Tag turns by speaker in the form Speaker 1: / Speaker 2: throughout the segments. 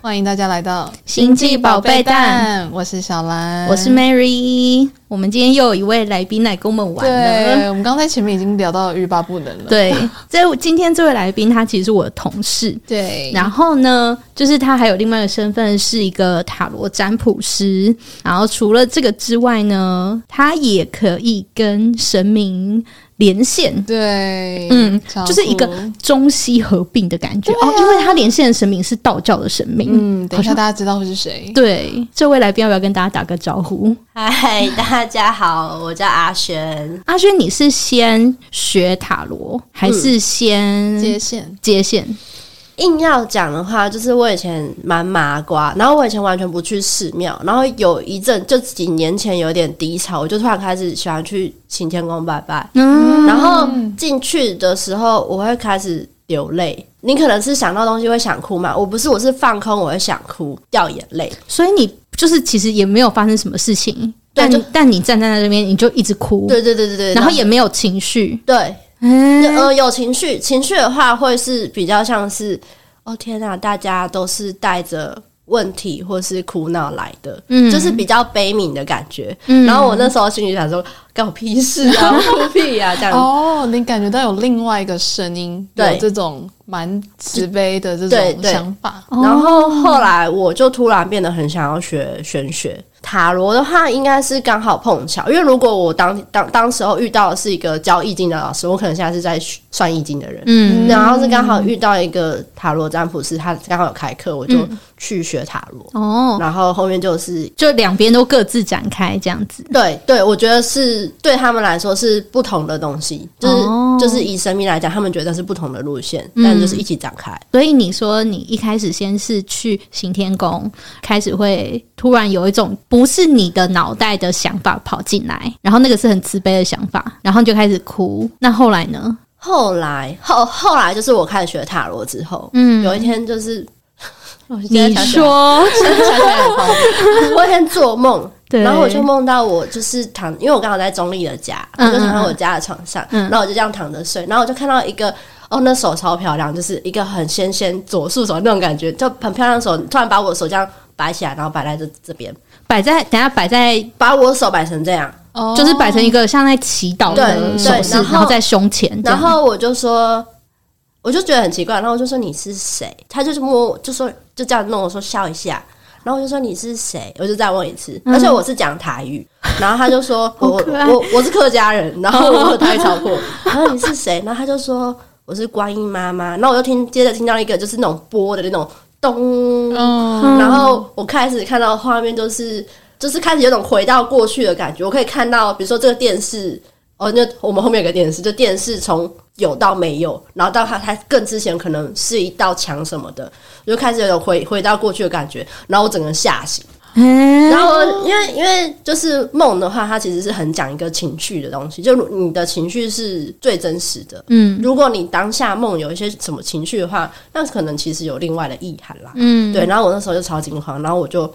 Speaker 1: 欢迎大家来到
Speaker 2: 星际宝贝蛋，
Speaker 1: 我是小兰，
Speaker 2: 我是 Mary。我们今天又有一位来宾来跟我们玩
Speaker 1: 对，
Speaker 2: 了。
Speaker 1: 我们刚才前面已经聊到欲罢不能了，
Speaker 2: 对，这今天这位来宾他其实是我的同事，
Speaker 1: 对
Speaker 2: 然后呢，就是他还有另外一个身份是一个塔罗占卜师。然后除了这个之外呢，他也可以跟神明连线，
Speaker 1: 对，
Speaker 2: 嗯
Speaker 1: 超酷啊
Speaker 2: 就是一个中西合并的感觉、哦，因为他连线的神明是道教的神明。
Speaker 1: 嗯，等一
Speaker 2: 好
Speaker 1: 下
Speaker 2: 像
Speaker 1: 大家知道会是谁，
Speaker 2: 对，这位来宾要不要跟大家打个招呼？
Speaker 3: 嗨， 大家好，我叫阿轩。
Speaker 2: 阿轩，你是先学塔罗，还
Speaker 3: 嗯
Speaker 2: 是先
Speaker 1: 接线，
Speaker 2: 接线？
Speaker 3: 硬要讲的话，就是我以前蛮麻瓜，然后我以前完全不去寺庙，然后有一阵就几年前有点低潮，我就突然开始喜欢去行天宫拜拜，
Speaker 2: 嗯，
Speaker 3: 然后进去的时候我会开始流泪。你可能是想到东西会想哭嘛？我不是，我是放空，我会想哭，掉眼泪。
Speaker 2: 所以你就是其实也没有发生什么事情，
Speaker 3: 对
Speaker 2: 但
Speaker 3: 就
Speaker 2: 但你站在那边，你就一直哭，
Speaker 3: 对对对对对，
Speaker 2: 然后也没有情绪，
Speaker 3: 对，
Speaker 2: 嗯，
Speaker 3: 呃，有情绪，情绪的话会是比较像是，哦天哪、大家都是带着问题或是苦恼来的，
Speaker 2: 嗯
Speaker 3: 就是比较悲悯的感觉。
Speaker 2: 嗯
Speaker 3: 然后我那时候心里想说，干我屁事啊，我哭屁啊，这
Speaker 2: 嗯
Speaker 3: 样。
Speaker 1: 哦，你感觉到有另外一个声音，
Speaker 3: 对
Speaker 1: 有这种蛮慈悲的这
Speaker 3: 对
Speaker 1: 种
Speaker 3: 对
Speaker 1: 想法，
Speaker 3: 然后后来我就突然变得很想要学玄学。塔罗的话，应该是刚好碰巧，因为如果我当当当时候遇到的是一个教易经的老师，我可能现在是在算易经的人，
Speaker 2: 嗯
Speaker 3: 然后是刚好遇到一个塔罗占卜师，他刚好有开课，我就去学塔罗。
Speaker 2: 嗯哦，
Speaker 3: 然后后面就是
Speaker 2: 就两边都各自展开这样子，
Speaker 3: 对对，我觉得是对他们来说是不同的东西，就是、
Speaker 2: 哦
Speaker 3: 就是以生命来讲，他们觉得是不同的路线，
Speaker 2: 嗯
Speaker 3: 但就是一起展开。
Speaker 2: 所以你说你一开始先是去行天宫，开始会突然有一种不是你的脑袋的想法跑进来，然后那个是很慈悲的想法，然后你就开始哭。那后来呢？
Speaker 3: 后来后后来就是我开始学塔罗之后，
Speaker 2: 嗯
Speaker 3: 有一天就是。 我现在
Speaker 2: 你
Speaker 3: 想起来
Speaker 2: 说
Speaker 1: 想起来很荒 谬
Speaker 3: 我有一天做梦，
Speaker 2: 对
Speaker 3: 然后我就梦到我就是躺，因为我刚好在中立的家，我
Speaker 2: 嗯
Speaker 3: 就躺在我家的床上，
Speaker 2: 嗯
Speaker 3: 然后我就这样躺着睡，然后我就看到一个。哦，那手超漂亮，就是一个很纤纤左束手那种感觉，就很漂亮的手。突然把我的手这样摆起来，然后摆在这这边，
Speaker 2: 摆在等一下摆在
Speaker 3: 把我的手摆成这样，
Speaker 1: 哦
Speaker 2: 就是摆成一个像在祈祷的
Speaker 3: 对
Speaker 2: 手势，
Speaker 3: 对然后
Speaker 2: 然后在胸前这
Speaker 3: 然
Speaker 2: 样，
Speaker 3: 后我就说，我就觉得很奇怪，然后我就说你是谁？他就是摸我，就说就这样弄我说笑一下，然后我就说你是谁？我就再问一次，
Speaker 2: 嗯
Speaker 3: 而且我是讲台语，然后他就说我
Speaker 2: 好可爱
Speaker 3: 我我是客家人，然后我台语超破，然后你是谁？然后他就说我是观音妈妈，然后我就听接着听到一个就是那种波的那种咚，
Speaker 1: 嗯，
Speaker 3: 然后我开始看到画面，就是就是开始有种回到过去的感觉。我可以看到，比如说这个电视，哦，那我们后面有个电视，就电视从有到没有，然后到它它更之前可能是一道墙什么的，我就开始有种回回到过去的感觉。然后我整个吓醒。
Speaker 2: 嗯
Speaker 3: 然后我因为因为就是梦的话，它其实是很讲一个情绪的东西，就如你的情绪是最真实的。
Speaker 2: 嗯
Speaker 3: 如果你当下梦有一些什么情绪的话，那可能其实有另外的意涵啦。
Speaker 2: 嗯，
Speaker 3: 对，，然后我那时候就超惊慌，然后我就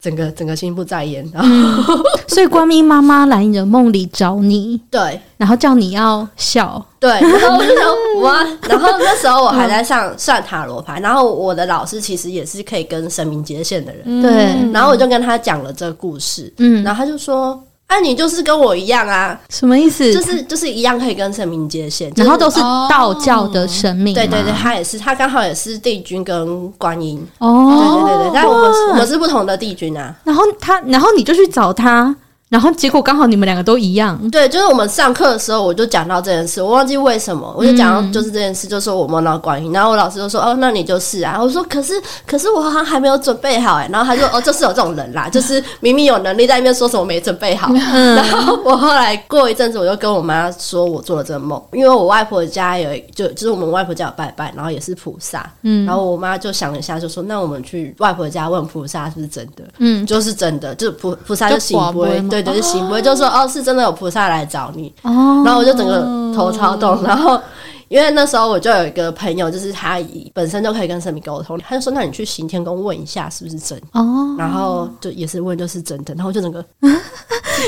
Speaker 3: 整个整个心不在焉，然后、
Speaker 2: 嗯所以观音妈妈来你的梦里找你，
Speaker 3: 对
Speaker 2: 然后叫你要笑，
Speaker 3: 对，然后我就想哇，然后那时候我还在
Speaker 2: 嗯
Speaker 3: 上算塔罗牌，然后我的老师其实也是可以跟神明接线的人，
Speaker 2: 嗯对
Speaker 1: 嗯
Speaker 3: 然后我就跟他讲了这个故事，
Speaker 2: 嗯，
Speaker 3: 然后他就说。啊，你就是跟我一样啊，
Speaker 2: 什么意思？
Speaker 3: 就是就是一样可以跟神明接线，就
Speaker 2: 然后都
Speaker 3: 是
Speaker 2: 是道教的神明嘛，
Speaker 3: 对对对，他也是，他刚好也是帝君跟观音，对
Speaker 2: 哦，
Speaker 3: 对对对，但我们是
Speaker 2: 哇
Speaker 3: 我们是不同的帝君啊，
Speaker 2: 然后他，然后你就去找他，然后结果刚好你们两个都一样，
Speaker 3: 对，就是我们上课的时候，我就讲到这件事，我忘记为什么，我就讲到就是这件事，就说我梦到观音，然后我老师就说哦，那你就是啊，我说可是可是我好像还没有准备好哎、然后他就哦，就是有这种人啦，就是明明有能力在那边说什么没准备好，然后我后来过一阵子，我就跟我妈说我做了这个梦，因为我外婆家有就就是我们外婆家有拜拜，然后也是菩萨，
Speaker 2: 嗯
Speaker 3: 然后我妈就想了一下，就说那我们去外婆家问菩萨是不是真的，
Speaker 2: 嗯，
Speaker 3: 就是真的，就是菩菩萨
Speaker 1: 就
Speaker 3: 就醒
Speaker 1: 广
Speaker 3: 不
Speaker 1: 播
Speaker 3: 会
Speaker 1: 吗，
Speaker 3: 对对，就醒不会，就说哦，是真的有菩萨来找你，
Speaker 2: 哦，
Speaker 3: 然后我就整个头超痛，然后因为那时候我就有一个朋友，就是他本身就可以跟神明沟通，他就说：“那你去行天宫问一下是不是真。”
Speaker 2: 哦，
Speaker 3: 然后就也是问就是真的，然后我就整个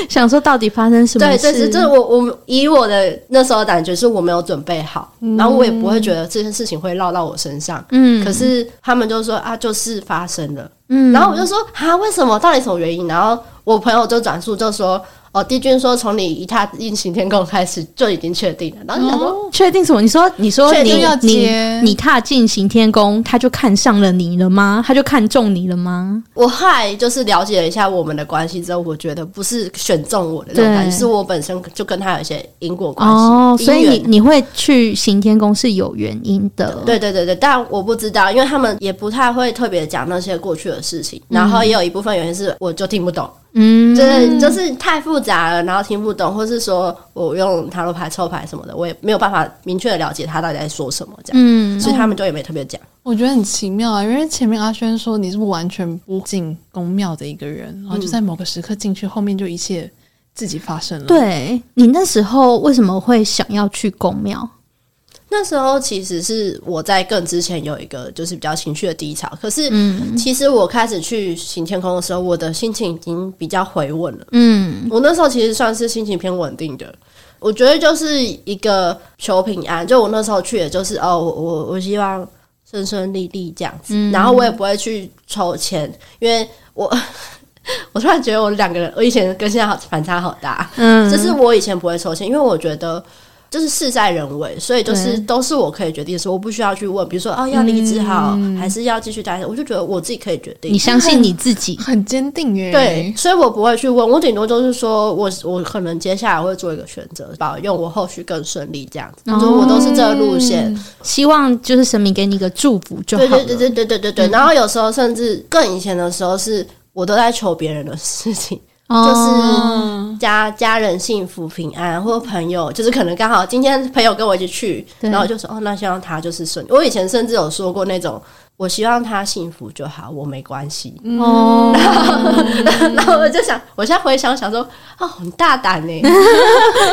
Speaker 2: 想说到底发生什么
Speaker 3: 对，
Speaker 2: 事？
Speaker 3: 这是这是我我以我的那时候的感觉是我没有准备好，然后我也不会觉得这件事情会落到我身上。
Speaker 2: 嗯
Speaker 3: 可是他们就说啊，就是发生了。
Speaker 2: 嗯，
Speaker 3: 然后我就说啊，为什么？到底什么原因？然后我朋友就转述就说，哦，帝君说从你一踏进行天宫开始就已经确定了。然后就想说，
Speaker 2: 嗯确定什么？你说你说
Speaker 3: 确
Speaker 2: 你
Speaker 3: 定
Speaker 1: 要
Speaker 2: 你
Speaker 1: 接
Speaker 2: 你踏进行天宫，他就看上了你了吗？他就看中你了吗？
Speaker 3: 我后来就是了解了一下我们的关系之后，我觉得不是选中我的那种
Speaker 2: 对
Speaker 3: 感觉，是我本身就跟他有一些因果关系。
Speaker 2: 哦，所以
Speaker 3: 因
Speaker 2: 你
Speaker 3: 缘
Speaker 2: 你会去行天宫是有原因的，
Speaker 3: 对对对对，但我不知道，因为他们也不太会特别讲那些过去的事情，然后也有一部分原因是我就听不懂，
Speaker 2: 嗯，
Speaker 3: 就是就是太复杂了，然后听不懂，或是说我用塔罗牌抽牌什么的，我也没有办法明确的了解他到底在说什么这样，
Speaker 2: 嗯，
Speaker 3: 所以他们就也没特别讲。
Speaker 1: 我觉得很奇妙啊，因为前面阿轩说你是完全不进宫庙的一个
Speaker 3: 嗯
Speaker 1: 人，然后就在某个时刻进去，后面就一切自己发生了。，
Speaker 2: 对你那时候为什么会想要去宫庙？
Speaker 3: 那时候其实是我在更之前有一个就是比较情绪的低潮，可是
Speaker 2: 嗯
Speaker 3: 其实我开始去行天空的时候，我的心情已经比较回稳了。
Speaker 2: 嗯
Speaker 3: 我那时候其实算是心情偏稳定的，我觉得就是一个求平安。就我那时候去，也就是哦，我我我希望顺顺利利这样子，
Speaker 2: 嗯
Speaker 3: 然后我也不会去抽签，因为我 我突然觉得我两个人，我以前跟现在好反差好大，
Speaker 2: 嗯，
Speaker 3: 就是我以前不会抽签，因为我觉得。就是事在人为，所以就
Speaker 2: 对
Speaker 3: 是都是我可以决定的事，我不需要去问，比如说哦要离职好、还是要继续待着，我就觉得我自己可以决定。
Speaker 2: 嗯你相信你自己，
Speaker 1: 很坚定耶。
Speaker 3: 对，，所以我不会去问，我顶多就是说我我可能接下来会做一个选择，保佑我后续更顺利这样子。
Speaker 2: 哦
Speaker 3: 就我都是这个路线，
Speaker 2: 希望就是神明给你一个祝福就好
Speaker 3: 对
Speaker 2: 了。
Speaker 3: 对对对对对对对。然后有时候甚至更以前的时候是。我都在求别人的事情，
Speaker 2: 哦
Speaker 3: 家家人幸福平安，或朋友，就是可能刚好今天朋友跟我一起去，
Speaker 2: 对
Speaker 3: 然后我就说哦，那希望他就是顺利。我以前甚至有说过那种，我希望他幸福就好，我没关系。
Speaker 2: 哦，
Speaker 3: 然后我就想，我现在回想想说，哦，很大胆呢、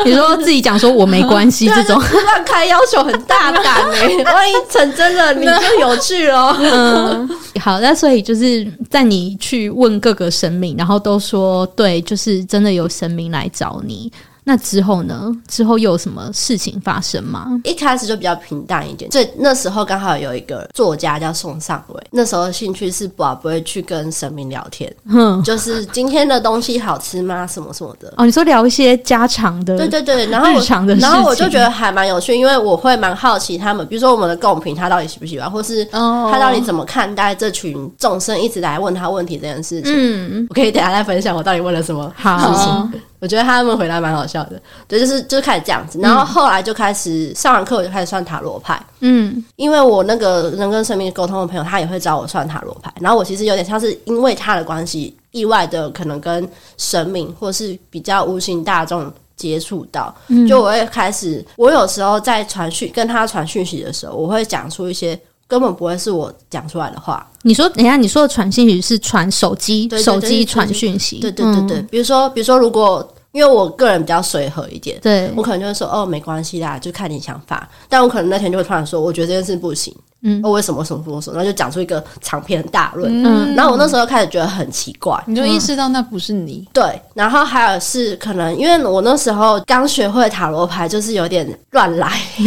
Speaker 2: 你说自己讲说我没关 系这种，
Speaker 3: 啊乱开要求很大胆哎、 万一成真了，你就有趣哦。
Speaker 2: 嗯，好，那所以就是在你去问各个神明，然后都说对，就是真的有神明来找你。那之后呢？之后又有什么事情发生吗？
Speaker 3: 一开始就比较平淡一点，所以那时候刚好有一个作家叫宋尚伟，那时候兴趣是不不会去跟神明聊 天，
Speaker 2: 哼，
Speaker 3: 就是今天的东西好吃吗？什么什么的。
Speaker 2: 哦，你说聊一些家常的，
Speaker 3: 对对 对，然后我
Speaker 2: 日常的事情
Speaker 3: 然后我就觉得还蛮有趣，因为我会蛮好奇他们，比如说我们的贡品，他到底喜不喜欢，或是
Speaker 1: 哦
Speaker 3: 他到底怎么看待这群众生一直来问他问题这件事情。
Speaker 2: 嗯，
Speaker 3: 我可以等一下再分享我到底问了什么
Speaker 2: 好，
Speaker 3: 我觉得他们回答蛮好笑的，对，就是就是开始这样子，然后后来就开始上完课我就开始算塔罗牌，
Speaker 2: 嗯
Speaker 3: 因为我那个能跟神明沟通的朋友，他也会找我算塔罗牌，然后我其实有点像是因为他的关系，意外的可能跟神明或是比较无形大众接触到，就我会开始，我有时候在传讯跟他传讯息的时候，我会讲出一些根本不会是我讲出来的话，
Speaker 2: 你说，等一下你说的传讯息是传手机，
Speaker 3: 对对对
Speaker 2: 手机
Speaker 3: 对
Speaker 2: 传讯息，
Speaker 3: 对对对对，
Speaker 2: 嗯
Speaker 3: 比如说比如说如果因为我个人比较随和一点。
Speaker 2: 对，
Speaker 3: 我可能就会说哦，没关系啦，就看你想法。但我可能那天就会突然说，我觉得这件事不行，
Speaker 2: 嗯
Speaker 3: 哦，为什么什么什么什么，然后就讲出一个长篇大论。
Speaker 2: 嗯
Speaker 3: 然后我那时候开始觉得很奇怪，
Speaker 1: 你就意识到那不是你，
Speaker 3: 对。然后还有是可能因为我那时候刚学会塔罗牌，就是有点乱来，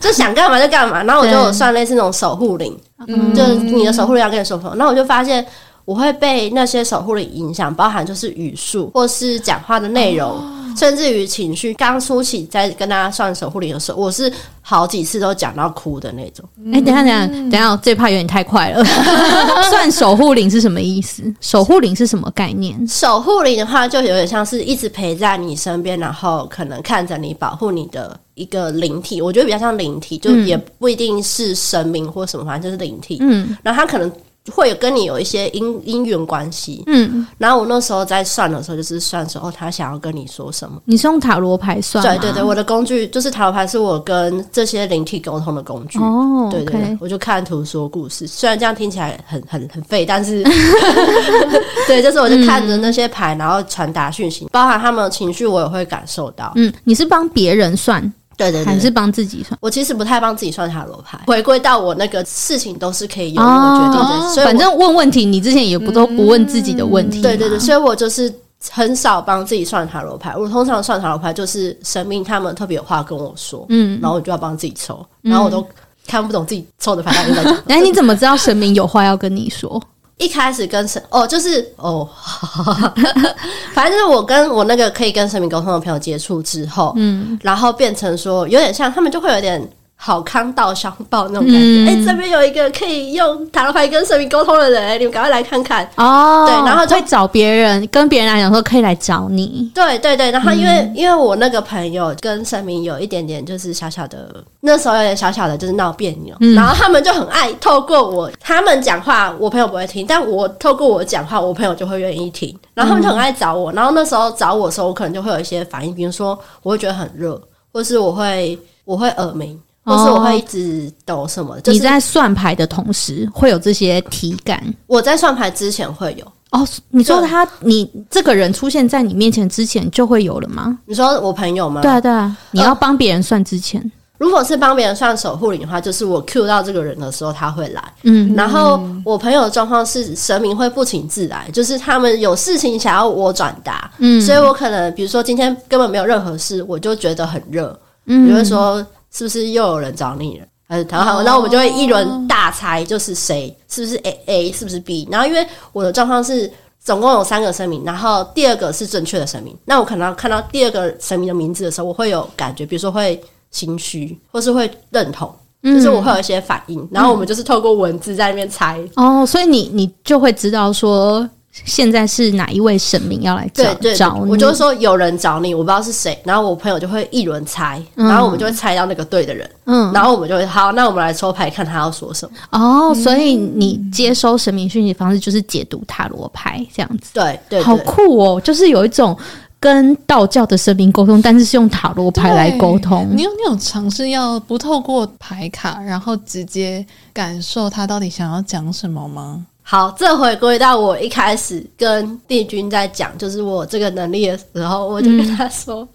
Speaker 3: 就想干嘛就干嘛。然后我就有算类似那种守护灵，
Speaker 1: 嗯
Speaker 3: 就是你的守护灵要跟你说朋友，那我就发现我会被那些守护灵影响，包含就是语速或是讲话的内容，甚至于情绪。刚初期在跟大家算守护灵的时候，我是好几次都讲到哭的那种。
Speaker 2: 哎、等一下，等一下，
Speaker 3: 嗯
Speaker 2: 等一下，我这怕有点太快了。 算守护灵是什么意思？守护灵是什么概念？
Speaker 3: 守护灵的话，就有点像是一直陪在你身边，然后可能看着你，保护你的一个灵体。我觉得比较像灵体，就也不一定是神明或什么，反正就是灵体。
Speaker 2: 嗯
Speaker 3: 然后他可能会有跟你有一些因因缘关系，
Speaker 2: 嗯，
Speaker 3: 然后我那时候在算的时候，就是算说哦，他想要跟你说什么。
Speaker 2: 你是用塔罗牌算
Speaker 3: 对
Speaker 2: 吗？
Speaker 3: 对对，我的工具就是塔罗牌，是我跟这些灵体沟通的工具。
Speaker 2: 哦，
Speaker 3: 对对
Speaker 2: o
Speaker 3: 对
Speaker 2: k，
Speaker 3: 我就看图说故事，虽然这样听起来很很很废，但是对，就是我就看着那些
Speaker 2: 嗯
Speaker 3: 牌，然后传达讯息，包含他们的情绪，我也会感受到。
Speaker 2: 嗯，你是帮别人算，
Speaker 3: 对对
Speaker 2: 还
Speaker 3: 对，
Speaker 2: 是帮自己算？
Speaker 3: 我其实不太帮自己算塔罗牌，回归到我那个事情都是可以由我决定的，
Speaker 2: 哦，
Speaker 3: 所以我嗯
Speaker 2: 反正问问题，你之前也不都不问自己的问题、
Speaker 3: 对对对，，所以我就是很少帮自己算塔罗牌，我通常算塔罗牌就是神明他们特别有话跟我说，
Speaker 2: 嗯，
Speaker 3: 然后我就要帮自己抽，然后我都看不懂自己抽的牌到底在 讲什么。
Speaker 2: 哎，你怎么知道神明有话要跟你说？
Speaker 3: 一开始跟神哦，就是哦， 反正就是我跟我那个可以跟神明沟通的朋友接触之后，嗯，然后变成说有点像他们就会有点。好康到相报那种感觉，
Speaker 2: 嗯
Speaker 3: 哎、这边有一个可以用塔罗牌跟神明沟通的人、哎你们赶快来看看。
Speaker 2: 哦，
Speaker 3: 对然后就
Speaker 2: 会找别人，跟别人来讲说可以来找你，
Speaker 3: 对对对，然后因为、因为我那个朋友跟神明有一点点就是小小的，那时候有点小小的就是闹别扭，然后他们就很爱透过我，他们讲话我朋友不会听，但我透过我讲话，我朋友就会愿意听，然后他们就很爱找我，然后那时候找我的时候，我可能就会有一些反应，比如说我会觉得很热，或是我会我会耳鸣，或是我会一直抖什么，就
Speaker 2: 你
Speaker 3: 是
Speaker 2: 在算牌的同时会有这些体感。
Speaker 3: 我在算牌之前会有，
Speaker 2: 哦，你说
Speaker 3: 对
Speaker 2: 他，你这个人出现在你面前之前就会有了吗？
Speaker 3: 你说我朋友吗？
Speaker 2: 对啊，对啊，你要帮别人算之前，
Speaker 3: 如果是帮别人算守护灵的话，就是我 Q 到这个人的时候他会来。
Speaker 2: 嗯，
Speaker 3: 然后我朋友的状况是神明会不请自来，就是他们有事情想要我转达，
Speaker 2: 嗯
Speaker 3: 所以我可能比如说今天根本没有任何事，我就觉得很热，
Speaker 2: 嗯
Speaker 3: 比如说是不是又有人找你了？还是然后，然后我们就会一
Speaker 2: 哦
Speaker 3: 轮大猜，就是谁是不是 A A 是不是 B？然后因为我的状况是总共有三个神明，然后第二个是正确的神明，那我可能看到第二个神明的名字的时候，我会有感觉，比如说会心虚，或是会认同，就是
Speaker 2: 嗯
Speaker 3: 我会有一些反应，然后我们就是透过文字在那边猜。
Speaker 2: 哦，所以你你就会知道说现在是哪一位神明要来
Speaker 3: 对
Speaker 2: 找
Speaker 3: 对对
Speaker 2: 找，你，
Speaker 3: 我就说有人找你，我不知道是谁，然后我朋友就会一轮猜，
Speaker 2: 嗯
Speaker 3: 然后我们就会猜到那个对的人，
Speaker 2: 嗯
Speaker 3: 然后我们就会好，那我们来抽牌看他要说什么。
Speaker 2: 哦，所以你接收神明讯息的方式就是解读塔罗牌这样子，
Speaker 3: 对对
Speaker 2: 好
Speaker 3: 对，
Speaker 2: 酷哦，就是有一种跟道教的神明沟通，但是是用塔罗牌来沟通
Speaker 1: 对。你有你有尝试要不透过牌卡，然后直接感受他到底想要讲什么吗？
Speaker 3: 好，这回归到我一开始跟帝君在讲，就是我这个能力的时候，我就跟他说，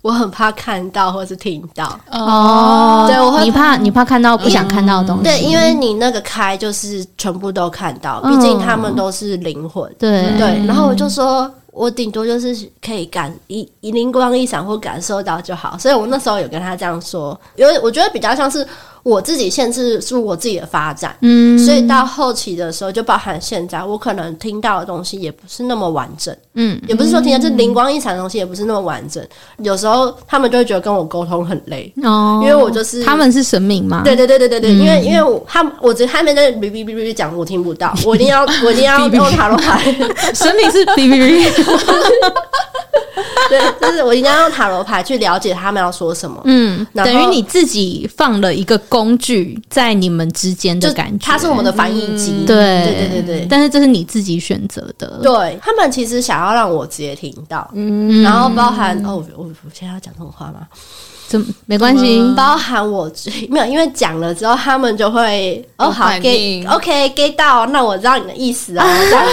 Speaker 3: 我很怕看到或是听到。
Speaker 1: 嗯
Speaker 2: 哦，
Speaker 3: 对我会嗯
Speaker 2: 你怕你怕看到不想看到的东西，
Speaker 3: 对，因为你那个开就是全部都看到，
Speaker 2: 嗯
Speaker 3: 毕竟他们都是灵魂。
Speaker 2: 对
Speaker 3: 对，然后我就说，我顶多就是可以感一一灵光一闪或感受到就好。所以我那时候有跟他这样说，因为我觉得比较像是我自己限制住我自己的发展，
Speaker 2: 嗯，
Speaker 3: 所以到后期的时候，就包含现在，我可能听到的东西也不是那么完整，
Speaker 2: 嗯，
Speaker 3: 也不是说听到这灵光一闪的东西也不是那么完整。有时候他们就会觉得跟我沟通很累。
Speaker 2: 哦，
Speaker 3: 因为我就是
Speaker 2: 他们是神明嘛，
Speaker 3: 对对对对对
Speaker 2: 嗯
Speaker 3: 对，因为因为我他们我只他们在哔哔哔哔讲，我听不到，我一定要我一定要用塔罗牌，
Speaker 2: 神明是哔哔哔，
Speaker 3: 对，就是我一定要用塔罗牌去了解他们要说什么。
Speaker 2: 嗯，
Speaker 3: 然
Speaker 2: 等
Speaker 3: 后
Speaker 2: 于你自己放了一个工具在你们之间的感觉，嗯
Speaker 3: 它是我们的翻译机。
Speaker 2: 对
Speaker 3: 对对对对
Speaker 2: 但是这是你自己选择的，
Speaker 3: 对，他们其实想要让我直接听到，
Speaker 2: 嗯
Speaker 3: 然后包含哦，我我我现在要讲这种话吗？
Speaker 2: 怎么没关系，
Speaker 3: 包含我 最没有，因为讲了之后，他们就会哦
Speaker 1: 有
Speaker 3: 好
Speaker 1: 反
Speaker 3: get
Speaker 1: 应
Speaker 3: OK get 到，那我知道你的意思啊。这样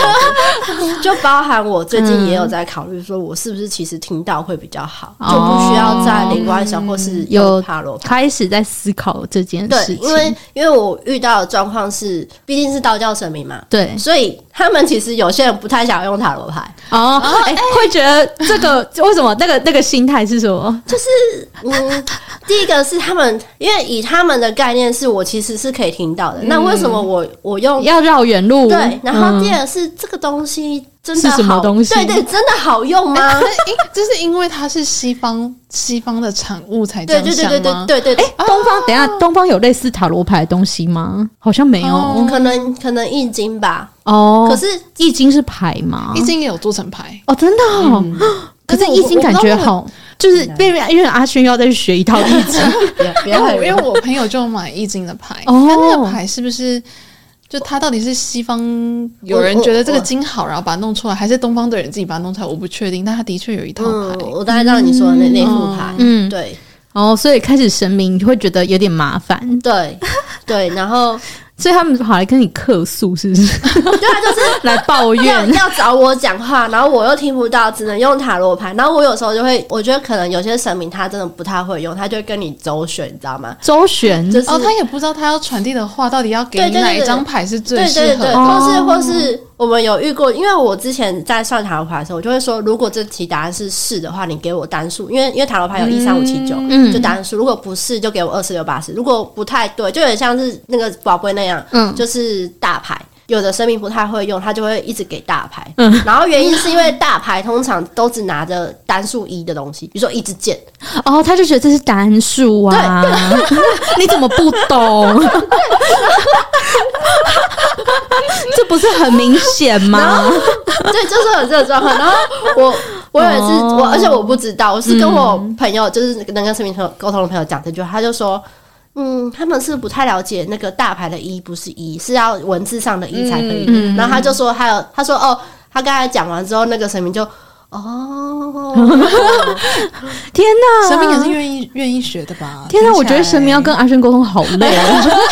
Speaker 3: 子就包含我最近
Speaker 2: 嗯
Speaker 3: 也有在考虑，说我是不是其实听到会比较好，就不需要再灵光一闪或是
Speaker 2: 哦有
Speaker 3: 用塔罗牌。
Speaker 2: 开始在思考这件
Speaker 3: 对
Speaker 2: 事，情，
Speaker 3: 因为因为我遇到的状况是，毕竟是道教神明嘛，
Speaker 2: 对
Speaker 3: 所以他们其实有些人不太想用塔罗牌。
Speaker 2: 哦，哎，会觉得这个为什么那个那个心态是什么？
Speaker 3: 嗯，第一个是他们，因为以他们的概念是我其实是可以听到的，那为什么我我用？
Speaker 2: 要绕远路，
Speaker 3: 对，然后
Speaker 2: 嗯
Speaker 3: 第二个是、这个东西真的
Speaker 2: 是什么
Speaker 3: 好
Speaker 2: 东西哎
Speaker 3: 对对，真的好用吗？
Speaker 1: 因哎这是因为它是西方西方的产物才这
Speaker 3: 对
Speaker 1: 样
Speaker 3: 对
Speaker 1: 想吗？
Speaker 3: 对对对对对，哎、
Speaker 2: 东方，等一下，东方有类似塔罗牌的东西吗？好像没有
Speaker 1: 哦
Speaker 3: 可能可能易经吧，
Speaker 2: 哦。
Speaker 3: 可是
Speaker 2: 易经是牌吗？
Speaker 1: 易经也有做成牌，
Speaker 2: 哦，真的哦。 可
Speaker 1: 但
Speaker 2: 是
Speaker 1: 是我
Speaker 2: 易经感觉好，就是被因为阿轩要再去学一套易经
Speaker 1: 因为
Speaker 3: 哎
Speaker 1: 我因为我朋友就买易经的 牌，
Speaker 2: 哦
Speaker 1: 但那个牌是不是就它到底是西方有人觉得这个经好，然后把它弄出来，还是东方的人自己把它弄出来？我不确定，但它的确有一套
Speaker 3: 嗯，
Speaker 1: 牌。哦
Speaker 3: 我大概知道你说的那那副牌，
Speaker 2: 嗯
Speaker 3: 嗯，对
Speaker 2: 哦，所以开始神明会觉得有点麻烦，
Speaker 3: 对对，然后
Speaker 2: 所以他们跑来跟你客诉，是不是？
Speaker 3: 对啊，就是
Speaker 2: 来抱
Speaker 3: 要
Speaker 2: 怨？
Speaker 3: 要找我讲话，然后我又听不到，只能用塔罗牌。然后我有时候就会，我觉得可能有些神明他真的不太会用，他就会跟你周旋，你知道吗？
Speaker 2: 周旋
Speaker 3: 就是、
Speaker 1: 哦，他也不知道他要传递的话到底要给
Speaker 3: 对
Speaker 1: 你
Speaker 3: 对对
Speaker 1: 哪一
Speaker 3: 对
Speaker 1: 张牌是最
Speaker 3: 对
Speaker 1: 适合
Speaker 3: 对对，
Speaker 1: 的
Speaker 3: 或是
Speaker 2: 哦
Speaker 3: 或是我们有遇过，因为我之前在算塔罗牌的时候，我就会说，如果这题答案是是的话，你给我单数，因为因为塔罗牌有一三五七九
Speaker 2: 嗯，
Speaker 3: 就单数。如果不是，就给我二四六八十。如果不太对，就有点像是那个宝贝那样，
Speaker 2: 嗯
Speaker 3: 就是大牌。有的生命不太会用，他就会一直给大牌。
Speaker 2: 嗯
Speaker 3: 然后原因是因为大牌通常都只拿着单数一的东西，比如说一支箭，
Speaker 2: 哦，他就觉得这是单数啊， 你怎么不懂？ 这不是很明显 吗？
Speaker 3: 对，就是有这个状况。然后我我有一次，
Speaker 2: 哦嗯
Speaker 3: 我而且我不知道，我是跟我朋友，就是能跟身边朋友沟通的朋友讲这句话，他就说。嗯，他们是不太了解那个大牌的一不是一，是要文字上的一才可以。
Speaker 2: 嗯嗯
Speaker 3: 然后他就说，还有他说哦，他刚才讲完之后，那个神明就哦，
Speaker 2: 天哪，
Speaker 1: 神明也是愿意愿意学的吧？
Speaker 2: 天哪！
Speaker 1: 听起
Speaker 2: 我觉得神明要跟阿轩沟通好累 哦，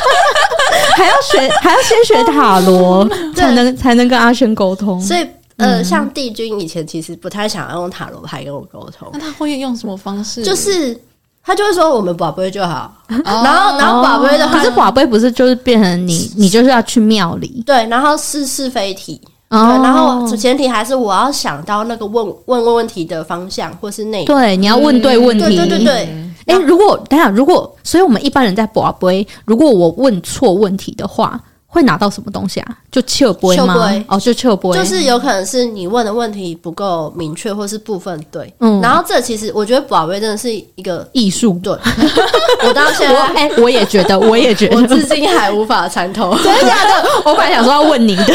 Speaker 2: 还要学，还要先学塔罗，才能才能跟阿轩沟通。
Speaker 3: 所以
Speaker 2: 嗯
Speaker 3: 呃，像帝君以前其实不太想要用塔罗牌跟我沟通
Speaker 1: 那，他会用什么方
Speaker 2: 嗯
Speaker 1: 式？
Speaker 3: 就是他就会说我们宝贝就好，
Speaker 1: 哦
Speaker 3: 然后然后宝贝的话
Speaker 2: 哦可是宝贝不是就是变成你，你就是要去庙里，
Speaker 3: 对，然后是是非题，
Speaker 2: 哦
Speaker 3: 对，然后前提还是我要想到那个问问问问题的方向或是内容。
Speaker 2: 对，你要问对问
Speaker 3: 对
Speaker 2: 题。
Speaker 3: 对对对，
Speaker 2: 哎、如果等一下，如果所以我们一般人在宝杯，如果我问错问题的话，会拿到什么东西啊？就切杯吗
Speaker 3: 笑杯？
Speaker 2: 哦，就切杯，
Speaker 3: 就是有可能是你问的问题不够明确，或是部分对。
Speaker 2: 嗯
Speaker 3: 然后这其实我觉得宝贝真的是一个
Speaker 2: 艺术。
Speaker 3: 对，我到现
Speaker 2: 我
Speaker 3: 在
Speaker 2: 哎、我也觉得， 我也觉得，
Speaker 3: 我至今还无法 参透。
Speaker 2: 真的假的？啊我本来想说要问你 的。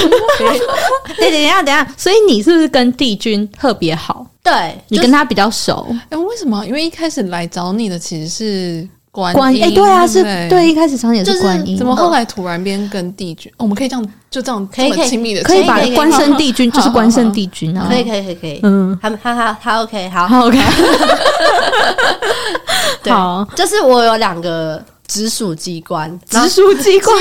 Speaker 2: 对，等一下，等一下，所以你是不是跟帝君特别好？
Speaker 3: 对，
Speaker 2: 你跟他比较熟？
Speaker 1: 哎、为什么？因为一开始来找你的其实是观
Speaker 2: 观
Speaker 1: 音
Speaker 2: 哎、对啊，是
Speaker 1: 不对。
Speaker 2: 对，一开始常也
Speaker 3: 欸就是
Speaker 2: 是观音，
Speaker 1: 怎么后来突然变跟帝君？哦我们可以这样就这样
Speaker 3: 可
Speaker 1: 这
Speaker 3: 以
Speaker 1: 么
Speaker 3: 可以
Speaker 1: 亲密的
Speaker 2: 哦可以
Speaker 3: 吧
Speaker 2: 把
Speaker 3: 可以可以
Speaker 2: 关圣帝君就是
Speaker 1: 好好
Speaker 2: 关圣帝君啊？
Speaker 3: 可以可以可以可以，
Speaker 2: 嗯，
Speaker 3: 他他他他 OK 好，
Speaker 2: 好 OK，
Speaker 3: 对
Speaker 2: 好，
Speaker 3: 就是我有两个直属机关，然后
Speaker 2: 直属机关，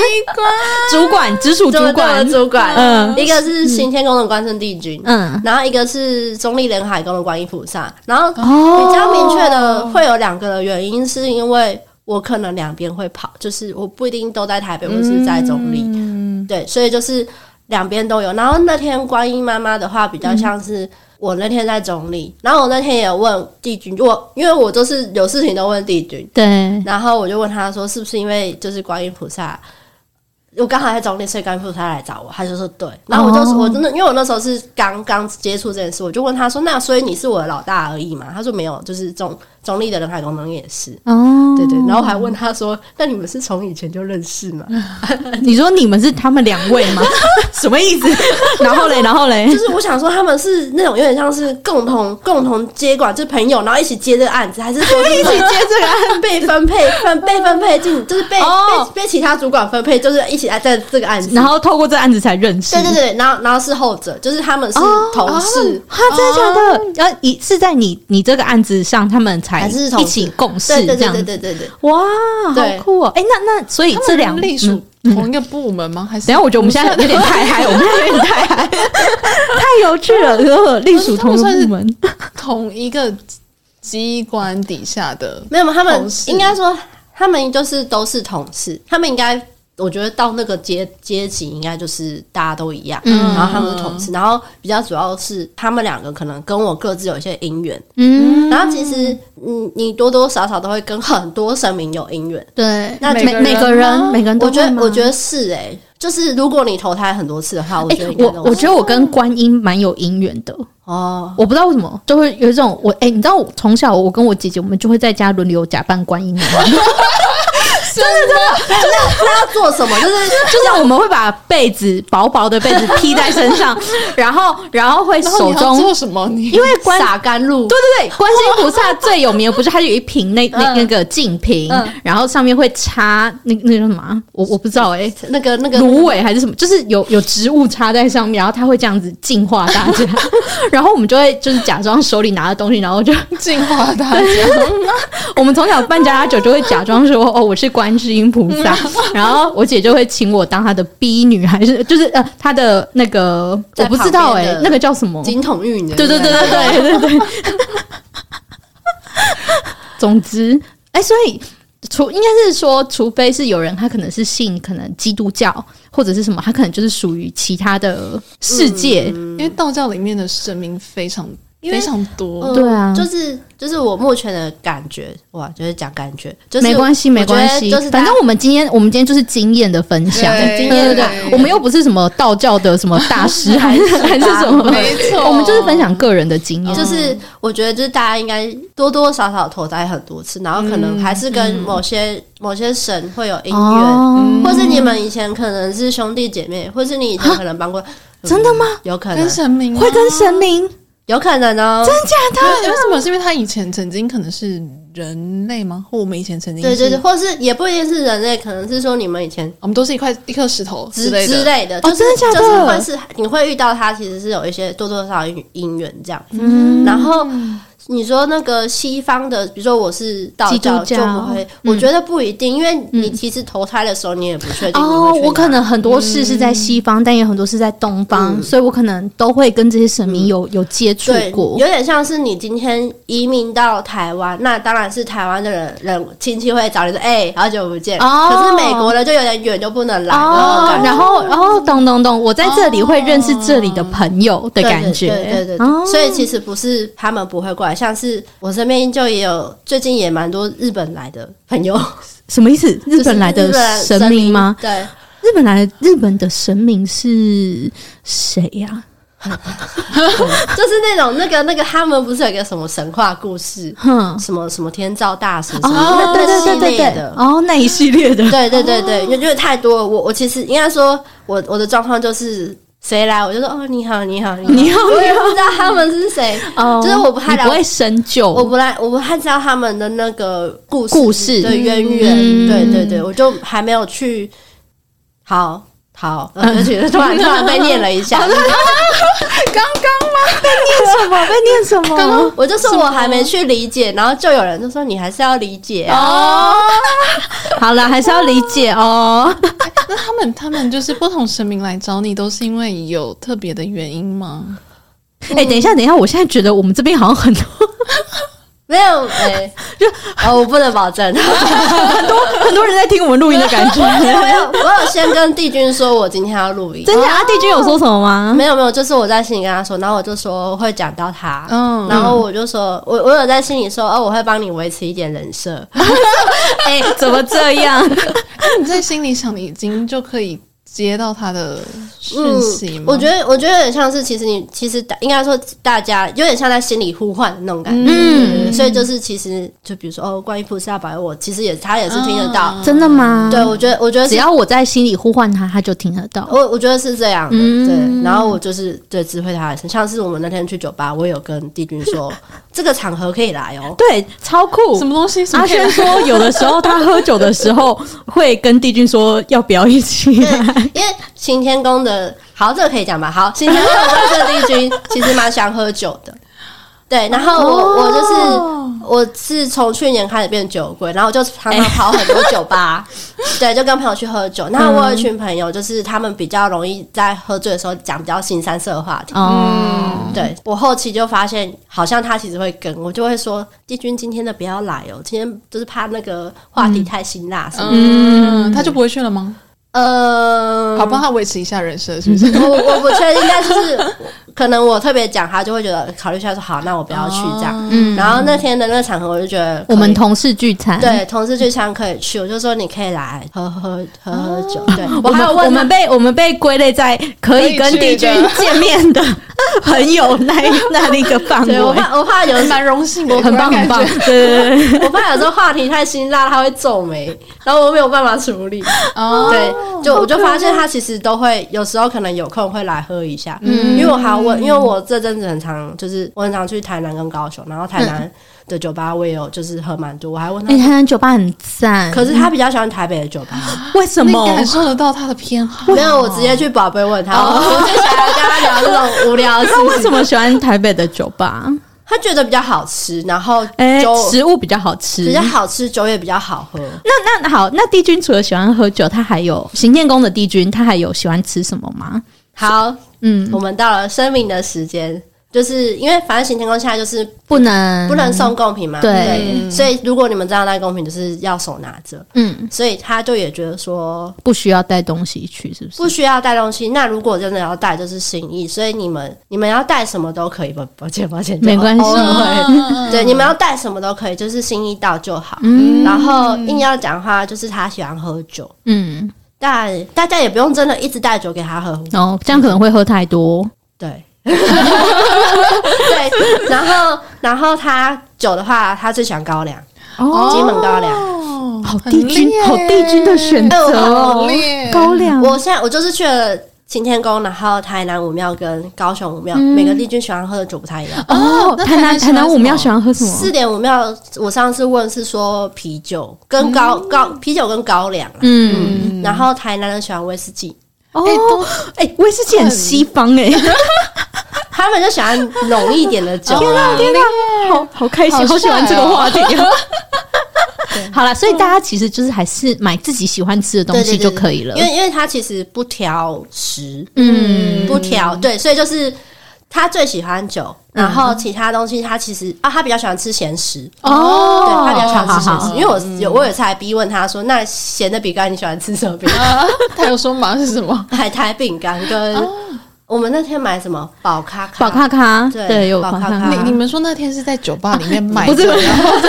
Speaker 2: 主管，直属主
Speaker 3: 对对
Speaker 2: 管
Speaker 3: 对，主管，
Speaker 2: 嗯
Speaker 3: 一个是行天宫的关圣帝君，
Speaker 2: 嗯，
Speaker 3: 然后一个是中立人海宫的观音菩萨，然后
Speaker 2: 哦
Speaker 3: 比较明确的会有两个的原因，是因为我可能两边会跑，就是我不一定都在台北或是在中立，
Speaker 2: 嗯
Speaker 3: 对，所以就是两边都有。然后那天观音妈妈的话比较像是。我那天在中立，然后我那天也有问帝君，我因为我都是有事情都问帝君，
Speaker 2: 对，
Speaker 3: 然后我就问他说，是不是因为就是观音菩萨，我刚好在中立，所以观音菩萨来找我，他就说对。然后我就说，
Speaker 2: 哦
Speaker 3: 我真的，因为我那时候是刚刚接触这件事，我就问他说，那所以你是我的老大而已嘛？他说没有，就是中中立的人海功能也是。
Speaker 2: 哦，
Speaker 3: 对对，然后我还问他说：“那你们是从以前就认识 吗？
Speaker 2: 你说你们是他们两位 吗？什么意思？ 然后嘞，然后嘞
Speaker 3: 就，是我想说，他们是那种有点像是共同共同接管，就是朋友，然后一起接这个案子，还是 说一起接这个案被分配分被分配进，就是被、
Speaker 2: 哦
Speaker 3: 被被其他主管分配，就是一起来在这个案子。
Speaker 2: 然后透过这案子才认识，
Speaker 3: 对对对，然后然后是后者，就是他们是
Speaker 2: 哦
Speaker 3: 同事，
Speaker 2: 哈，啊真的假的？然后你是在你你这个案子上，他们才
Speaker 3: 还是同
Speaker 2: 一起共事
Speaker 3: 对对
Speaker 2: 这
Speaker 3: 对
Speaker 2: 样
Speaker 3: 对
Speaker 2: 子。
Speaker 3: 对对对，
Speaker 2: 哇，
Speaker 3: 对
Speaker 2: 好酷哦！哎，那那所以
Speaker 1: 他们
Speaker 2: 这两
Speaker 1: 隶
Speaker 2: 嗯
Speaker 1: 属同一个部门吗？还是
Speaker 2: 等一下，我觉得我们现在
Speaker 1: 不是
Speaker 2: 有点太嗨，我们现在有点太嗨，太有趣了。呃隶属同一个部门，
Speaker 1: 同一个机关底下的
Speaker 3: 没有他们
Speaker 1: 同事
Speaker 3: 应该说他们就是都是同事，他们应该我觉得到那个阶阶级应该就是大家都一样，
Speaker 2: 嗯
Speaker 3: 然后他们是同事，然后比较主要是他们两个可能跟我各自有一些姻缘，
Speaker 2: 嗯，
Speaker 3: 然后其实嗯你多多少少都会跟很多神明有姻缘，
Speaker 2: 对，
Speaker 1: 那
Speaker 2: 每
Speaker 1: 每个人
Speaker 2: 每个人
Speaker 1: 吗
Speaker 2: 哦每个人都
Speaker 3: 我觉
Speaker 2: 会
Speaker 3: 得
Speaker 2: 吗
Speaker 3: 我觉。得是哎、就是如果你投胎很多次的话，我
Speaker 2: 哎
Speaker 3: 觉得、应该
Speaker 2: 我
Speaker 3: 都
Speaker 2: 我
Speaker 3: 是
Speaker 2: 觉得我跟观音蛮有姻缘的，
Speaker 3: 哦，
Speaker 2: 我不知道为什么，就会有一种我哎、你知道我从小我跟我姐姐，我们就会在家轮流假扮观音娘娘，
Speaker 3: 那要做什么？就是
Speaker 2: 就是我们会把被子薄薄的被子披在身 上，然后然后会
Speaker 1: 然后
Speaker 2: 手
Speaker 1: 你要
Speaker 2: 中
Speaker 1: 做什么？你
Speaker 2: 因为观
Speaker 3: 洒甘露，
Speaker 2: 对对 对，观世音菩萨最有名的不是它有一瓶那那
Speaker 3: 嗯
Speaker 2: 那个净瓶
Speaker 3: 嗯，
Speaker 2: 然后上面会插那那个叫什么啊？我我不知道哎。
Speaker 3: 那个那个
Speaker 2: 芦苇还是什么，就是有有植物插在上面，然后它会这样子净化大 家， 然后我们就会就是假装手里拿着东西，然后就
Speaker 1: 净化大家，
Speaker 2: 我们从小扮家家酒就会假装说哦我是观世音菩萨，
Speaker 3: 嗯
Speaker 2: 然后我姐就会请我当她的逼女，还是就是呃她的那个我
Speaker 3: 在
Speaker 2: 不知道
Speaker 3: 旁
Speaker 2: 哎、
Speaker 3: 边的
Speaker 2: 那个叫什么？
Speaker 3: 金童玉女，
Speaker 2: 对对对对对对 对。总之，哎、所以除应该是说，除非是有人他可能是信可能基督教或者是什么，他可能就是属于其他的世界。
Speaker 3: 嗯
Speaker 1: 因为道教里面的神明非常
Speaker 3: 因为
Speaker 1: 非常多，
Speaker 3: 嗯
Speaker 2: 对啊
Speaker 3: 就是就是我目前的感觉，哇，就是讲感觉，就是
Speaker 2: 没关系，
Speaker 3: 我
Speaker 2: 没关
Speaker 3: 我觉
Speaker 2: 系，
Speaker 3: 得就是大
Speaker 2: 反
Speaker 3: 家
Speaker 2: 正我们今天，我们今天就是经验的分享，
Speaker 1: 对
Speaker 2: 对
Speaker 1: 经
Speaker 2: 对
Speaker 1: 验
Speaker 2: 对
Speaker 1: 来源
Speaker 2: 我们又不是什么道教的什么大师，还是还是什么，
Speaker 1: 没错
Speaker 2: 我们就是分享个人的经验，
Speaker 3: 就是我觉得，就是大家应该多多少少投胎很多次，然后可能还是跟某些、
Speaker 2: 嗯
Speaker 3: 某些神会有姻缘，
Speaker 2: 哦，
Speaker 3: 或是你们以前可能是兄弟姐妹，或是你以前可能帮过，
Speaker 2: 真的吗？
Speaker 3: 有可能
Speaker 1: 跟，神明啊
Speaker 2: 会跟神明，
Speaker 3: 有可能哦。
Speaker 1: 对为什么？是因为他以前曾经可能是人类吗？或我们以前曾经
Speaker 3: 对对
Speaker 1: 是，
Speaker 3: 对，或是也不一定是人类，可能是说你们以前
Speaker 1: 我们都是一块一颗石头
Speaker 3: 之
Speaker 1: 类
Speaker 3: 之
Speaker 1: 的。
Speaker 3: 类的，
Speaker 2: 哦
Speaker 3: 就是、
Speaker 2: 真的假的
Speaker 3: 就是会是你会遇到他，其实是有一些多多少少姻姻缘这样。
Speaker 2: 嗯
Speaker 3: 然后你说那个西方的，比如说我是道
Speaker 2: 基
Speaker 3: 教，
Speaker 2: 督教嗯
Speaker 3: 就不会，我觉得不一定，因为你其实投胎的时候你也不确定你
Speaker 2: 哦
Speaker 3: 会去，哪
Speaker 2: 我可能很多事是在西方，但也有很多是在东方，所以我可能都会跟这些神明有有接触
Speaker 3: 对，
Speaker 2: 过
Speaker 3: 有。点像是你今天移民到台湾，那当然是台湾的人人亲戚会找你说，哎、好久不见。
Speaker 2: 哦
Speaker 3: 可是美国的就有点远，就不能来的那种
Speaker 2: 哦
Speaker 3: 感，觉。
Speaker 2: 然后，哦，懂懂懂，我在这里会认识这里的朋友的
Speaker 3: 对
Speaker 2: 感觉，
Speaker 3: 对对对对对
Speaker 2: 哦
Speaker 3: 所以其实不是他们不会过来，像是我身边就也有最近也蛮多日本来的 朋友，
Speaker 2: 什么意思？
Speaker 3: 就是
Speaker 2: 日本来的
Speaker 3: 日本
Speaker 2: 神明吗？？
Speaker 3: 对，
Speaker 2: 日本来的日本的神明是谁呀、
Speaker 3: 就是那种那个那个，他们不是有一个什么神话故事，
Speaker 2: 哼，
Speaker 3: 什么什么天照大神什么
Speaker 2: 哦，
Speaker 3: 那
Speaker 2: 对
Speaker 3: 那
Speaker 2: 对对
Speaker 3: 系
Speaker 2: 对
Speaker 3: 列
Speaker 2: 对
Speaker 3: 的，，
Speaker 2: 哦，那一系列的，
Speaker 3: 对对对对，因为因为太多了，我我其实应该说，我我的状况就是谁来我就说哦你好你好你
Speaker 2: 你好
Speaker 3: 好，我也不知道他们是谁，
Speaker 2: 哦，
Speaker 3: 就是我不太
Speaker 2: 你
Speaker 3: 了
Speaker 2: 不会深究，
Speaker 3: 我不太我不太知道他们的那个故事
Speaker 2: 哦故事
Speaker 3: 的渊源，
Speaker 2: 嗯
Speaker 3: 对对对，我就还没有去，好好，我就觉得突 然突然被念了一下，
Speaker 1: 刚刚
Speaker 2: 念什么 被念什么，
Speaker 1: 刚刚
Speaker 3: 我就说我还没去理解，然后就有人就说你还是要理解啊，
Speaker 2: 哦， 好了，还是要理解哦。
Speaker 1: 那他们他们就是不同神明来找你，都是因为有特别的原因吗？
Speaker 2: 哎、等一下，等一下，我现在觉得我们这边好像很多
Speaker 3: 没有哎，哦我不能 保证。
Speaker 2: 很多人在听我们录音的感 觉。
Speaker 3: 我有我有先跟帝君说，我今天要录音。
Speaker 2: 真假？啊，帝君有说什么吗？
Speaker 3: 没有没有，就是我在心里跟他说，然后我就说会讲到他，
Speaker 1: 嗯
Speaker 3: 然后我就说，我我有在心里说，哦，我会帮你维持一点人设，
Speaker 2: 哎、怎么这样？
Speaker 1: 那你在心里想，你已经就可以接到他的讯息吗？
Speaker 3: 嗯我觉得我觉得有点像是，其实你其实大应该说大家有点像在心里呼唤的那种感觉，
Speaker 2: 嗯
Speaker 3: 对对对所以就是其实就比如说哦，观音菩萨保佑我，其实也他也是听得到，
Speaker 1: 嗯
Speaker 2: 真的吗？
Speaker 3: 对我觉得我觉得
Speaker 2: 只
Speaker 3: 是。
Speaker 2: 要我在心里呼唤他，他就听得到。
Speaker 3: 我我觉得是这样的，
Speaker 2: 嗯
Speaker 3: 对。然后我就是对指挥他的事，像是我们那天去酒吧，我有跟帝君 说，这个场合可以来哦，
Speaker 2: 对，超酷
Speaker 1: 什么东西？什么
Speaker 2: 阿
Speaker 1: 可以
Speaker 2: 轩说，有的时候他喝酒的时候会跟帝君说要不要一起来。
Speaker 3: 因为行天宫的，好，这个可以讲吧？好，行天宫的这个帝君其实蛮喜欢喝酒的，对。然后我、我就是。我是从去年开始变酒鬼，然后我就常常跑很多酒吧，对，就跟朋友去喝酒。那我有一群朋友，就是他们比较容易在喝醉的时候讲比较新三色的话题。
Speaker 2: 哦，
Speaker 3: 对我后期就发现，好像他其实会跟我，就会说：“帝君今天的不要来哦，今天就是怕那个话题太辛辣什么。
Speaker 1: 嗯，他就不会去了吗？
Speaker 3: 呃，
Speaker 1: 好，帮他维持一下人设，是不是？
Speaker 3: 我我不确定，但就是可能我特别讲他，就会觉得考虑一下说好，那我不要去这样。
Speaker 2: 嗯，
Speaker 3: 然后那天的那个场合，我就觉得可以
Speaker 2: 我们同事聚餐，，
Speaker 3: 对同事聚餐可以去，我就说你可以来喝喝喝喝酒。对
Speaker 2: 哦我
Speaker 3: 我还
Speaker 2: 们
Speaker 3: 有
Speaker 2: 我
Speaker 3: 问
Speaker 2: 们
Speaker 3: 他，
Speaker 2: 被我们被归类在可以跟帝君见面的朋友那 那那个范
Speaker 3: 对我
Speaker 2: 围，
Speaker 3: 怕我怕有
Speaker 1: 蛮荣幸的，
Speaker 2: 很棒
Speaker 1: 突然
Speaker 2: 很棒
Speaker 1: 感觉，
Speaker 2: 对对 对对，
Speaker 3: 我怕有时候话题太辛辣，他会皱眉，然后我没有办法处理。
Speaker 1: 哦，
Speaker 3: 对，就我就发现他其实都会，有时候可能有空会来喝一下，
Speaker 2: 嗯
Speaker 3: 因为我还要问，因为我这阵子很常就是我很常去台南跟高雄，然后
Speaker 2: 嗯
Speaker 3: 台南的酒吧我也有就是喝蛮多，我还问他
Speaker 2: 哎，，台南酒吧很赞，
Speaker 3: 可是他比较喜欢台北的酒吧，
Speaker 2: 为什
Speaker 1: 你
Speaker 2: 么？
Speaker 1: 感受得到他的偏好？
Speaker 3: 没有，我直接去宝哦 贝问他，我就想要跟他聊这种无聊的事
Speaker 2: 那为
Speaker 3: 情。
Speaker 2: 什么喜欢台北的酒吧？
Speaker 3: 他觉得比较好吃，然后
Speaker 2: 哎、
Speaker 3: 酒
Speaker 2: 食物比较好吃
Speaker 3: 比。较好吃，酒也比较好喝。
Speaker 2: 那那好，那帝君除了喜欢喝酒，他还有行天宫的帝君，他还有喜欢吃什么吗？
Speaker 3: 好，
Speaker 2: 嗯，
Speaker 3: 我们到了声明的时间，就是因为反正行天宫现在就是
Speaker 2: 不能
Speaker 3: 不能，送贡品嘛，
Speaker 2: 对
Speaker 3: 对，所以如果你们知道那贡品，就是要手拿着，
Speaker 2: 嗯，
Speaker 3: 所以他就也觉得说
Speaker 2: 不需要带东西去，是不是？
Speaker 3: 不需要带东西。那如果真的要带，就是心意，所以你们你们要带什么都可以，抱抱歉抱歉，
Speaker 2: 没关系
Speaker 1: 哦
Speaker 3: 就偶尔会
Speaker 1: 嗯
Speaker 3: 对，你们要带什么都可以，就是心意到就好。
Speaker 2: 嗯
Speaker 3: 然后硬要讲的话，就是他喜欢喝酒，
Speaker 2: 嗯，
Speaker 3: 但大家也不用真的一直带酒给他喝，
Speaker 2: 哦，这样可能会喝太多。
Speaker 3: 对。对，然后然后他酒的话，他最喜欢高粱，
Speaker 2: 哦，
Speaker 3: 金门高粱。
Speaker 1: 哦
Speaker 2: 好帝君，好帝君的选择
Speaker 1: 很
Speaker 2: 哦
Speaker 1: 烈，
Speaker 2: 高粱。
Speaker 3: 我现在我就是去了擎天宫，然后台南武庙跟高雄武庙，
Speaker 2: 嗯
Speaker 3: 每个帝君喜欢喝的酒不太一样。
Speaker 1: 哦
Speaker 2: 哦，
Speaker 1: 那
Speaker 2: 台南
Speaker 1: 台南喜
Speaker 2: 台
Speaker 1: 欢
Speaker 2: 南我
Speaker 1: 什
Speaker 2: 们
Speaker 1: 么
Speaker 2: 要喜欢喝什
Speaker 3: 四
Speaker 2: 么？
Speaker 3: 点五庙，我上次问是说啤酒跟高、高啤酒跟高粱啦，
Speaker 2: 嗯，
Speaker 3: 然后台南人喜欢威士忌，
Speaker 2: 哦
Speaker 1: 哎都，
Speaker 2: 哎，威士忌很西方 哎，
Speaker 3: 他们就喜欢浓一点的 酒。
Speaker 1: 啊，天
Speaker 2: 好好开心，
Speaker 1: 好
Speaker 2: 好喜欢
Speaker 1: 帅
Speaker 2: 这个
Speaker 1: 哦
Speaker 2: 话题。好了，所以大家其实就是还是买自己喜欢吃的东
Speaker 3: 对
Speaker 2: 西
Speaker 3: 对对
Speaker 2: 就可以了
Speaker 3: 因。为因为他其实不挑食，
Speaker 2: 嗯，
Speaker 3: 不挑，对，所以就是他最喜欢酒，然后其他东西他其实啊，他比较喜欢吃咸食，
Speaker 2: 嗯哦
Speaker 3: 对他比较喜欢吃咸食
Speaker 2: 好，嗯
Speaker 3: 因为我有我有次还逼问他说，那咸的饼干你喜欢吃什么饼干？
Speaker 1: 啊，他有说忙是什么？
Speaker 2: 嗯
Speaker 3: 海苔饼干跟我们那天买什么宝咖咖
Speaker 2: 哦宝咖咖，
Speaker 3: 对
Speaker 2: 对，有
Speaker 3: 宝
Speaker 2: 宝
Speaker 3: 咖
Speaker 2: 咖
Speaker 3: 咖
Speaker 2: 咖
Speaker 1: 你。你们说那天是在酒吧里面卖的，
Speaker 2: 不是，不是因
Speaker 1: 然后
Speaker 2: 为因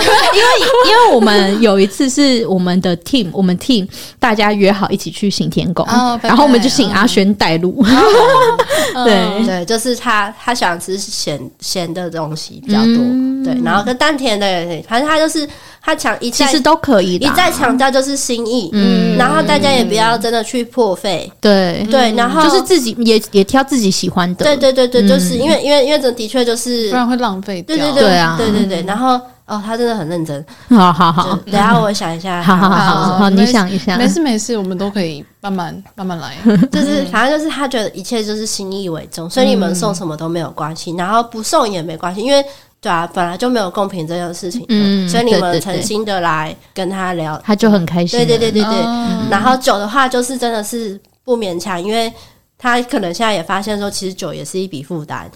Speaker 2: 为我们有一次是我们的 team，我们 team 大家约好一起去行天宫，
Speaker 1: 哦拜拜哦嗯
Speaker 2: 然后我们就请阿轩带路， 对，
Speaker 3: 对，就是他他喜欢吃咸咸的东西比较多，
Speaker 2: 嗯
Speaker 3: 对，然后跟淡甜的也，反正他就是他强一
Speaker 2: 其
Speaker 3: 再
Speaker 2: 实都可以
Speaker 3: 一
Speaker 2: 的，
Speaker 3: 再强调就是心意，
Speaker 2: 嗯
Speaker 3: 然后大家也不要真的去破费，
Speaker 2: 对，
Speaker 3: 对，然后
Speaker 2: 就是自己也也挑自己喜欢的，
Speaker 3: 对对对对，
Speaker 2: 嗯
Speaker 3: 就是因为因为因为这的确就是
Speaker 1: 不然会浪费掉。
Speaker 3: 对对
Speaker 2: 对啊
Speaker 3: 对对对，然后哦，他真的很认真，
Speaker 2: 好好
Speaker 3: 就
Speaker 2: 好。
Speaker 3: 等一下我想一下，
Speaker 2: 好好好好，好
Speaker 1: 没
Speaker 2: 你想一下
Speaker 1: 没，事没事，我们都可以慢慢慢慢来。
Speaker 3: 就是反正就是他觉得一切就是心意为重，所以你们送什么都没有关系，然后不送也没关系，因为对啊，本来就没有公平这件事情，
Speaker 2: 嗯
Speaker 3: 所以你
Speaker 2: 对
Speaker 3: 们
Speaker 2: 对对
Speaker 3: 诚心的来跟他聊，
Speaker 2: 他就很开心
Speaker 3: 对
Speaker 2: 了。
Speaker 3: 对对对对，
Speaker 1: 嗯
Speaker 3: 然后酒的话就是真的是不勉强，因为他可能现在也发现说，其实酒也是一笔负担，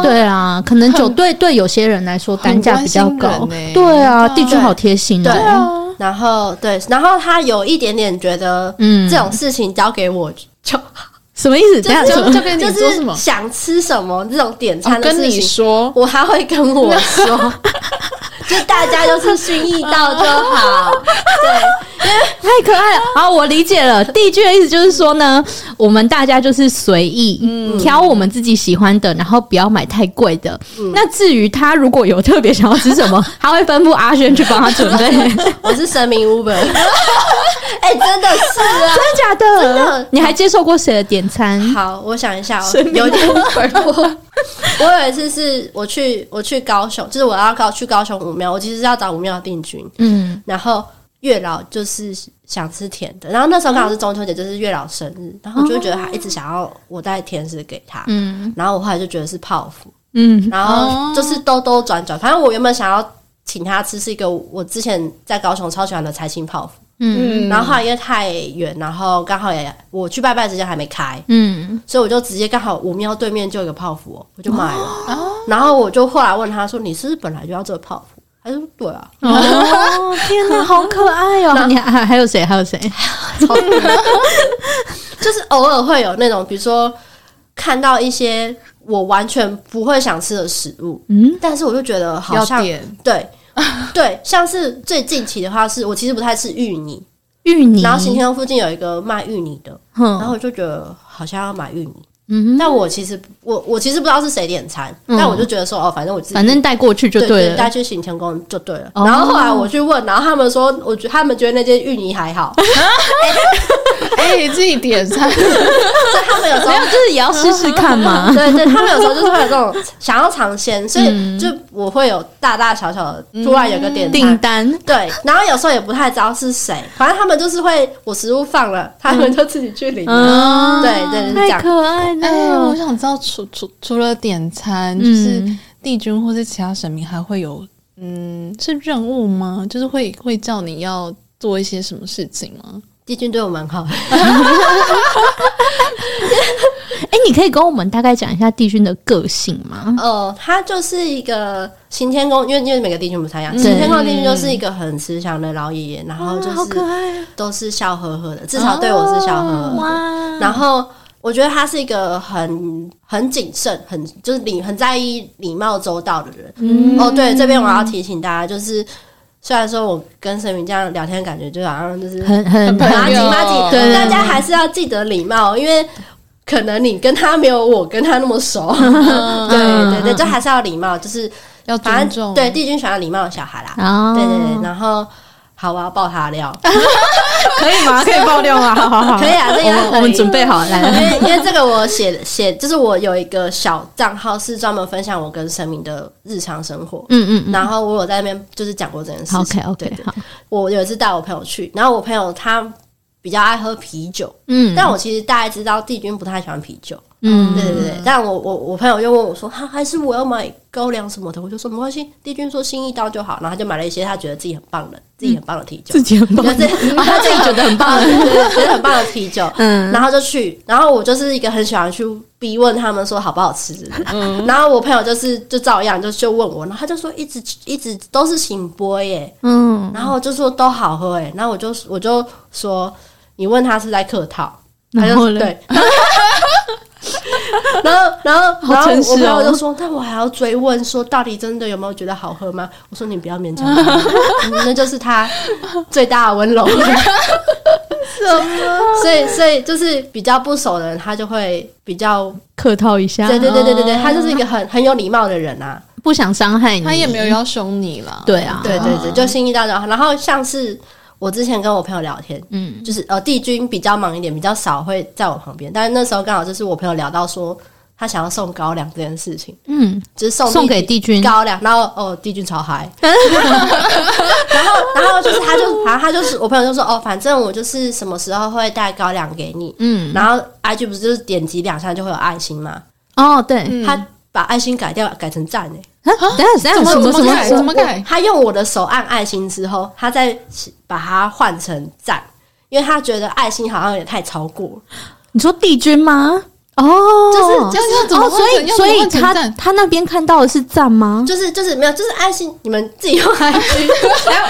Speaker 1: 哦，
Speaker 2: 对啊，可能酒对对有些人来说单价比较高
Speaker 1: 很关心人，欸
Speaker 2: 对啊，
Speaker 1: 对
Speaker 2: 地主好贴心
Speaker 3: 对
Speaker 2: 哦，
Speaker 1: 啊，
Speaker 3: 然后对，然后他有一点点觉得
Speaker 2: 嗯，
Speaker 3: 这种事情交给我 就
Speaker 2: 什么意思？这样
Speaker 1: 就
Speaker 2: 子
Speaker 1: 就跟你
Speaker 3: 就
Speaker 1: 说什么
Speaker 3: 是，想吃什么这种点
Speaker 1: 哦
Speaker 3: 餐的
Speaker 1: 跟
Speaker 3: 事
Speaker 1: 你
Speaker 3: 情，
Speaker 1: 说，
Speaker 3: 我还会跟我 说，就大家就是心意到就好。
Speaker 2: 太可爱了。好，我理解了。第一句的意思就是说呢，我们大家就是随意、
Speaker 3: 嗯
Speaker 2: 挑我们自己喜欢的，然后不要买太贵的。
Speaker 3: 嗯
Speaker 2: 那至于他如果有特别想要吃什 么，他会吩咐阿轩去帮他准备。真的
Speaker 3: 我是神明 Uber，哎、真的是啊。
Speaker 2: 假的？
Speaker 3: 真的
Speaker 2: 你还接受过谁的点餐？
Speaker 3: 好，我想一下、哦，
Speaker 2: 神明
Speaker 3: 有点我我有一次是我去我去高雄，就是我要高去高雄武庙，我其实是要找武庙定军，
Speaker 2: 嗯，
Speaker 3: 然后月老就是想吃甜的，然后那时候刚好是中秋节，就是月老生日，然后我就觉得他一直想要我带甜食给他，
Speaker 2: 嗯
Speaker 3: 然后我后来就觉得是泡芙，
Speaker 2: 嗯
Speaker 3: 然后就是兜兜转转，反正我原本想要请他吃是一个我之前在高雄超喜欢的财星泡芙，
Speaker 2: 嗯
Speaker 3: 然后后来因为太远，然后刚好也我去拜拜之前还没开，
Speaker 2: 嗯，
Speaker 3: 所以我就直接刚好五庙对面就有个泡芙哦、我就买
Speaker 2: 哦
Speaker 3: 了，然后我就后来问他说：“你是不是本来就要这个泡芙？”他说：“对啊。”
Speaker 2: 哦，天哪，好可爱哦！你还还有谁？还有谁？
Speaker 3: 就是偶尔会有那种，比如说看到一些我完全不会想吃的食物，
Speaker 2: 嗯
Speaker 3: 嗯，但是我就觉得好
Speaker 1: 要
Speaker 3: 像
Speaker 1: 点
Speaker 3: 对 对，像是最近期的话是，我其实不太吃芋泥，
Speaker 2: 芋泥，
Speaker 3: 然后行天宫附近有一个卖芋泥的，然
Speaker 2: 哼，
Speaker 3: 后我就觉得好像要买芋泥，
Speaker 2: 嗯，
Speaker 3: 但我其实我我其实不知道是谁点餐，
Speaker 2: 嗯
Speaker 3: 但我就觉得说哦，反正我自己
Speaker 2: 反正带过去就
Speaker 3: 对
Speaker 2: 对
Speaker 3: 带
Speaker 2: 了。
Speaker 3: 去行天宫就对了。
Speaker 2: 哦
Speaker 3: 然后后来我去问，然后他们说，我觉他们觉得那间芋泥 还好，
Speaker 1: 哎，自己点餐，
Speaker 3: 所以他们有时候
Speaker 2: 没有，就是也要试试看 嘛。
Speaker 3: 对对，他们有时候就是会有这种想要尝鲜，所以
Speaker 2: 嗯
Speaker 3: 就我会有大大小小的突然有个点
Speaker 2: 订
Speaker 3: 餐。
Speaker 2: 单，
Speaker 3: 对，然后有时候也不太知道是谁，反正他们就是会我食物放了，他们就自己去领。
Speaker 2: 嗯，
Speaker 3: 对对是这样
Speaker 2: 太可爱
Speaker 1: 哎，我
Speaker 2: 了。
Speaker 1: 想知道除除除了点餐，就
Speaker 2: 嗯
Speaker 1: 是。帝君或是其他神明还会有，嗯，是任务吗？就是会会叫你要做一些什么事情吗？
Speaker 3: 帝君对我蛮好的，
Speaker 2: 哎、你可以跟我们大概讲一下帝君的个性吗？
Speaker 3: 呃，他就是一个行天宫，因为因为每个帝君不太一样，
Speaker 2: 嗯
Speaker 3: 行天宫的帝君就是一个很慈祥的老爷爷，然后哦就
Speaker 2: 哦好可
Speaker 3: 是
Speaker 2: 爱，哦
Speaker 3: 都是笑呵呵的，至少对我是笑呵呵的。
Speaker 2: 哇，
Speaker 3: 然后我觉得他是一个很很谨慎、很就是礼很在意礼貌周到的人。
Speaker 2: 嗯
Speaker 3: 哦，对，这边我要提醒大家，就是虽然说我跟神明这样聊天，感觉就好像就是
Speaker 2: 很很
Speaker 1: 很
Speaker 2: 很
Speaker 1: 朋
Speaker 3: 麻吉
Speaker 1: 友
Speaker 3: 麻吉，
Speaker 2: 对对对
Speaker 3: 大家还是要记得礼貌，因为。可能你跟他没有我跟他那 么熟，对
Speaker 2: 嗯
Speaker 3: 对对，就还是要礼貌，就是
Speaker 1: 要
Speaker 3: 反
Speaker 1: 尊
Speaker 3: 正
Speaker 1: 重，
Speaker 3: 对帝君喜欢礼貌的小孩啦，
Speaker 2: 哦
Speaker 3: 对对对，然后好，我要爆他料，
Speaker 2: 可以吗？可以爆料吗？好好好
Speaker 3: 可以啊，这个
Speaker 2: 我们我们准备好了，来
Speaker 3: 因
Speaker 2: 来，
Speaker 3: 为因为这个我写写，就是我有一个小账号是专门分享我跟神明的日常生活。
Speaker 2: 嗯嗯
Speaker 3: 然后我有在那边就是讲过这件事
Speaker 2: 嗯
Speaker 3: 情。
Speaker 2: ，OK
Speaker 3: 对
Speaker 2: OK，
Speaker 3: 对
Speaker 2: 好，
Speaker 3: 我有一次带我朋友去，然后我朋友他比较爱喝啤酒，
Speaker 2: 嗯，
Speaker 3: 但我其实大概知道帝君不太喜欢啤酒。
Speaker 2: 嗯
Speaker 3: 对对对，但我我我朋友就问我说，他还是我要买高粱什么的，我就说没关系，帝君说新一刀就好，然后他就买了一些他觉得自己很棒的、自己很棒的啤酒。
Speaker 2: 自己很棒
Speaker 3: 觉，得自己他自己觉得很棒，对对对觉得很棒的啤酒，
Speaker 2: 嗯
Speaker 3: 然后就去，然后我就是一个很喜欢去逼问他们说好不好吃的人，然后我朋友就是就照样就就问我，然后他就说一直一直都是醒波耶，
Speaker 2: 嗯，
Speaker 3: 然后我就说都好喝哎，然后我就我就说你问他是在客套，他
Speaker 2: 然
Speaker 3: 就
Speaker 2: 后
Speaker 3: 说
Speaker 2: 呢
Speaker 3: 对。 然后，然后，
Speaker 1: 好
Speaker 3: 然后
Speaker 1: 诚实
Speaker 3: 我朋友
Speaker 1: 哦
Speaker 3: 就说：“那我还要追问说，到底真的有没有觉得好喝吗？”我说：“你不要勉强他，嗯 那就是他最大的温柔。”所以，所以就是比较不熟的人，他就会比较
Speaker 2: 客套一下，哦
Speaker 3: 对对对对对
Speaker 1: 哦
Speaker 3: 对，他就是一个很很有礼貌的人啊。
Speaker 2: 不想伤害你，
Speaker 1: 他也没有要凶你啦。
Speaker 2: 对啊，
Speaker 3: 对对对，就心意到就好。然后像是我之前跟我朋友聊天，
Speaker 2: 嗯
Speaker 3: 就是呃，帝君比较忙一点，比较少会在我旁边。但是那时候刚好就是我朋友聊到说，他想要送高粱这件事情，
Speaker 2: 嗯，
Speaker 3: 就是送
Speaker 2: 送给帝君，
Speaker 3: 高粱，然后哦，帝君超嗨， 然后然后就是他就反正他就是我朋友就说哦，反正我就是什么时候会带高粱给你，
Speaker 2: 嗯，
Speaker 3: 然后 IG 不是就是点击两下就会有爱心嘛，
Speaker 1: 嗯
Speaker 2: 哦对，
Speaker 3: 他把爱心改掉改成赞欸诶、
Speaker 2: 啊等一下等一下
Speaker 1: 怎
Speaker 2: 什
Speaker 1: 么怎
Speaker 2: 么什
Speaker 1: 么
Speaker 2: 么
Speaker 1: 改？
Speaker 2: 什
Speaker 1: 怎
Speaker 2: 么
Speaker 1: 么改？
Speaker 3: 他用我的手按爱心之后，他再把它换成赞，因为他觉得爱心好像也太超过，
Speaker 2: 你说帝君吗？哦，
Speaker 3: 就是
Speaker 1: 这样要怎么
Speaker 2: 哦，
Speaker 1: 换
Speaker 2: 所
Speaker 1: 成？
Speaker 2: 以
Speaker 1: 要怎
Speaker 2: 所
Speaker 1: 么
Speaker 2: 以
Speaker 1: 换成
Speaker 2: 他
Speaker 1: 赞
Speaker 2: 他那边看到的是赞吗？
Speaker 3: 就是就是没有，就是爱心，你们自己用 IG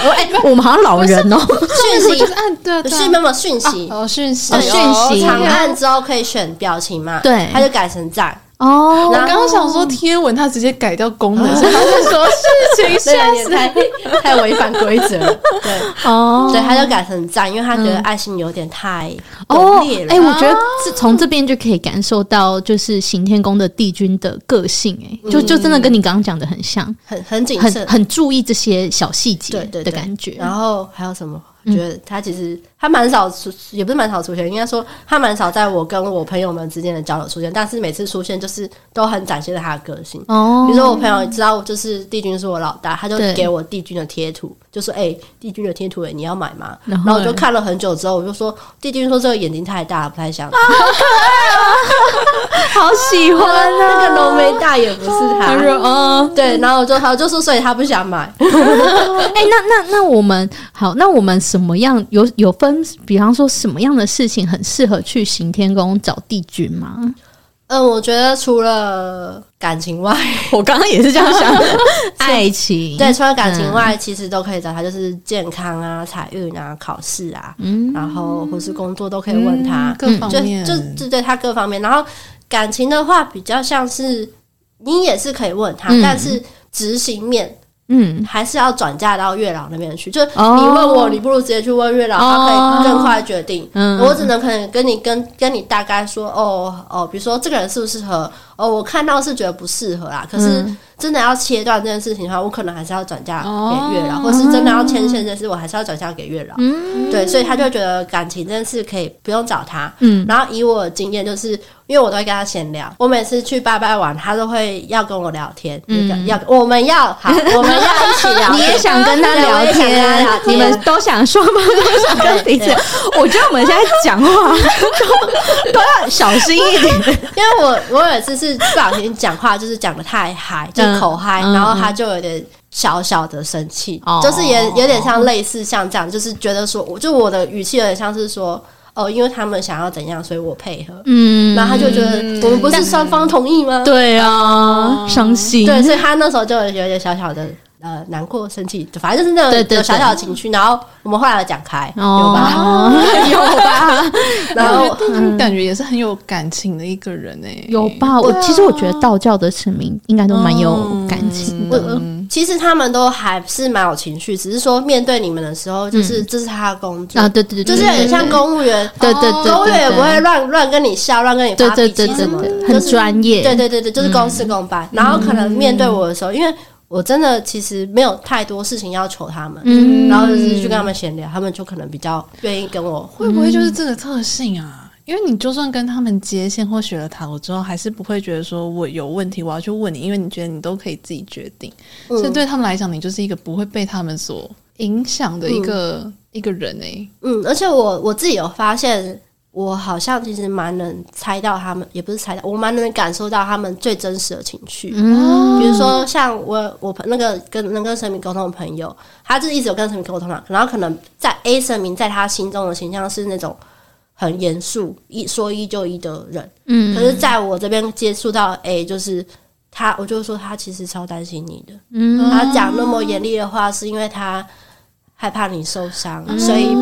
Speaker 2: 我 哎、我们好像老人哦、
Speaker 1: 重点
Speaker 3: 讯
Speaker 1: 不就
Speaker 3: 息
Speaker 1: 是，按对啊对啊
Speaker 3: 讯没有讯息，啊
Speaker 1: 哦讯息
Speaker 2: 哦讯息
Speaker 1: 哦
Speaker 3: 长按之后可以选表情嘛，
Speaker 2: 对
Speaker 3: 他就改成赞，
Speaker 2: 哦，
Speaker 1: 我刚刚想说贴文，他直接改掉功
Speaker 3: 哦
Speaker 1: 能，所以他是说 事情
Speaker 3: 这
Speaker 1: 吓
Speaker 3: 有点
Speaker 1: 死。
Speaker 3: 太太违反规 则了，对。
Speaker 2: 哦，
Speaker 3: 对，他就改成赞，因为他觉得
Speaker 1: 哦
Speaker 3: 爱心有点太
Speaker 2: 哦
Speaker 3: 浓烈，了。
Speaker 2: 哎、我觉得自从这边就可以感受到，就是行天宫的帝君的个性、哎，
Speaker 1: 嗯
Speaker 2: 就就真的跟你刚刚讲的很像，
Speaker 3: 很很谨
Speaker 2: 很
Speaker 3: 慎，
Speaker 2: 很注意这些小细节
Speaker 3: 对对
Speaker 2: 的
Speaker 3: 对
Speaker 2: 感觉。
Speaker 3: 然后还有什么？我觉得他其实他蛮少出，也不是蛮少出现，应该说他蛮少在我跟我朋友们之间的交流出现，但是每次出现就是都很展现了他的个性。
Speaker 2: 哦，
Speaker 3: 比如说我朋友知道就是帝君是我老大，他就
Speaker 2: 对
Speaker 3: 给我帝君的贴图，就说：“哎、帝君的贴图、哎，你要买吗？”
Speaker 2: 然后
Speaker 3: 然后我
Speaker 2: 嘞
Speaker 3: 就看了很久之后，我就说：“帝君说这个眼睛太大了，不太像。
Speaker 2: 好喜欢啊
Speaker 3: 那个浓眉大眼不是他。
Speaker 2: 他说哦，
Speaker 3: 对，然后我就他就说，所以他不想买。
Speaker 2: 哎、那那那我们好，那我们什么样有有分？比方说什么样的事情很适合去行天宫找帝君吗？
Speaker 3: 嗯，我觉得除了感情外，
Speaker 2: 我刚刚也是这样想， 爱情
Speaker 3: 对，除了
Speaker 2: 嗯
Speaker 3: 感情外，其实都可以找他，就是健康啊、财运啊、考试啊，
Speaker 2: 嗯
Speaker 3: 然后或是工作都可以问
Speaker 1: 嗯
Speaker 3: 他，嗯
Speaker 1: 各方
Speaker 3: 就
Speaker 1: 面
Speaker 3: 就就对他各方面。然后感情的话，比较像是你也是可以问他，
Speaker 2: 嗯
Speaker 3: 但是执行面
Speaker 2: 嗯，
Speaker 3: 还是要转嫁到月老那边去。就你
Speaker 2: 哦
Speaker 3: 问我，你不如直接去问月老，
Speaker 2: 哦
Speaker 3: 他可以更快决定。
Speaker 2: 嗯
Speaker 3: 我只能可能跟你跟跟你大概说，哦哦，比如说这个人适不适合，哦，我看到是觉得不适合啊啦。可是
Speaker 2: 嗯
Speaker 3: 真的要切断这件事情的话，我可能还是要转嫁
Speaker 1: 哦
Speaker 3: 给月老，或是真的要牵线这件事，我还是要转嫁给月老。
Speaker 2: 嗯
Speaker 3: 对，所以他就觉得感情这件事可以不用找他。
Speaker 2: 嗯
Speaker 3: 然后以我的经验，就是因为我都会跟他闲聊，我每次去拜拜完，他都会要跟我聊天，
Speaker 2: 嗯
Speaker 3: 要我们要好，我们要一起聊天。
Speaker 2: 你也想跟他聊
Speaker 3: 对我也想跟
Speaker 2: 天
Speaker 3: 他聊，天
Speaker 2: 你们都想双 方都想跟彼此
Speaker 3: 对。
Speaker 2: 我 觉得我们现在讲话都都要小心一点。
Speaker 3: 因为我我有一次是就是不小心讲话，就是讲的太嗨，就口嗨，
Speaker 2: 嗯嗯
Speaker 3: 然后他就有点小小的生气，
Speaker 2: 哦
Speaker 3: 就是也有点像类似像这样，就是觉得说，我就我的语气有点像是说，哦，因为他们想要怎样，所以我配合，
Speaker 2: 嗯，
Speaker 3: 然后他就觉得
Speaker 1: 嗯
Speaker 3: 我们不是双方同意吗？
Speaker 2: 对啊，伤心，
Speaker 3: 哦对，所以他那时候就有点小小的。呃，难过、生气，反正就是那
Speaker 2: 对对
Speaker 3: 种有小
Speaker 2: 对
Speaker 3: 小的情绪，然后我们后来有讲开，有吧？
Speaker 2: 哦，
Speaker 3: 有吧？然
Speaker 1: 我
Speaker 3: 后嗯
Speaker 1: 觉得丁丁感觉也是很有感情的一个人哎、
Speaker 2: 有吧？我其实我觉得道教的神明应该都蛮有感情的，
Speaker 1: 嗯
Speaker 3: 呃其实他们都还是蛮有情绪，只是说面对你们的时候，就是、这是他的工作，
Speaker 2: 嗯啊，对对对，
Speaker 3: 呃就是有点像公务员，哦
Speaker 2: 对对对，
Speaker 3: 公务员也不会乱乱跟你笑，乱跟你
Speaker 2: 对
Speaker 3: 发
Speaker 2: 对
Speaker 3: 脾
Speaker 2: 对
Speaker 3: 气
Speaker 2: 对
Speaker 3: 什么的，
Speaker 2: 对，嗯
Speaker 3: 就
Speaker 2: 很
Speaker 3: 是
Speaker 2: 专业，
Speaker 3: 对对对对，就是公事公办。然后可能面对我的时候，因为我真的其实没有太多事情要求他们，
Speaker 2: 嗯
Speaker 3: 然后就是去跟他们闲聊，他们就可能比较愿意跟我。
Speaker 1: 会不会
Speaker 3: 嗯
Speaker 1: 就是这个特性啊？因为你就算跟他们接线或学了塔罗之后，还是不会觉得说我有问题我要去问你，因为你觉得你都可以自己决定，
Speaker 3: 嗯
Speaker 1: 所以对他们来讲，你就是一个不会被他们所影响的一个、一个人哎、
Speaker 3: 嗯，而且我我自己有发现，我好像其实蛮能猜到他们，也不是猜到，我蛮能感受到他们最真实的情绪。
Speaker 2: 嗯
Speaker 3: 比如说像我我朋那个跟能跟神明沟通的朋友，他就是一直有跟神明沟通嘛，然后可能在 A 神明在他心中的形象是那种很严肃一说一就一的人，
Speaker 2: 嗯
Speaker 3: 可是在我这边接触到 A 就是。他，我就说他其实超担心你的。
Speaker 2: 嗯
Speaker 3: 他讲那么严厉的话，是因为他害怕你受伤，
Speaker 2: 嗯
Speaker 3: 所以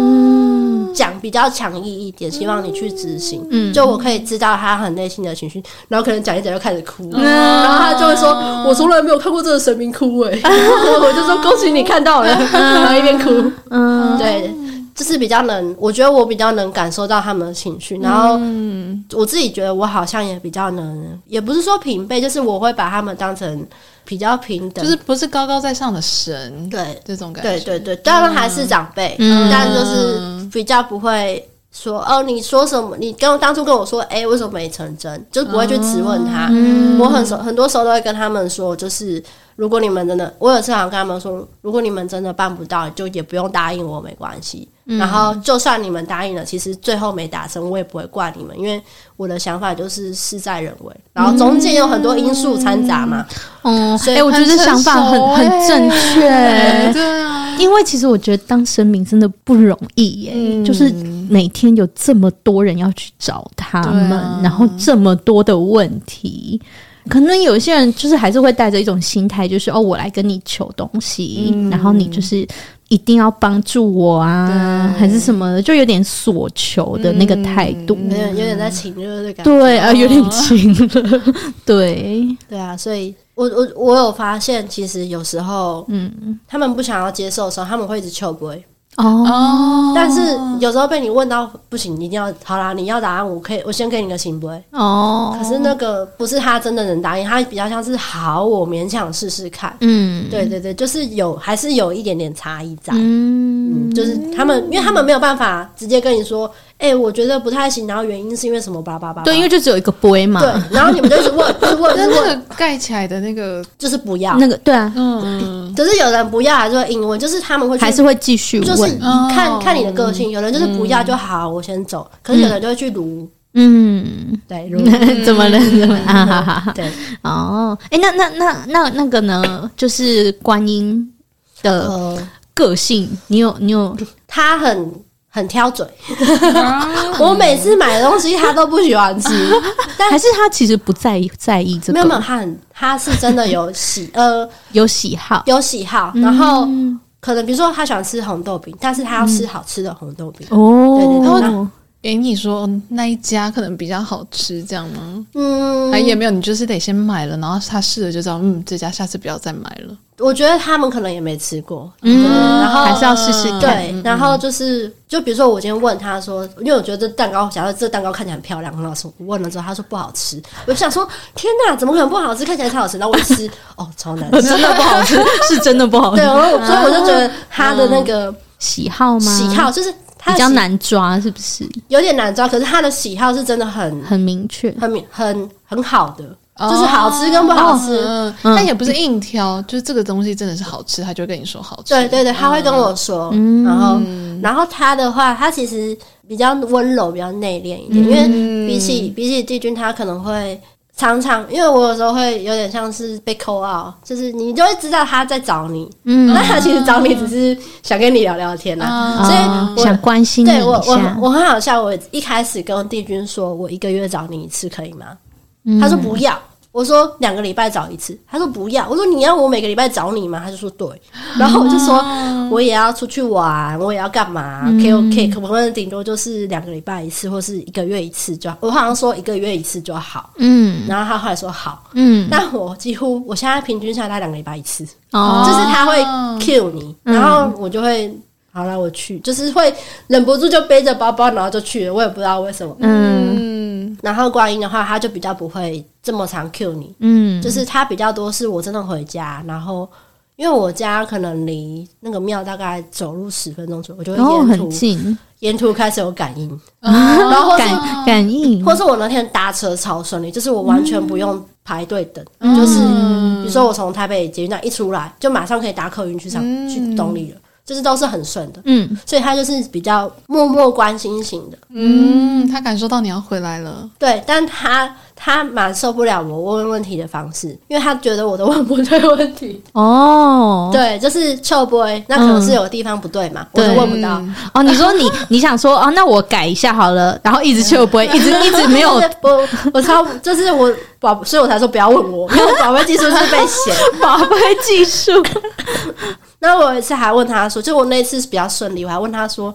Speaker 3: 讲比较强硬一点，希望你去执行。
Speaker 2: 嗯
Speaker 3: 就我可以知道他很内心的情绪，然后可能讲一讲就开始哭，
Speaker 2: 嗯
Speaker 3: 然后他就会说：“我从来没有看过这个神明哭 哎、我就说：“恭喜你看到了。”然后一边哭，
Speaker 1: 哦
Speaker 2: 嗯
Speaker 3: 对，就是比较能，我觉得我比较能感受到他们的情绪，然后
Speaker 1: 嗯
Speaker 3: 我自己觉得我好像也比较能，也不是说平辈，就是我会把他们当成比较平等，
Speaker 1: 就是不是高高在上的神
Speaker 3: 对
Speaker 1: 这种感觉。
Speaker 3: 对对对，当然还是长辈，
Speaker 2: 嗯
Speaker 3: 但就是比较不会说哦，你说什么？你跟当初跟我说，哎、为什么没成真？就不会去质问他。我很熟，很多时候都会跟他们说，就是如果你们真的，我有次好像跟他们说，如果你们真的办不到，就也不用答应我，没关系。然后，就算你们答应了，其实最后没达成，我也不会怪你们，因为我的想法就是事在人为，然后中间有很多因素掺杂嘛。
Speaker 2: 哦，
Speaker 3: 所以
Speaker 2: 哎，我觉得想法很很正确，
Speaker 1: 对啊，
Speaker 2: 因为其实我觉得当神明真的不容易耶、
Speaker 1: 嗯
Speaker 2: 就是每天有这么多人要去找他们，
Speaker 1: 对啊
Speaker 2: 然后这么多的问题。可能有些人就是还是会带着一种心态，就是哦，我来跟你求东西，然后你就是一定要帮助我啊，还是什么的，就有点索求的那个态度。
Speaker 3: 有点有点在情热的感觉。
Speaker 2: 对啊，有点轻了。 对，
Speaker 3: 对啊，所以我我我有发现，其实有时候，嗯，他们不想要接受的时候，他们会一直求不会。
Speaker 2: 哦，
Speaker 1: 哦，
Speaker 3: 但是有时候被你问到不行，你一定要好啦，你要答案，我可以，我先给你个行不会。
Speaker 2: 哦，
Speaker 3: 可是那个不是他真的能答应，他比较像是好，我勉强试试看。
Speaker 2: 嗯，
Speaker 3: 对对对，就是有还是有一点点差异在。
Speaker 2: 嗯，
Speaker 3: 就是他们，因为他们没有办法直接跟你说，哎、我觉得不太行，然后原因是因为什么，叭叭叭叭。
Speaker 2: 对，因为就只有一个杯嘛，
Speaker 3: 对，然后你们就一直问， 一直问，一
Speaker 1: 但
Speaker 3: 直
Speaker 1: 那
Speaker 3: 问，
Speaker 1: 个盖起来的那个，
Speaker 3: 就是不要。
Speaker 2: 那个对啊，
Speaker 1: 嗯，
Speaker 3: 可是有人不要还是会硬问，就是他们会去
Speaker 2: 还是会继续问，
Speaker 3: 就是看、
Speaker 1: 哦
Speaker 3: 看你的 个性，有人就是不要就好，我先走。可是有人就会去撸，
Speaker 2: 嗯，
Speaker 3: 对撸，
Speaker 2: 怎么了？怎么了啊？哈哈哈
Speaker 3: 对，
Speaker 2: 哦，哎、那那那那那个呢？就是观音的
Speaker 3: 呃，
Speaker 2: 个性，你有你有
Speaker 3: 他很很挑嘴，我每次买的东西他都不喜欢 吃，但
Speaker 2: 还是他其实不在意在意这
Speaker 3: 没有没有，
Speaker 2: 个，
Speaker 3: 他很他是真的有喜 呃
Speaker 2: 有喜好，
Speaker 3: 有喜好，然后
Speaker 2: 嗯
Speaker 3: 可能比如说他喜欢吃红豆饼，但是他要吃好吃的红豆饼。对对对
Speaker 2: 哦
Speaker 3: 那，
Speaker 1: 给哎你说嗯那一家可能比较好吃，这样吗？
Speaker 3: 嗯
Speaker 1: 哎，，也没有，你就是得先买了，然后他试了就知道，嗯，这家下次不要再买了。
Speaker 3: 我觉得他们可能也没吃过，
Speaker 2: 嗯，
Speaker 3: 呃然后
Speaker 2: 还是要试试看，
Speaker 3: 对，然后就是，就比如说我今天问他说，因为我觉得这蛋糕，假设这蛋糕看起来很漂亮，很好吃，我问了之后他说不好吃，我就想说天哪，怎么可能不好吃？看起来超好吃，然后我一吃，哦，超难 吃。
Speaker 2: 真的不好吃，是真的不好吃
Speaker 3: 对，，哦然后所以我就觉得他的那个
Speaker 2: 喜好吗？
Speaker 3: 喜好就是他
Speaker 2: 嗯比
Speaker 3: 的
Speaker 2: 较
Speaker 3: 喜，
Speaker 2: 难抓，是不是？
Speaker 3: 有点难抓，可是他的喜好是真的很
Speaker 2: 很明确，
Speaker 3: 很很很好的，
Speaker 1: 哦
Speaker 3: 就是好吃跟不好吃。
Speaker 1: 嗯，但也不是硬挑，就是这个东西真的是好吃，他就会跟你说好吃。
Speaker 3: 对对对，他会跟我说，
Speaker 2: 嗯
Speaker 3: 然后然后他的话，他其实比较温柔，比较内敛一点，因为比起比起帝君，他可能会常常，因为我有时候会有点像是被扣啊，就是你就会知道他在找你，
Speaker 2: 嗯
Speaker 3: 那他其实找你只是想跟你聊聊天啊。
Speaker 1: 啊
Speaker 3: 所以
Speaker 2: 哦
Speaker 3: 我
Speaker 2: 想关心你
Speaker 3: 对我
Speaker 2: 一
Speaker 3: 我
Speaker 2: 下，
Speaker 3: 我很好笑，我一开始跟帝君说，我一个月找你一次可以吗？
Speaker 2: 嗯
Speaker 3: 他说不要。我说两个礼拜找一次，他说不要。我说你要我每个礼拜找你吗？他就说对。然后我就说
Speaker 2: 哦
Speaker 3: 我也要出去玩，我也要干嘛？
Speaker 2: 嗯
Speaker 3: 可以可以，可不可以顶多就是两个礼拜一次，或是一个月一次就好。我好像说一个月一次就好，
Speaker 2: 嗯
Speaker 3: 然后他后来说好。
Speaker 2: 嗯，
Speaker 3: 但我几乎我现在平均下来大概两个礼拜一次，
Speaker 2: 哦，嗯
Speaker 3: 就是他会 cue 你，然后我就会。好了，我去，就是会忍不住就背着包包，然后就去了，我也不知道为什么。
Speaker 2: 嗯
Speaker 1: 嗯，
Speaker 3: 然后观音的话，他就比较不会这么常 cue 你，
Speaker 2: 嗯，
Speaker 3: 就是他比较多是我真的回家，然后因为我家可能离那个庙大概走路十分钟左右，我就
Speaker 2: 然后
Speaker 3: 会沿
Speaker 2: 哦很
Speaker 3: 途
Speaker 2: 近，
Speaker 3: 沿途开始有感应，
Speaker 1: 嗯然
Speaker 3: 然后或是
Speaker 2: 感感应，
Speaker 3: 或是我那天搭车超顺利，就是我完全不用排队等，
Speaker 1: 嗯
Speaker 3: 就是
Speaker 1: 嗯
Speaker 3: 比如说我从台北捷运站一出来，就马上可以搭客运去上、
Speaker 1: 嗯
Speaker 3: 去东丽了，就是都是很顺的。
Speaker 2: 嗯
Speaker 3: 所以他就是比较默默关心型的，
Speaker 1: 嗯，他感受到你要回来了，
Speaker 3: 对，但他他蛮受不了我问问题的方式，因为他觉得我都问不对问题，
Speaker 2: 哦，
Speaker 3: 对，就是臭 boy，那可能是有地方不对嗯嘛，我
Speaker 2: 对
Speaker 1: 嗯
Speaker 3: 都问不到，
Speaker 2: 哦，你说你你想说哦，那我改一下好了，然后一直就不会，一直一直没有
Speaker 3: 就是我我超就是我宝，所以我才说不要问我，因为我宝贝技术是被 嫌，
Speaker 2: 宝贝技术，
Speaker 3: 那我有一次还问他说，就我那一次是比较顺利，我还问他说：“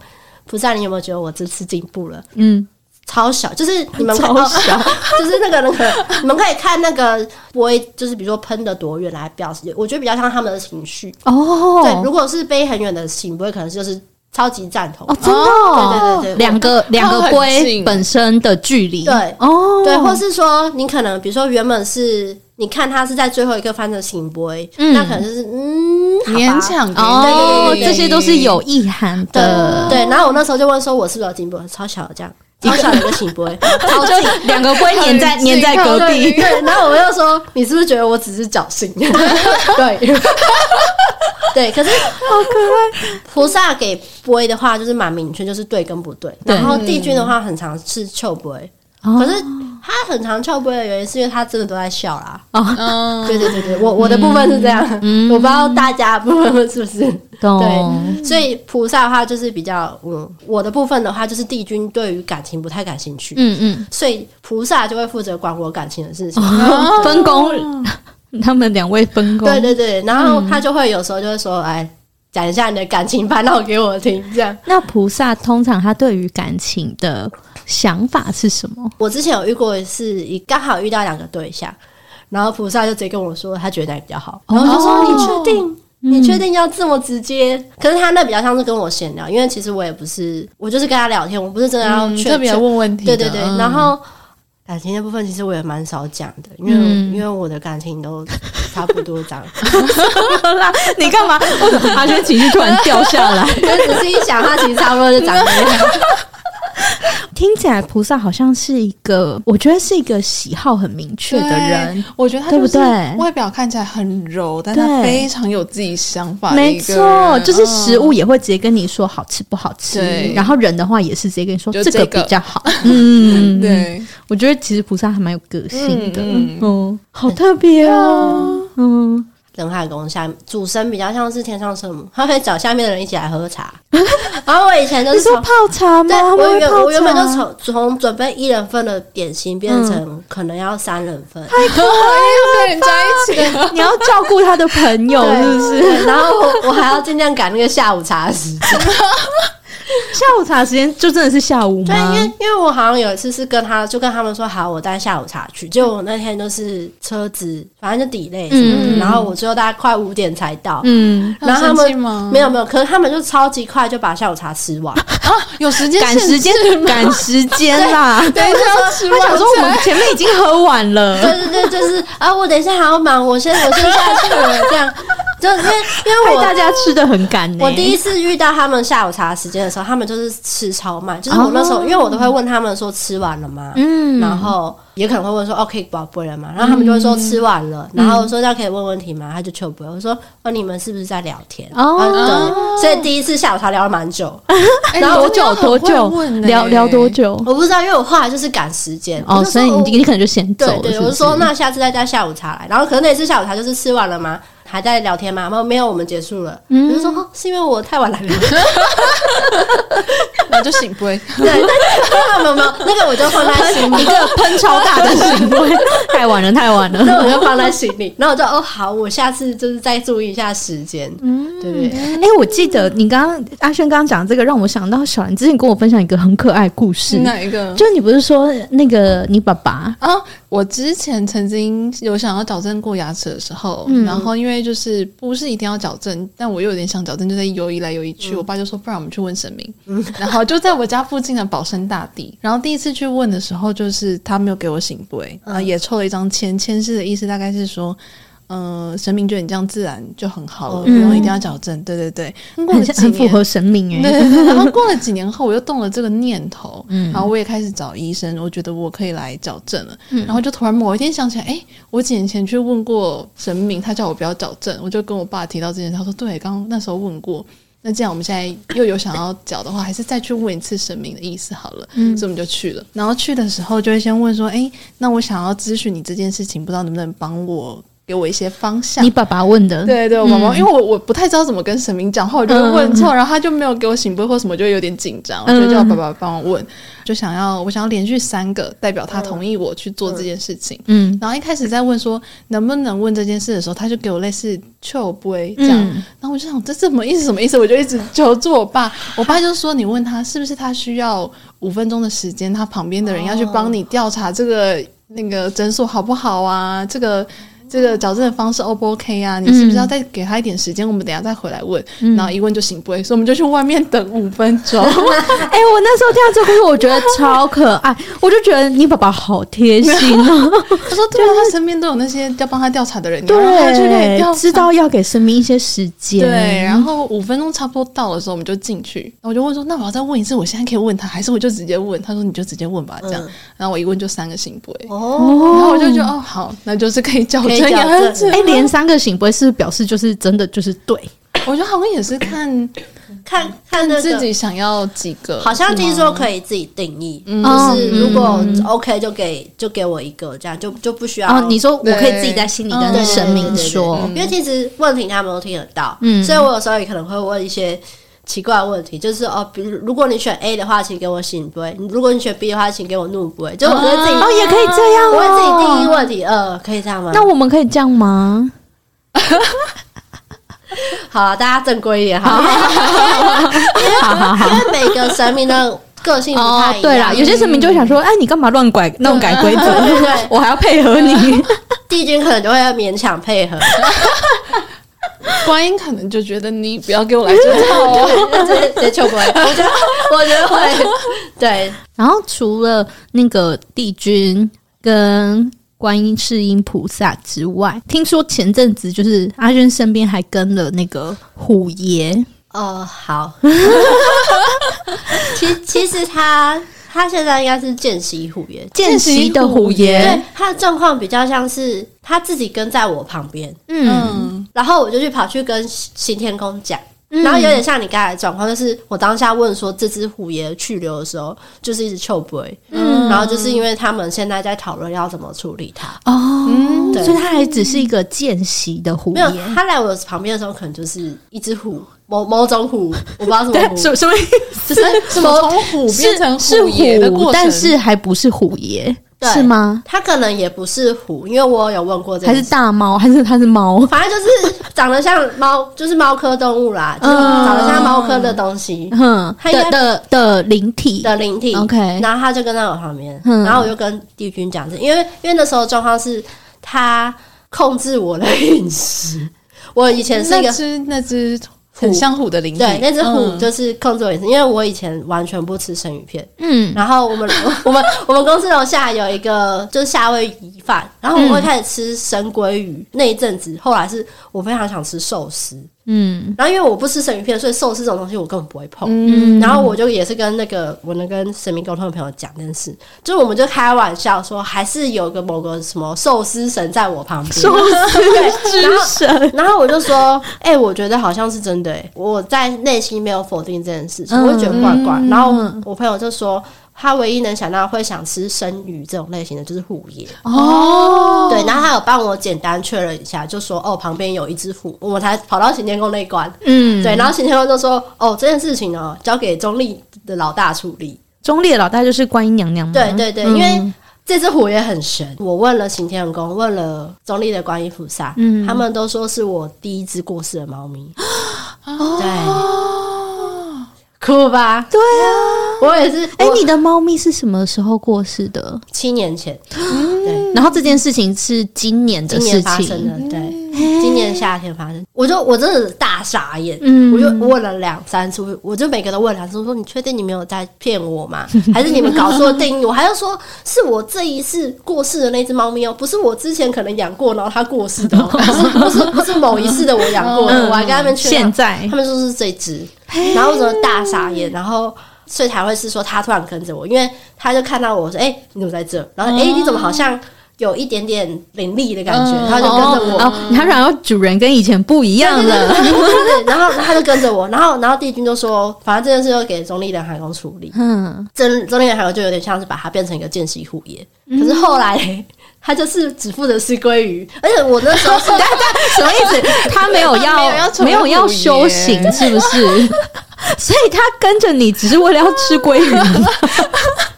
Speaker 3: 菩萨，你有没有觉得我这次进步了
Speaker 2: 嗯，？”
Speaker 3: 超小，就是你 们
Speaker 2: 超
Speaker 3: 看，
Speaker 2: 小
Speaker 3: 哦就是那个那个，你们可以看那个不会，就是比如说喷的多远来表示，我觉得比较像他们的情绪。对，
Speaker 2: 哦
Speaker 3: 如果是飞很远的行不会，可能就是超级赞同。
Speaker 2: 哦，真的哦，
Speaker 3: 对对对对
Speaker 2: 两个两个
Speaker 1: 很
Speaker 2: 龟
Speaker 1: 近
Speaker 2: 本身的距离，
Speaker 3: 对
Speaker 2: 哦，
Speaker 3: 对，或是说你可能比如说原本是你看他是在最后一个翻的行不会，
Speaker 2: 嗯
Speaker 3: 那可能就是嗯，好吧
Speaker 1: 勉强给你
Speaker 2: 哦，
Speaker 3: 对对对对
Speaker 2: 这些都是有意涵
Speaker 3: 对
Speaker 2: 的，
Speaker 3: 对，然后我那时候就问说，我是不是有进步？超小的这样，超小的一个行不会，超
Speaker 2: 就两个龟粘在
Speaker 1: 很近
Speaker 2: 粘在隔壁，
Speaker 3: 对，然后我又说，你是不是觉得我只是侥 幸？对，对，可是好可爱。菩萨给杯的话就是蛮明确，就是对跟不对。
Speaker 2: 对
Speaker 3: 然后帝君的话，很常是臭杯，
Speaker 2: 哦
Speaker 3: 可是他很常臭杯的原因是因为他真的都在笑啦。
Speaker 1: 嗯，
Speaker 3: 对对对对，我我的部分是这样，我不知道大家的部分是不是。
Speaker 2: 哦懂，
Speaker 3: 对，所以菩萨的话就是比较，嗯，我的部分的话就是帝君对于感情不太感兴趣，
Speaker 2: 嗯嗯，
Speaker 3: 所以菩萨就会负责管我感情的事情。
Speaker 2: 哦 分工，他们两位分工，
Speaker 3: 对对对，然后他就会有时候就会说，哎，讲一下你的感情烦恼给我听，这样。
Speaker 2: 那菩萨通常他对于感情的想法是什么？
Speaker 3: 我之前有遇过一次，一刚好遇到两个对象，然后菩萨就直接跟我说，他觉得哪个比较好，然后我就说、
Speaker 1: 哦
Speaker 3: 你确定？你确定要这么直接？可是他那比较像是跟我闲聊，因为其实我也不是，我就是跟他聊天，我不是真的要
Speaker 1: 嗯
Speaker 3: 劝、
Speaker 1: 特别
Speaker 3: 劝
Speaker 1: 问问题的，
Speaker 3: 对对对，
Speaker 1: 嗯
Speaker 3: 然后感情的部分其实我也蛮少讲的，因为、
Speaker 2: 嗯
Speaker 3: 因为我的感情都差不多 这样。
Speaker 2: 啦， 你干嘛？为什么阿轩情绪突然掉下来？
Speaker 3: 但仔细一想，他其实差不多就长这样。
Speaker 2: 听起来菩萨好像是一个，我觉得是一个喜好很明确的人
Speaker 1: 对。，我觉得他就
Speaker 2: 对不
Speaker 1: 是
Speaker 2: 对
Speaker 1: 外表看起来很柔，但他
Speaker 2: 对
Speaker 1: 非常有自己想法的
Speaker 2: 没
Speaker 1: 一个人，
Speaker 2: 错，就是食
Speaker 1: 嗯
Speaker 2: 物也会直接跟你说好吃不好吃，
Speaker 1: 对
Speaker 2: 然后人的话也是直接跟你说
Speaker 1: 就
Speaker 2: 嗯这个
Speaker 1: 这个
Speaker 2: 比较好。嗯，
Speaker 1: 对，
Speaker 2: 我觉得其实菩萨还蛮有个性的，
Speaker 1: 嗯
Speaker 2: 嗯
Speaker 1: 嗯，
Speaker 2: 好特别哦，嗯，
Speaker 3: 人海宫下主神比较像是天上圣母，他会找下面的人一起来 喝茶。然后我以前就
Speaker 2: 你
Speaker 3: 是
Speaker 2: 说
Speaker 3: 从
Speaker 2: 泡茶吗？
Speaker 3: 对，
Speaker 2: 他们
Speaker 3: 我
Speaker 2: 会
Speaker 3: 原
Speaker 2: 泡
Speaker 3: 我原本就
Speaker 2: 茶啊
Speaker 3: 从从准备一人份的点心变
Speaker 1: 嗯
Speaker 3: 成可能要三人份，
Speaker 2: 哎
Speaker 1: 哦跟人家一起，
Speaker 2: 你要照顾他的朋 友，
Speaker 3: 对
Speaker 2: 是不是？
Speaker 3: 对然后我我还要尽量赶那个下午茶的时 间，
Speaker 2: 下午茶时间就真的是下午
Speaker 3: 对，因
Speaker 2: 吗？
Speaker 3: 为因为我好像有一次是跟他就跟他们说好，我带下午茶去，结果我那天就是车子反正就 delay 什么的，
Speaker 2: 嗯
Speaker 3: 然后我最后大概快五点才到，
Speaker 2: 嗯，
Speaker 3: 然后他
Speaker 1: 生气
Speaker 3: 们
Speaker 1: 吗？
Speaker 3: 没有没有，可是他们就超级快就把下午茶吃完，
Speaker 1: 啊，有时间
Speaker 2: 赶时间
Speaker 1: 限 制，吗
Speaker 2: 赶时间啦！
Speaker 1: 等一下要吃
Speaker 2: 他
Speaker 1: 饭，
Speaker 2: 想说我们前面已经喝完了，
Speaker 3: 对对对，就是啊，我等一下还要忙，我先我先下去了，这样就是因为因为
Speaker 2: 害
Speaker 3: 我
Speaker 2: 大家吃的很赶欸呢。
Speaker 3: 我第一次遇到他们下午茶时间的时候，他们就是吃超慢，就是我那时候，
Speaker 2: 哦
Speaker 3: 因为我都会问他们说吃完了吗？
Speaker 2: 嗯
Speaker 3: 然后也可能会问说哦可以宝贝了吗？然后他们就会说吃完了，
Speaker 2: 嗯
Speaker 3: 然后我说那可以问问题吗？他就求不，我说哦你们是不是在聊天？
Speaker 2: 哦
Speaker 3: 啊对，所以第一次下午茶聊了蛮久，
Speaker 1: 哎
Speaker 3: 然后
Speaker 2: 多
Speaker 1: 你真
Speaker 2: 久
Speaker 1: 的很
Speaker 2: 多久
Speaker 1: 会问呢
Speaker 2: 聊聊多 久？
Speaker 3: 欸我不知道，因为我后来就是赶时间
Speaker 2: 哦，
Speaker 3: 我就说
Speaker 2: 所以
Speaker 3: 哦
Speaker 2: 你你可能就先走
Speaker 3: 对
Speaker 2: 了。
Speaker 3: 对，
Speaker 2: 是不
Speaker 3: 我就是说那下次再带下午茶来。然后可能那次下午茶就是吃完了吗？还在聊天吗？没有没有，我们结束了。
Speaker 2: 嗯
Speaker 3: 我就说哦是因为我太晚来了。
Speaker 1: 然后就醒不会。
Speaker 3: 对，但是没有没有没有，那个我就放在心里
Speaker 2: 一，个喷超大的行 为，太晚了，太晚了。
Speaker 3: 那我就放在心里。然后我就哦好，我下次就是再注意一下时间，嗯，对不对？
Speaker 2: 哎、我记得你刚刚阿轩刚刚讲这个，让我想到小兰之前跟我分享一个很可爱的故事。
Speaker 1: 哪一个？
Speaker 2: 就你不是说那个你爸爸
Speaker 1: 啊，我之前曾经有想要矫正过牙齿的时候，
Speaker 2: 嗯
Speaker 1: 然后因为就是不是一定要矫正，但我又有点想矫正，就在游移来游移去。我爸就说，不然我们去问神明。 然后就在我家附近的保生大帝。然后第一次去问的时候，就是他没有给我醒杯，然后也抽了一张签，签字的意思大概是说。呃，神明觉得你这样自然就很好了，
Speaker 3: 哦
Speaker 1: 不用一定要矫正。对对对，过
Speaker 2: 很
Speaker 1: 了几
Speaker 2: 很符
Speaker 1: 年，
Speaker 2: 合神明哎、
Speaker 1: 对对 对，然后过了几年后，我又动了这个念头，
Speaker 2: 嗯
Speaker 1: 然后我也开始找医生，我觉得我可以来矫正了。然后就突然某一天想起来，哎，我几年前去问过神明，他叫我不要矫正，我就跟我爸提到这件事，他说对，刚刚那时候问过。那既然我们现在又有想要矫的话，还是再去问一次神明的意思好了。所以我们就去了。然后去的时候就会先问说：“哎，那我想要咨询你这件事情，不知道能不能帮我给我一些方向？”
Speaker 2: 你爸爸问的，嗯
Speaker 1: 对对，我毛毛，因为我我不太知道怎么跟神明讲话，我就会问错，然后他就没有给我醒杯或什么，就会有点紧张，我
Speaker 2: 嗯
Speaker 1: 就叫我爸爸帮我问，就想要我想要连续三个代表他同意我去做这件事情。
Speaker 2: 嗯
Speaker 1: 然后一开始在问说能不能问这件事的时候，他就给我类似求杯这样，
Speaker 2: 嗯
Speaker 1: 然后我就想这什么意思？什么意思？我就一直求助我爸，我爸就说你问他是不是他需要五分钟的时间，他旁边的人要去帮你调查这个那个诊所好不好啊？这个。这个矫正的方式 O 不 OK 啊？你是不是要再给他一点时间？我们等一下再回来问，然后一问就醒不会，所以我们就去外面等五分钟。
Speaker 2: 哎、我那时候听到这个故事，我觉得超可爱，我就觉得你爸爸好贴心哦、
Speaker 1: 他说：“对啊，他身边都有那些要帮他调查的人，你要让他去给调查
Speaker 2: 对，知道要给神明一些时间，
Speaker 1: 对，然后五分钟差不多到的时候，我们就进去。然后我就问说：“那我要再问一次，我现在可以问他，还是我就直接问？”他说：“你就直接问吧。”这样，然后我一问就三个行不会，
Speaker 3: 哦，
Speaker 2: 哦，
Speaker 1: 然后我就觉得哦，好，那就是可以矫正
Speaker 3: 可以矫正
Speaker 1: 牙齿。
Speaker 2: 哎、连三个醒不会是表示就是真的就是对，
Speaker 1: 我觉得好像也是看
Speaker 3: 看
Speaker 2: 嗯
Speaker 3: 看那个
Speaker 1: 自己想要几个，
Speaker 3: 好像听
Speaker 1: 是
Speaker 3: 说
Speaker 1: 吗
Speaker 3: 可以自己定义，
Speaker 2: 哦
Speaker 3: 嗯就是如果
Speaker 2: 嗯
Speaker 3: OK 就给就给我一个，这样就就不需要。
Speaker 2: 哦，你说我
Speaker 1: 对
Speaker 2: 可以自己在心里
Speaker 1: 嗯
Speaker 2: 跟
Speaker 3: 对
Speaker 2: 神明说，
Speaker 3: 对对对对因为其实问题他们都听得到，
Speaker 2: 嗯
Speaker 3: 所以我有时候也可能会问一些奇怪的问题，就是哦，比如如果你选 A 的话，请给我醒杯；如果你选 B 的话，请给我怒杯。就我会自己，
Speaker 2: 哦，也可以这样、哦，
Speaker 3: 我会自己定义问题，呃，可以这样吗？
Speaker 2: 那我们可以这样 吗？
Speaker 3: 好了，大家正规一点好了，
Speaker 2: 好好好。
Speaker 3: 因为每个神明的个性不
Speaker 2: 哦
Speaker 3: 太，一样。
Speaker 2: 对啦，有些神明就会想说，哎，你干嘛乱改弄改规 则
Speaker 3: 对对对？
Speaker 2: 我还要配合你。
Speaker 3: 帝君可能就会勉强配合，
Speaker 1: 观音可能就觉得你不要给我来这套哦。
Speaker 3: 对直接直接求不会。我觉得，我觉得会，对，
Speaker 2: 然后除了那个帝君跟观音、世音菩萨之外，听说前阵子就是阿娟身边还跟了那个虎爷，
Speaker 3: 哦，好。 其其实他他现在应该是见习虎爷，
Speaker 2: 见习的虎
Speaker 3: 对
Speaker 2: 爷，
Speaker 3: 他的状况比较像是他自己跟在我旁边，
Speaker 2: 嗯，
Speaker 1: 嗯，
Speaker 3: 然后我就去跑去跟新天宫讲。然后有点像你刚才的状况，就是我当下问说这只虎爷去留的时候，就是一直臭不嗯，然后就是因为他们现在在讨论要怎么处理它，
Speaker 2: 哦，
Speaker 3: 对
Speaker 2: 所以他还只是一个见习的虎
Speaker 3: 没有
Speaker 2: 爷，
Speaker 3: 他来我旁边的时候，可能就是一只虎，某某种虎，我不知道 什么虎，
Speaker 2: 什什么意思？
Speaker 1: 什么从虎变成
Speaker 2: 是
Speaker 1: 虎爷的过
Speaker 2: 虎，
Speaker 1: 程，
Speaker 2: 但是还不是虎爷，
Speaker 3: 对
Speaker 2: 是吗？
Speaker 3: 它可能也不是虎，因为我有问过这
Speaker 2: 还
Speaker 3: 个
Speaker 2: 是，大猫？还是它是猫？
Speaker 3: 反正就是长得像猫，就是猫科动物啦，就是
Speaker 2: 嗯
Speaker 3: 长得像猫科的东西
Speaker 2: 哼，
Speaker 3: 它应
Speaker 2: 的
Speaker 3: 该
Speaker 2: 的的灵体，
Speaker 3: 的灵体。
Speaker 2: OK
Speaker 3: 然后他就跟在我旁边，
Speaker 2: 嗯
Speaker 3: 然后我就跟帝君讲这，因为因为那时候状况是他控制我的饮食，我以前是一
Speaker 1: 那
Speaker 3: 个
Speaker 1: 只那只很像虎的灵
Speaker 3: 对，
Speaker 1: 体，
Speaker 3: 那只虎
Speaker 1: 嗯
Speaker 3: 就是控制我饮食，因为我以前完全不吃生鱼片。
Speaker 2: 嗯，
Speaker 3: 然后我们我们我们公司楼下有一个就是夏威夷饭，然后我会开始吃生鲑鱼。那一阵子，后来是我非常想吃寿司，
Speaker 2: 嗯
Speaker 3: 然后因为我不吃生鱼片，所以寿司这种东西我根本不会碰。
Speaker 2: 嗯，
Speaker 3: 然后我就也是跟那个我能跟神明沟通的朋友讲这件事，就是我们就开玩笑说，还是有个某个什么寿司神在我旁边，
Speaker 1: 之神，
Speaker 3: 然后我就说，哎、我觉得好像是真的、欸，我在内心没有否定这件事情，
Speaker 2: 嗯
Speaker 3: 我就觉得怪怪。
Speaker 1: 嗯
Speaker 3: 然后我朋友就说，他唯一能想到会想吃生鱼这种类型的就是虎爷，
Speaker 2: 哦，
Speaker 3: 对。然后他有帮我简单确认一下，就说哦，旁边有一只虎，我才跑到行天宫那一关。
Speaker 2: 嗯，
Speaker 3: 对，然后行天宫就说，哦，这件事情呢，交给中立的老大处理。
Speaker 2: 中立的老大就是观音娘娘吗，
Speaker 3: 对对对，
Speaker 2: 嗯
Speaker 3: 因为这只虎也很神。我问了行天宫，问了中立的观音菩萨，
Speaker 2: 嗯
Speaker 3: 他们都说是我第一只过世的猫咪。
Speaker 2: 哦
Speaker 3: 对，
Speaker 1: 哦
Speaker 3: 酷吧？
Speaker 2: 对啊，
Speaker 3: 我也是，
Speaker 2: 哎、
Speaker 3: 我
Speaker 2: 你的猫咪是什么时候过世的？
Speaker 3: 七年前，对，
Speaker 2: 然后这件事情是今年的嗯
Speaker 3: 今
Speaker 2: 事
Speaker 3: 年发生
Speaker 2: 情，
Speaker 3: 的，对，今年夏天发生，我就我真的大傻眼。
Speaker 2: 嗯
Speaker 3: 我就问了两三次，我就每个都问两次，我说你确定你没有在骗我吗？还是你们搞错定义？我还要说是我这一世过世的那只猫咪哦，不是我之前可能养过，然后它过世的、哦，不是不是不是某一世的我养过的，我还跟他们确认
Speaker 2: 嗯现，在
Speaker 3: 他们说是这只，然后我整个大傻眼，然后。所以才会是说他突然跟着我，因为他就看到我说：“哎、你怎么在这？”然后哎、
Speaker 2: 哦
Speaker 3: 你怎么好像有一点点灵力的感觉？”
Speaker 1: 嗯
Speaker 3: 他就跟着我，
Speaker 2: 哦，他然后主人跟以前不一样 了，
Speaker 3: 对，然后他就跟着我，然后然后帝君就说，反正这件事就给中立人航空处理。
Speaker 2: 嗯，
Speaker 3: 真中立人航空就有点像是把它变成一个见习虎爷，可是后来嘞他就是只负责吃鲑鱼，而且我那时候是
Speaker 2: 什么意思？他没有
Speaker 1: 没有要
Speaker 2: 要
Speaker 1: 成为
Speaker 2: 没有要
Speaker 1: 虎爷
Speaker 2: 修行，是不是？所以他跟着你只是为了要吃鲑鱼，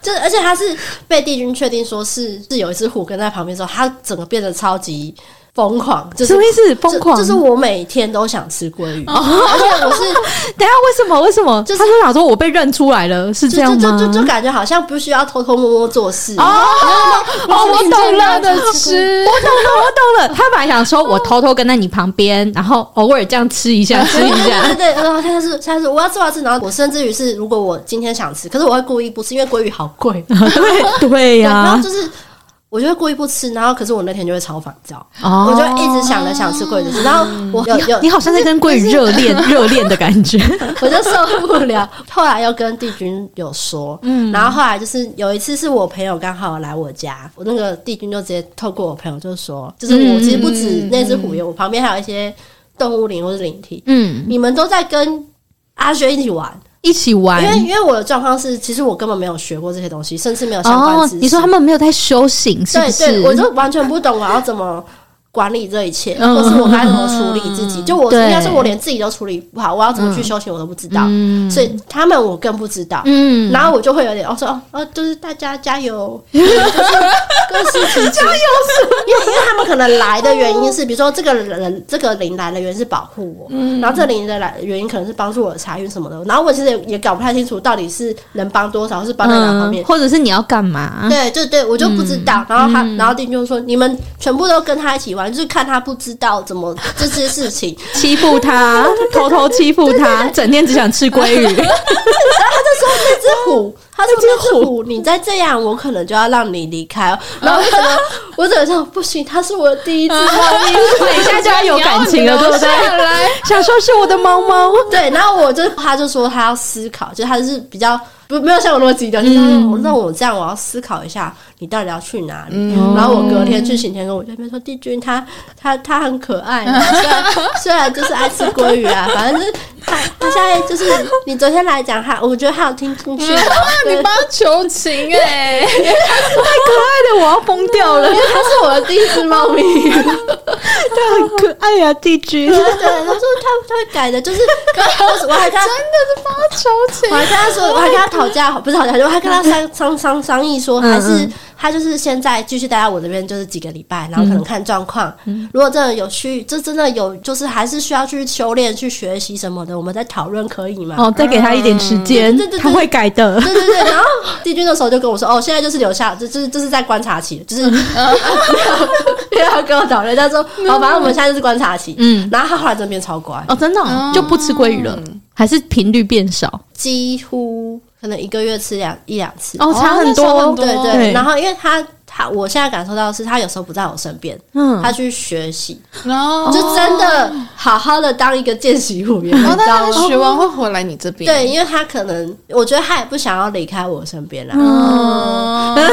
Speaker 3: 就是而且他是被帝君确定说是是有一只虎跟在旁边的时候，他整个变得超级疯狂，就是
Speaker 2: 什么意思？疯
Speaker 3: 就
Speaker 2: 狂？哦
Speaker 3: 就是我每天都想吃鲑鱼，而且我是
Speaker 2: 等一下为什么？为什么？
Speaker 3: 就是
Speaker 2: 他就想说我被认出来了，是 这
Speaker 3: 就
Speaker 2: 样
Speaker 3: 就就
Speaker 2: 吗？
Speaker 3: 就就感觉好像不需要偷偷摸摸做事
Speaker 2: 哦，我懂了，
Speaker 1: 的吃，
Speaker 2: 我懂了，我懂了。他本来想说，我偷偷跟在你旁边，然后偶尔这样吃一下，吃一
Speaker 3: 对
Speaker 2: 下。
Speaker 3: 对，然后他是他是我要吃我要吃，然后我甚至于是如果我今天想吃，可是我会故意不吃，因为鲑鱼好贵。
Speaker 2: 对对啊
Speaker 3: 对
Speaker 2: 呀、
Speaker 3: 然后就是我就会故意不吃，然后可是我那天就会超烦躁，
Speaker 2: 哦
Speaker 3: 我就一直想着想吃鲑鱼，然后我有有
Speaker 2: 你好像在跟鲑鱼热恋热恋的感觉。
Speaker 3: 我就受不了。后来又跟帝君有说，嗯，然后后来就是有一次是我朋友刚好来我家，我那个帝君就直接透过我朋友就说，就是
Speaker 2: 嗯
Speaker 3: 我其实不止那只虎爷，我旁边还有一些动物灵或是灵体，
Speaker 2: 嗯，
Speaker 3: 你们都在跟阿轩一起玩。
Speaker 2: 一起
Speaker 3: 因为
Speaker 2: 玩。
Speaker 3: 因为我的状况是，其实我根本没有学过这些东西，甚至没有呃相关
Speaker 2: 哦
Speaker 3: 知识。，
Speaker 2: 你说他们没有在修行，是不
Speaker 3: 对
Speaker 2: 是？
Speaker 3: 对，我就完全不懂我要怎么管理这一切，
Speaker 2: 嗯
Speaker 3: 或是我该怎么处理 自己。就我应
Speaker 2: 对
Speaker 3: 该是我连自己都处理不好，我要怎么去修行我都不知道，
Speaker 2: 嗯
Speaker 3: 所以他们我更不知道。
Speaker 2: 嗯，
Speaker 3: 然后我就会有点，我说哦哦，就是大家加油， 就是各司其职，加油！因为因为他们可能来的原因是，比如说这个人这个灵来的原因是保护我，然后这灵的来原因可能是帮助我的财运什么的，然后我其实也也搞不太清楚到底是能帮多少，是帮在哪方面
Speaker 2: 嗯，。或者是你要干嘛？
Speaker 3: 对对对，我就不知道。然后他，然后丁就说：“你们全部都跟他一起玩，就是看他不知道怎么这些事情。”
Speaker 2: 欺负 他，偷偷欺负他，整天只想吃鲑
Speaker 3: 哦
Speaker 2: 鱼。
Speaker 3: 那只虎，他说哦那只虎，你再这样，我可能就要让你离开 哦。然后我整个，我整个说不行，它是我的第一只猫咪。
Speaker 2: 等一下就要有感情了，对不对？想说是我的猫猫，
Speaker 3: 对，然后我就他就说他要思考，就他是比较不没有像我那么极端，就是他说那我这样我要思考一下，你到底要去哪里？然后我隔天去行天宫，我在那边说帝君他他他很可爱，啊 虽然虽然就是爱吃鲑鱼啊，反正就是他他现在就是你昨天来讲他，我觉得他有听进 去，啊对
Speaker 1: 啊你帮他求情 哎、
Speaker 2: 太可爱了，我要疯掉 了，
Speaker 3: 因为他是我的第一只猫咪。
Speaker 2: 它很可爱呀、啊，帝君。
Speaker 3: 对，他说他他会改的，就是可我我还跟他，
Speaker 1: 真的是帮他求情
Speaker 3: 我还跟他说，我还跟他讨价，不是讨价，我还跟他商商商商议说，还是他就是现在继续待在我这边，就是几个礼拜，然后可能看状况。如果真的有去，这真的有，就是还是需要去修炼、去学习什么的，我们再讨论可以吗？
Speaker 2: 哦，再给他一点时间
Speaker 3: 嗯对对对，对
Speaker 2: 他会改的。
Speaker 3: 对对对，然后帝君那时候就跟我说，哦，现在就是留下，就就是就是在观察期，就是没有要跟我讨论。他说，好，反正我们现在就是观察期。
Speaker 2: 嗯，
Speaker 3: 然后他后来真的变超乖，
Speaker 2: 哦，真的哦、
Speaker 1: 嗯
Speaker 2: 就不吃鲑鱼了，还是频率变少？
Speaker 3: 几乎可能一个月吃两一两次。
Speaker 2: 哦，差很多。
Speaker 1: 那差很多
Speaker 3: 对对，
Speaker 2: 对
Speaker 3: 然后因为他他，我现在感受到的是他有时候不在我身边，
Speaker 2: 嗯，
Speaker 3: 他去学习，
Speaker 1: 然后
Speaker 3: 就真的好好的当一个见习虎员，你
Speaker 1: 哦，
Speaker 3: 知道
Speaker 1: 但
Speaker 3: 吗？
Speaker 1: 他学完会回来你这边，
Speaker 3: 对，因为他可能，我觉得他也不想要离开我身边啦，啊
Speaker 1: 嗯，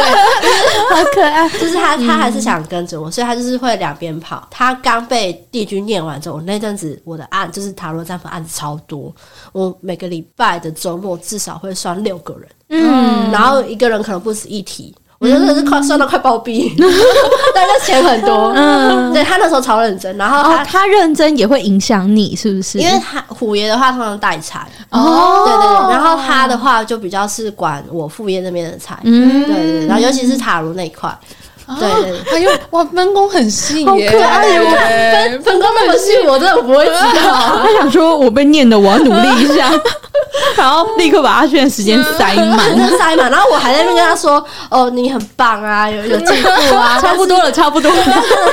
Speaker 2: 好可爱。
Speaker 3: 就是他他还是想跟着我，所以他就是会两边跑。他刚被帝君念完之后，我那阵子我的案就是塔罗占卜案子超多，我每个礼拜的周末至少会算六个人，
Speaker 2: 嗯，
Speaker 3: 然后一个人可能不止一题。我觉得真的是快算到快暴毙， 但是钱很多。
Speaker 2: 嗯
Speaker 3: 对他那时候超认真，然后他
Speaker 2: 哦，他认真也会影响你，是不是？
Speaker 3: 因为他虎爷的话通常带财，
Speaker 2: 哦，
Speaker 3: 对对对，然后他的话就比较是管我副业那边的财，
Speaker 2: 嗯，
Speaker 3: 对对对，然后尤其是塔罗那一块，
Speaker 1: 啊
Speaker 3: 对对对
Speaker 1: 还有哇，分工很细耶，
Speaker 2: 好可爱哦
Speaker 1: 耶，
Speaker 3: 分工那么细，我真的不会知道。
Speaker 2: 他想说，我被念的，我要努力一 下，然后立刻把阿轩的时间塞满。
Speaker 3: 真塞满，然后我还在那边跟他说：“哦，你很棒啊，有有进步啊，
Speaker 2: 差不多了，差不多了。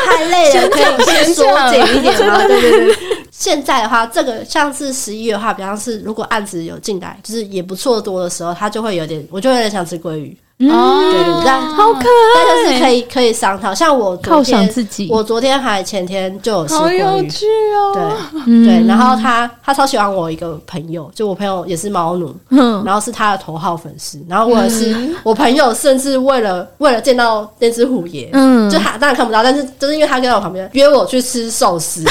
Speaker 3: 太累了，可以先缩减一点吗？”对对对。现在的话，这个像是十一月的话，比方是如果案子有进来，就是也不错多的时候，他就会有点，我就会有点想吃鲑鱼，
Speaker 2: 嗯，
Speaker 1: 哦
Speaker 3: 对对对，但
Speaker 2: 好可
Speaker 3: 但就是
Speaker 2: 爱，
Speaker 3: 可以可以商讨。像我昨
Speaker 2: 犒赏
Speaker 3: 天，
Speaker 2: 自己。
Speaker 3: 我昨天还前天就有吃
Speaker 1: 好
Speaker 3: 鲑
Speaker 1: 有
Speaker 3: 鱼，
Speaker 1: 趣哦，
Speaker 3: 对
Speaker 2: 嗯
Speaker 3: 对。然后他他超喜欢我一个朋友，就我朋友也是猫奴，
Speaker 2: 嗯，
Speaker 3: 然后是他的头号粉丝，然后我也是、我朋友，甚至为了为了见到那只虎爷，
Speaker 2: 嗯
Speaker 3: 就他当然看不到，但是就是因为他跟在我旁边约我去吃寿 司，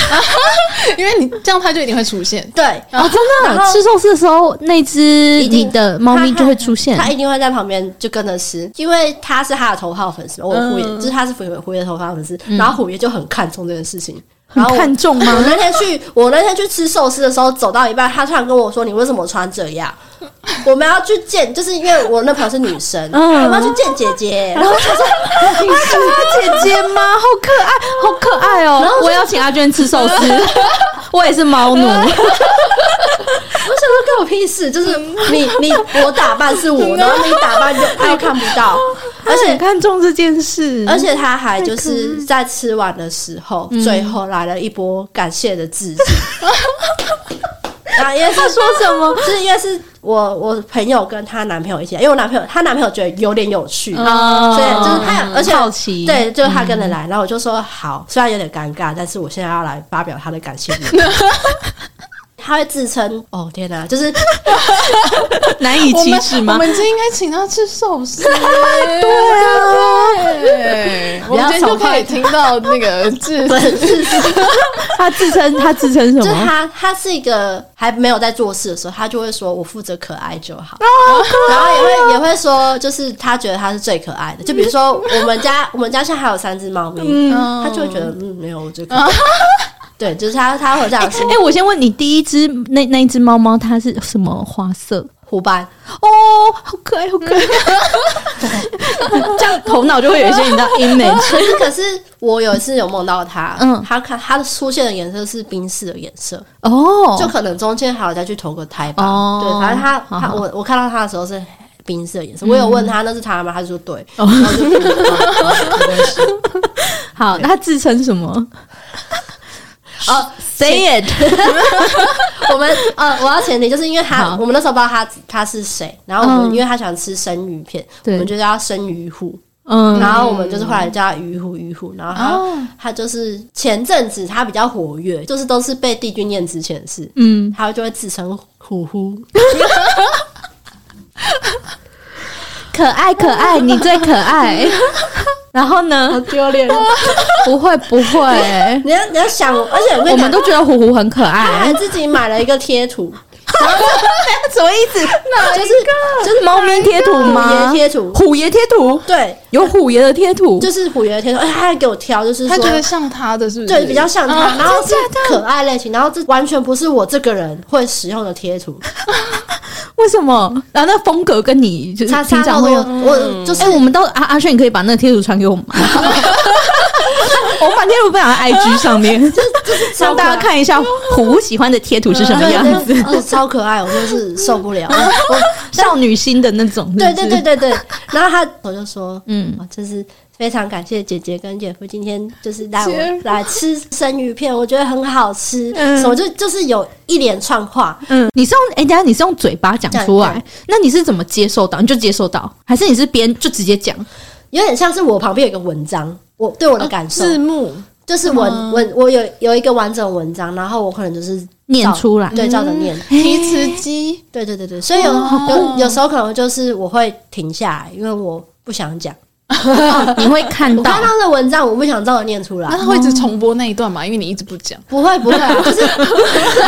Speaker 1: 因为你这样他就一定会出现，
Speaker 3: 对，
Speaker 2: 哦，真
Speaker 3: 然
Speaker 2: 的，
Speaker 3: 后
Speaker 2: 吃寿司的时候，那只
Speaker 3: 一定
Speaker 2: 你的猫咪就会出现。
Speaker 3: 他一定会在旁边就跟着吃，因为他是他的头号粉丝嘛，
Speaker 2: 嗯
Speaker 3: 我虎爷、就是他是虎爷虎爷的头号粉丝，然后虎爷就很看重这件事情，
Speaker 2: 很
Speaker 3: 然后我
Speaker 2: 看重
Speaker 3: 我
Speaker 2: 吗？
Speaker 3: 那天去，我那天去吃寿司的时候，走到一半，他突然跟我说：“你为什么穿这样？”我们要去见，就是因为我那朋友是女生，
Speaker 2: 嗯
Speaker 3: 我们要去见姐姐。然后他说：“
Speaker 2: 她姐姐吗？好可爱，好可爱哦！我要请阿娟吃寿司， 我也是猫奴。
Speaker 3: 我想说关我屁事，就是
Speaker 2: 嗯
Speaker 3: 你你我打扮是我，然后你打扮就他又看不 到，而
Speaker 2: 很
Speaker 3: 且
Speaker 2: 看重这件事，
Speaker 3: 而且他还就是在吃完的时候，
Speaker 2: 嗯
Speaker 3: 最后来了一波感谢的致敬。啊，因为他说什 么？就是因为是我我朋友跟她男朋友一起来，因为我男朋友她男朋友觉得有点有趣，
Speaker 2: 哦
Speaker 3: 所以就是他有，而且
Speaker 2: 好奇，嗯
Speaker 3: 对，就是他跟着来，然后我就说好，虽然有点尴尬，但是我现在要来发表他的感 谢礼。他会自称哦天哪，就是
Speaker 2: 难以
Speaker 1: 我
Speaker 2: 启
Speaker 1: 们
Speaker 2: 齿
Speaker 1: 我
Speaker 2: 吗？
Speaker 1: 们今天应该请他吃寿 司。对啊啊，我们今天就可以听到那个 字
Speaker 2: 他自称他自称什
Speaker 3: 就是
Speaker 2: 么？
Speaker 3: 他，他是一个还没有在做事的时候，他就会说我负责可爱就好，
Speaker 2: 哦
Speaker 3: 然后也会也会说，就是他觉得他是最可爱的。就比如说
Speaker 2: 嗯
Speaker 3: 我们家，我们家现在还有三只猫咪，他就会觉得嗯，没有我最可 爱。对，就是他，他会这样说
Speaker 2: 哎、。我先问你，第一只那那一只猫猫，它是什么花色？
Speaker 3: 虎斑，
Speaker 2: 哦，好可爱，好可爱！ 这样头脑就会有一些你 知道 image，
Speaker 3: 可是可是我有一次有梦到他，
Speaker 2: 嗯
Speaker 3: 他看他出现的颜色是冰室的颜色，
Speaker 2: 哦，
Speaker 3: 就可能中间还有再去投个胎吧。
Speaker 2: 哦
Speaker 3: 对，反正他
Speaker 2: 好
Speaker 3: 他
Speaker 2: 好
Speaker 3: 我我看到他的时候是冰色颜色，我有问他那是他吗？他就说对，然后我就觉得哦没关系
Speaker 2: 好，那它自称什么
Speaker 3: 哦，
Speaker 2: ？Say it，
Speaker 3: 我们呃，我要前提就是因为他
Speaker 2: 好，
Speaker 3: 我们那时候不知道他他是谁，然后我们、
Speaker 2: 嗯
Speaker 3: 因为他喜欢吃生鱼片，我
Speaker 2: 对
Speaker 3: 们就叫他生鱼户，
Speaker 2: 嗯，
Speaker 3: 然后我们就是后来叫他鱼户鱼户，然后他、
Speaker 1: 哦
Speaker 3: 他就是前阵子他比较活跃，就是都是被帝君念之前的事，
Speaker 2: 嗯，
Speaker 3: 他就会自称虎虎，
Speaker 2: 可爱可爱，你最可 爱。然后呢？
Speaker 3: 丢 脸。
Speaker 2: 不会不会，
Speaker 3: 你要你要想，而且我跟
Speaker 2: 我
Speaker 3: 你
Speaker 2: 们
Speaker 3: 讲，
Speaker 2: 都觉得虎虎很可
Speaker 3: 他
Speaker 2: 爱
Speaker 3: 还，自己买了一个贴图，
Speaker 2: 什么意思？
Speaker 3: 就是
Speaker 2: 就是猫咪贴图
Speaker 3: 虎爷
Speaker 2: 吗？
Speaker 3: 贴图，
Speaker 2: 虎爷贴图
Speaker 3: 对，
Speaker 2: 有虎爷的贴图，
Speaker 3: 就是虎爷的贴图，而且他还给我挑，就是
Speaker 1: 他
Speaker 3: 说
Speaker 1: 觉得像他的是不是？
Speaker 3: 对，比较像他，
Speaker 2: 哦
Speaker 1: 啊
Speaker 3: 然后是可爱类型，然后这完全不是我这个人会使用的贴图，
Speaker 2: 为什么？然后那风格跟你就是
Speaker 3: 差
Speaker 2: 嗯平
Speaker 3: 差
Speaker 2: 常
Speaker 3: 到
Speaker 2: 会有
Speaker 3: 我，我就是
Speaker 2: 哎、我们到阿阿炫，你可以把那个贴图传给 我们吗？我们把贴图分享在 IG 上面， 让大家看一下虎喜欢的贴图是什么样子，
Speaker 3: 对，对嗯超可爱，我真的是受不 了。我
Speaker 2: 少女心的那种。
Speaker 3: 对
Speaker 2: 是不
Speaker 3: 对
Speaker 2: 是
Speaker 3: 对，对对，然后他我就说，
Speaker 2: 嗯，
Speaker 3: 我真是非常感谢姐姐跟姐夫今天就是带
Speaker 1: 姐
Speaker 3: 我
Speaker 1: 夫
Speaker 3: 来吃生鱼片，我觉得很好吃，
Speaker 2: 嗯
Speaker 3: 什么就就是有一连串话，
Speaker 2: 嗯，你是用哎，等一下你是用嘴巴讲出
Speaker 3: 对
Speaker 2: 来，那你是怎么接受到？你就接受到，还是你是边就直接讲？
Speaker 3: 有点像是我旁边有个文章，我对我的感受、
Speaker 1: 字幕
Speaker 3: 就是我
Speaker 1: 嗯
Speaker 3: 我我有有一个完整文章，然后我可能就是
Speaker 2: 念
Speaker 3: 照
Speaker 2: 出来
Speaker 1: 嗯
Speaker 3: 对，照着念。
Speaker 1: 提词机，
Speaker 3: 对对对对，所以有
Speaker 1: 哇
Speaker 3: 有有时候可能就是我会停下来，因为我不想讲。
Speaker 2: 你会看
Speaker 3: 我
Speaker 2: 到
Speaker 3: 看到的文章，我不想照着念出来
Speaker 1: 那。他会一直重播那一段嘛？因为你一直不讲，
Speaker 3: 不会不会，就是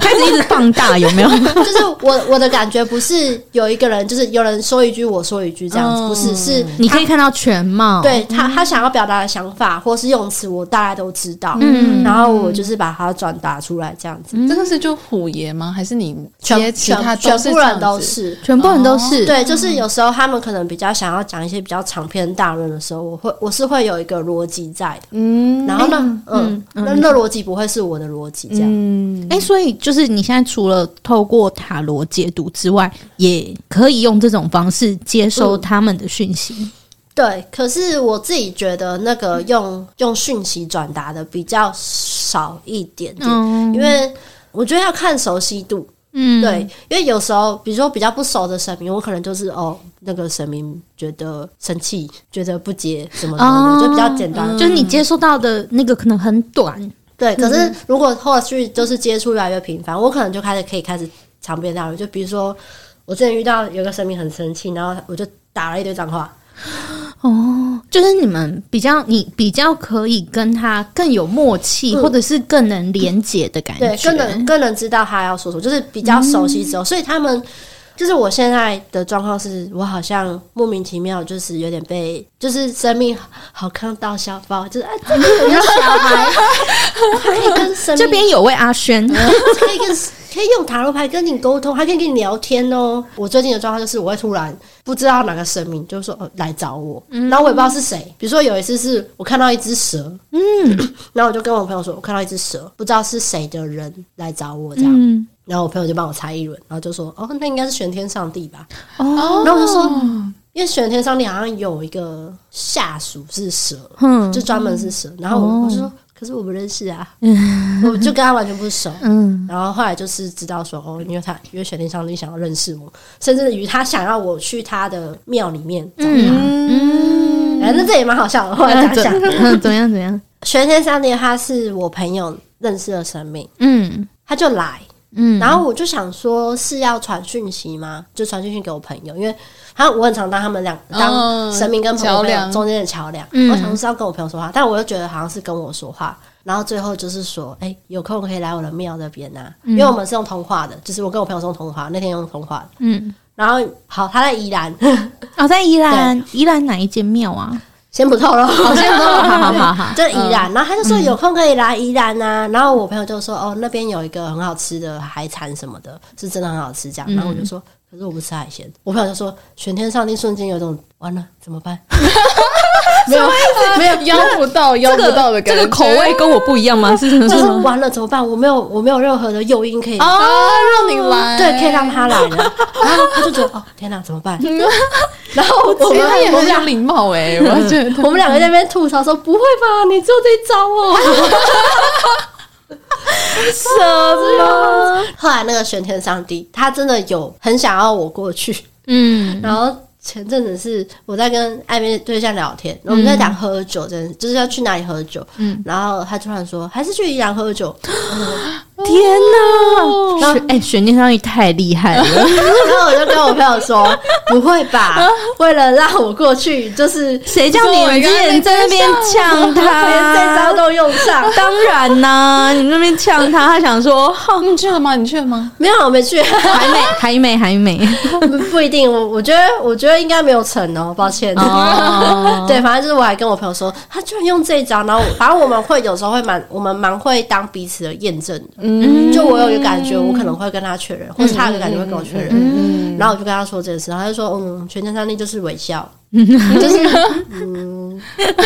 Speaker 2: 开始一直放大，有 没有？
Speaker 3: 就是我我的感觉不是有一个人，就是有人说一句我说一句这样子，
Speaker 1: 嗯
Speaker 3: 不是是
Speaker 2: 你可以看到全貌。，
Speaker 3: 对他他想要表达的想法或是用词，我大概都知道。
Speaker 2: 嗯
Speaker 3: 然后我就是把它转达出来这样子，
Speaker 1: 真的是就虎爷吗？还是你接
Speaker 3: 嗯全
Speaker 1: 其他
Speaker 3: 全
Speaker 1: 都
Speaker 3: 全
Speaker 1: 是
Speaker 3: 部
Speaker 1: 这样
Speaker 3: 人
Speaker 1: 子
Speaker 3: 都是。
Speaker 2: 全部人都是。
Speaker 3: 对，就是有时候他们可能比较想要讲一些比较长篇大论的时候，我会我是会有一个逻辑在的，
Speaker 1: 嗯
Speaker 3: 然后呢，
Speaker 2: 嗯
Speaker 3: 嗯，那那逻辑不会是我的逻辑这样，
Speaker 1: 嗯，
Speaker 2: 哎、所以就是你现在除了透过塔罗解读之外，也可以用这种方式接
Speaker 3: 嗯
Speaker 2: 收他们的讯息。
Speaker 3: 对，可是我自己觉得那个用用讯息转达的比较少一点点，
Speaker 2: 嗯
Speaker 3: 因为我觉得要看熟悉度。
Speaker 2: 嗯，
Speaker 3: 对，因为有时候，比如说比较不熟的神明，我可能就是哦，那个神明觉得生气，觉得不解什么什么
Speaker 2: 哦
Speaker 3: 的，就比较简单。
Speaker 2: 就是你接收到的那个可能很短，
Speaker 3: 对，可
Speaker 2: 嗯
Speaker 3: 是如果后续就是接触越来越频繁，我可能就开始可以开始长篇大论，就比如说我之前遇到有个神明很生气，然后我就打了一堆脏话。
Speaker 2: 就是你们比较，你比较可以跟他更有默契，
Speaker 3: 嗯
Speaker 2: 或者是更能连结的感觉。
Speaker 3: 对，更能更能知道他要说什么，就是比较熟悉
Speaker 2: 嗯
Speaker 3: 之后，所以他们就是我现在的状况是，我好像莫名其妙就是有点被，就是生命好看到小包，就是哎，这个有小孩 可以跟生命
Speaker 2: 这边有位阿轩，
Speaker 3: 可以跟可以用塔罗牌跟你沟通，还可以跟你聊天哦。我最近的状况就是，我会突然不知道哪个神明，就是说、哦、来找我，
Speaker 2: 嗯
Speaker 3: 然后我也不知道是谁。比如说有一次是我看到一只蛇，嗯， 然后我就跟我朋友说，我看到一只蛇，不知道是谁的人来找我这样。
Speaker 2: 嗯，
Speaker 3: 然后我朋友就帮我猜一轮，然后就说：“哦，那应该是玄天上帝吧？
Speaker 1: 哦，
Speaker 3: 然后我就说因为玄天上帝好像有一个下属是蛇，
Speaker 2: 哼哦
Speaker 3: 就，专门是蛇。”然后我我就说：“可是我不认识啊，我就跟他完全不熟。”
Speaker 2: 嗯，
Speaker 3: 然后后来就是知道说，哦，因为他因为玄天上帝想要认识我，甚至于他想要我去他的庙里面找他。
Speaker 1: 嗯，
Speaker 3: 反正、这也蛮好笑的。后来想
Speaker 2: 怎
Speaker 3: 想，
Speaker 2: 嗯怎么样怎么 样？
Speaker 3: 玄天上帝他是我朋友认识的神明，
Speaker 2: 嗯
Speaker 3: 他就来，
Speaker 2: 嗯，
Speaker 3: 然后我就想说是要传讯息吗？就传讯息给我朋友，因为他我很常当他们两
Speaker 2: 哦
Speaker 3: 当
Speaker 1: 嗯
Speaker 3: 神明跟朋友
Speaker 1: 桥梁
Speaker 3: 中间的桥梁。
Speaker 2: 嗯
Speaker 3: 我想说是要跟我朋友说话，但我又觉得好像是跟我说话。然后最后就是说，哎、有空可以来我的庙这边呐、啊
Speaker 1: 嗯
Speaker 3: 因为我们是用通话的，就是我跟我朋友是用通话，那天用通话的。
Speaker 2: 嗯，
Speaker 3: 然后好，他在宜兰，
Speaker 2: 哦，在宜兰，宜兰哪一间庙啊？
Speaker 3: 先不透露，
Speaker 2: 哦，先说，好好好好，
Speaker 3: 就是宜
Speaker 1: 嗯
Speaker 3: 兰。然后他就说有空可以来宜兰啊。然后我朋友就说，哦，那边有一个很好吃的海产什么的，是真的很好吃这
Speaker 1: 嗯
Speaker 3: 样。然后我就说，可是我不吃海鲜。我朋友就说，玄天上帝瞬间有种完了怎 么办？
Speaker 1: 没有 没 有邀不到邀不到的感
Speaker 2: 这
Speaker 1: 觉，
Speaker 2: 个口味跟我不一样吗？是什么？
Speaker 3: 就是完了怎么办？我没有我没有任何的诱因可以。
Speaker 1: 啊，让你来，
Speaker 3: 哦对，可以让他来了， 然后他就觉得哦，天哪，怎么办？ 然后我
Speaker 1: 其
Speaker 3: 们
Speaker 1: 实他也
Speaker 3: 我
Speaker 1: 很
Speaker 3: 们俩
Speaker 1: 有礼貌 哎，我觉得
Speaker 3: 我们两个在那边吐槽说，不会吧，你只有这一招哦。
Speaker 2: 什么？
Speaker 3: 后来那个玄天上帝，他真的有很想要我过去，
Speaker 2: 嗯
Speaker 3: 然后前阵子是我在跟暧昧对象聊天，我们在讲喝酒，真的就是要去哪里喝酒。
Speaker 2: 嗯
Speaker 3: 然后他突然说，还是去宜兰喝酒。
Speaker 2: 天
Speaker 3: 哦
Speaker 2: 哪！悬哎，悬念上帝太厉害 了，
Speaker 3: 然后我就跟我朋友说，不会吧？为了让我过去，就是连
Speaker 2: 谁叫你之前在那边呛
Speaker 3: 这招
Speaker 2: 他？
Speaker 3: 都用上。
Speaker 2: 当然啦、你那边呛他，他想说哼
Speaker 1: 哦你去了吗？你去了吗？
Speaker 3: 没有，我没去，
Speaker 2: 还没还没还 没
Speaker 3: 不一定。我我觉得，我觉得应该没有成哦，抱歉。
Speaker 2: 哦，
Speaker 3: 对，反正就是我还跟我朋友说，他居然用这一招，然后 我反正我们会有时候会蛮，我们蛮会当彼此的验证的。
Speaker 1: 嗯
Speaker 3: 就我有一个感觉，我可可能会跟他确认，或是他有个感觉会跟我确认。
Speaker 2: 嗯
Speaker 3: 然后我就跟他说这件事，然后他就说：“嗯，全身上力就是微笑，就是嗯，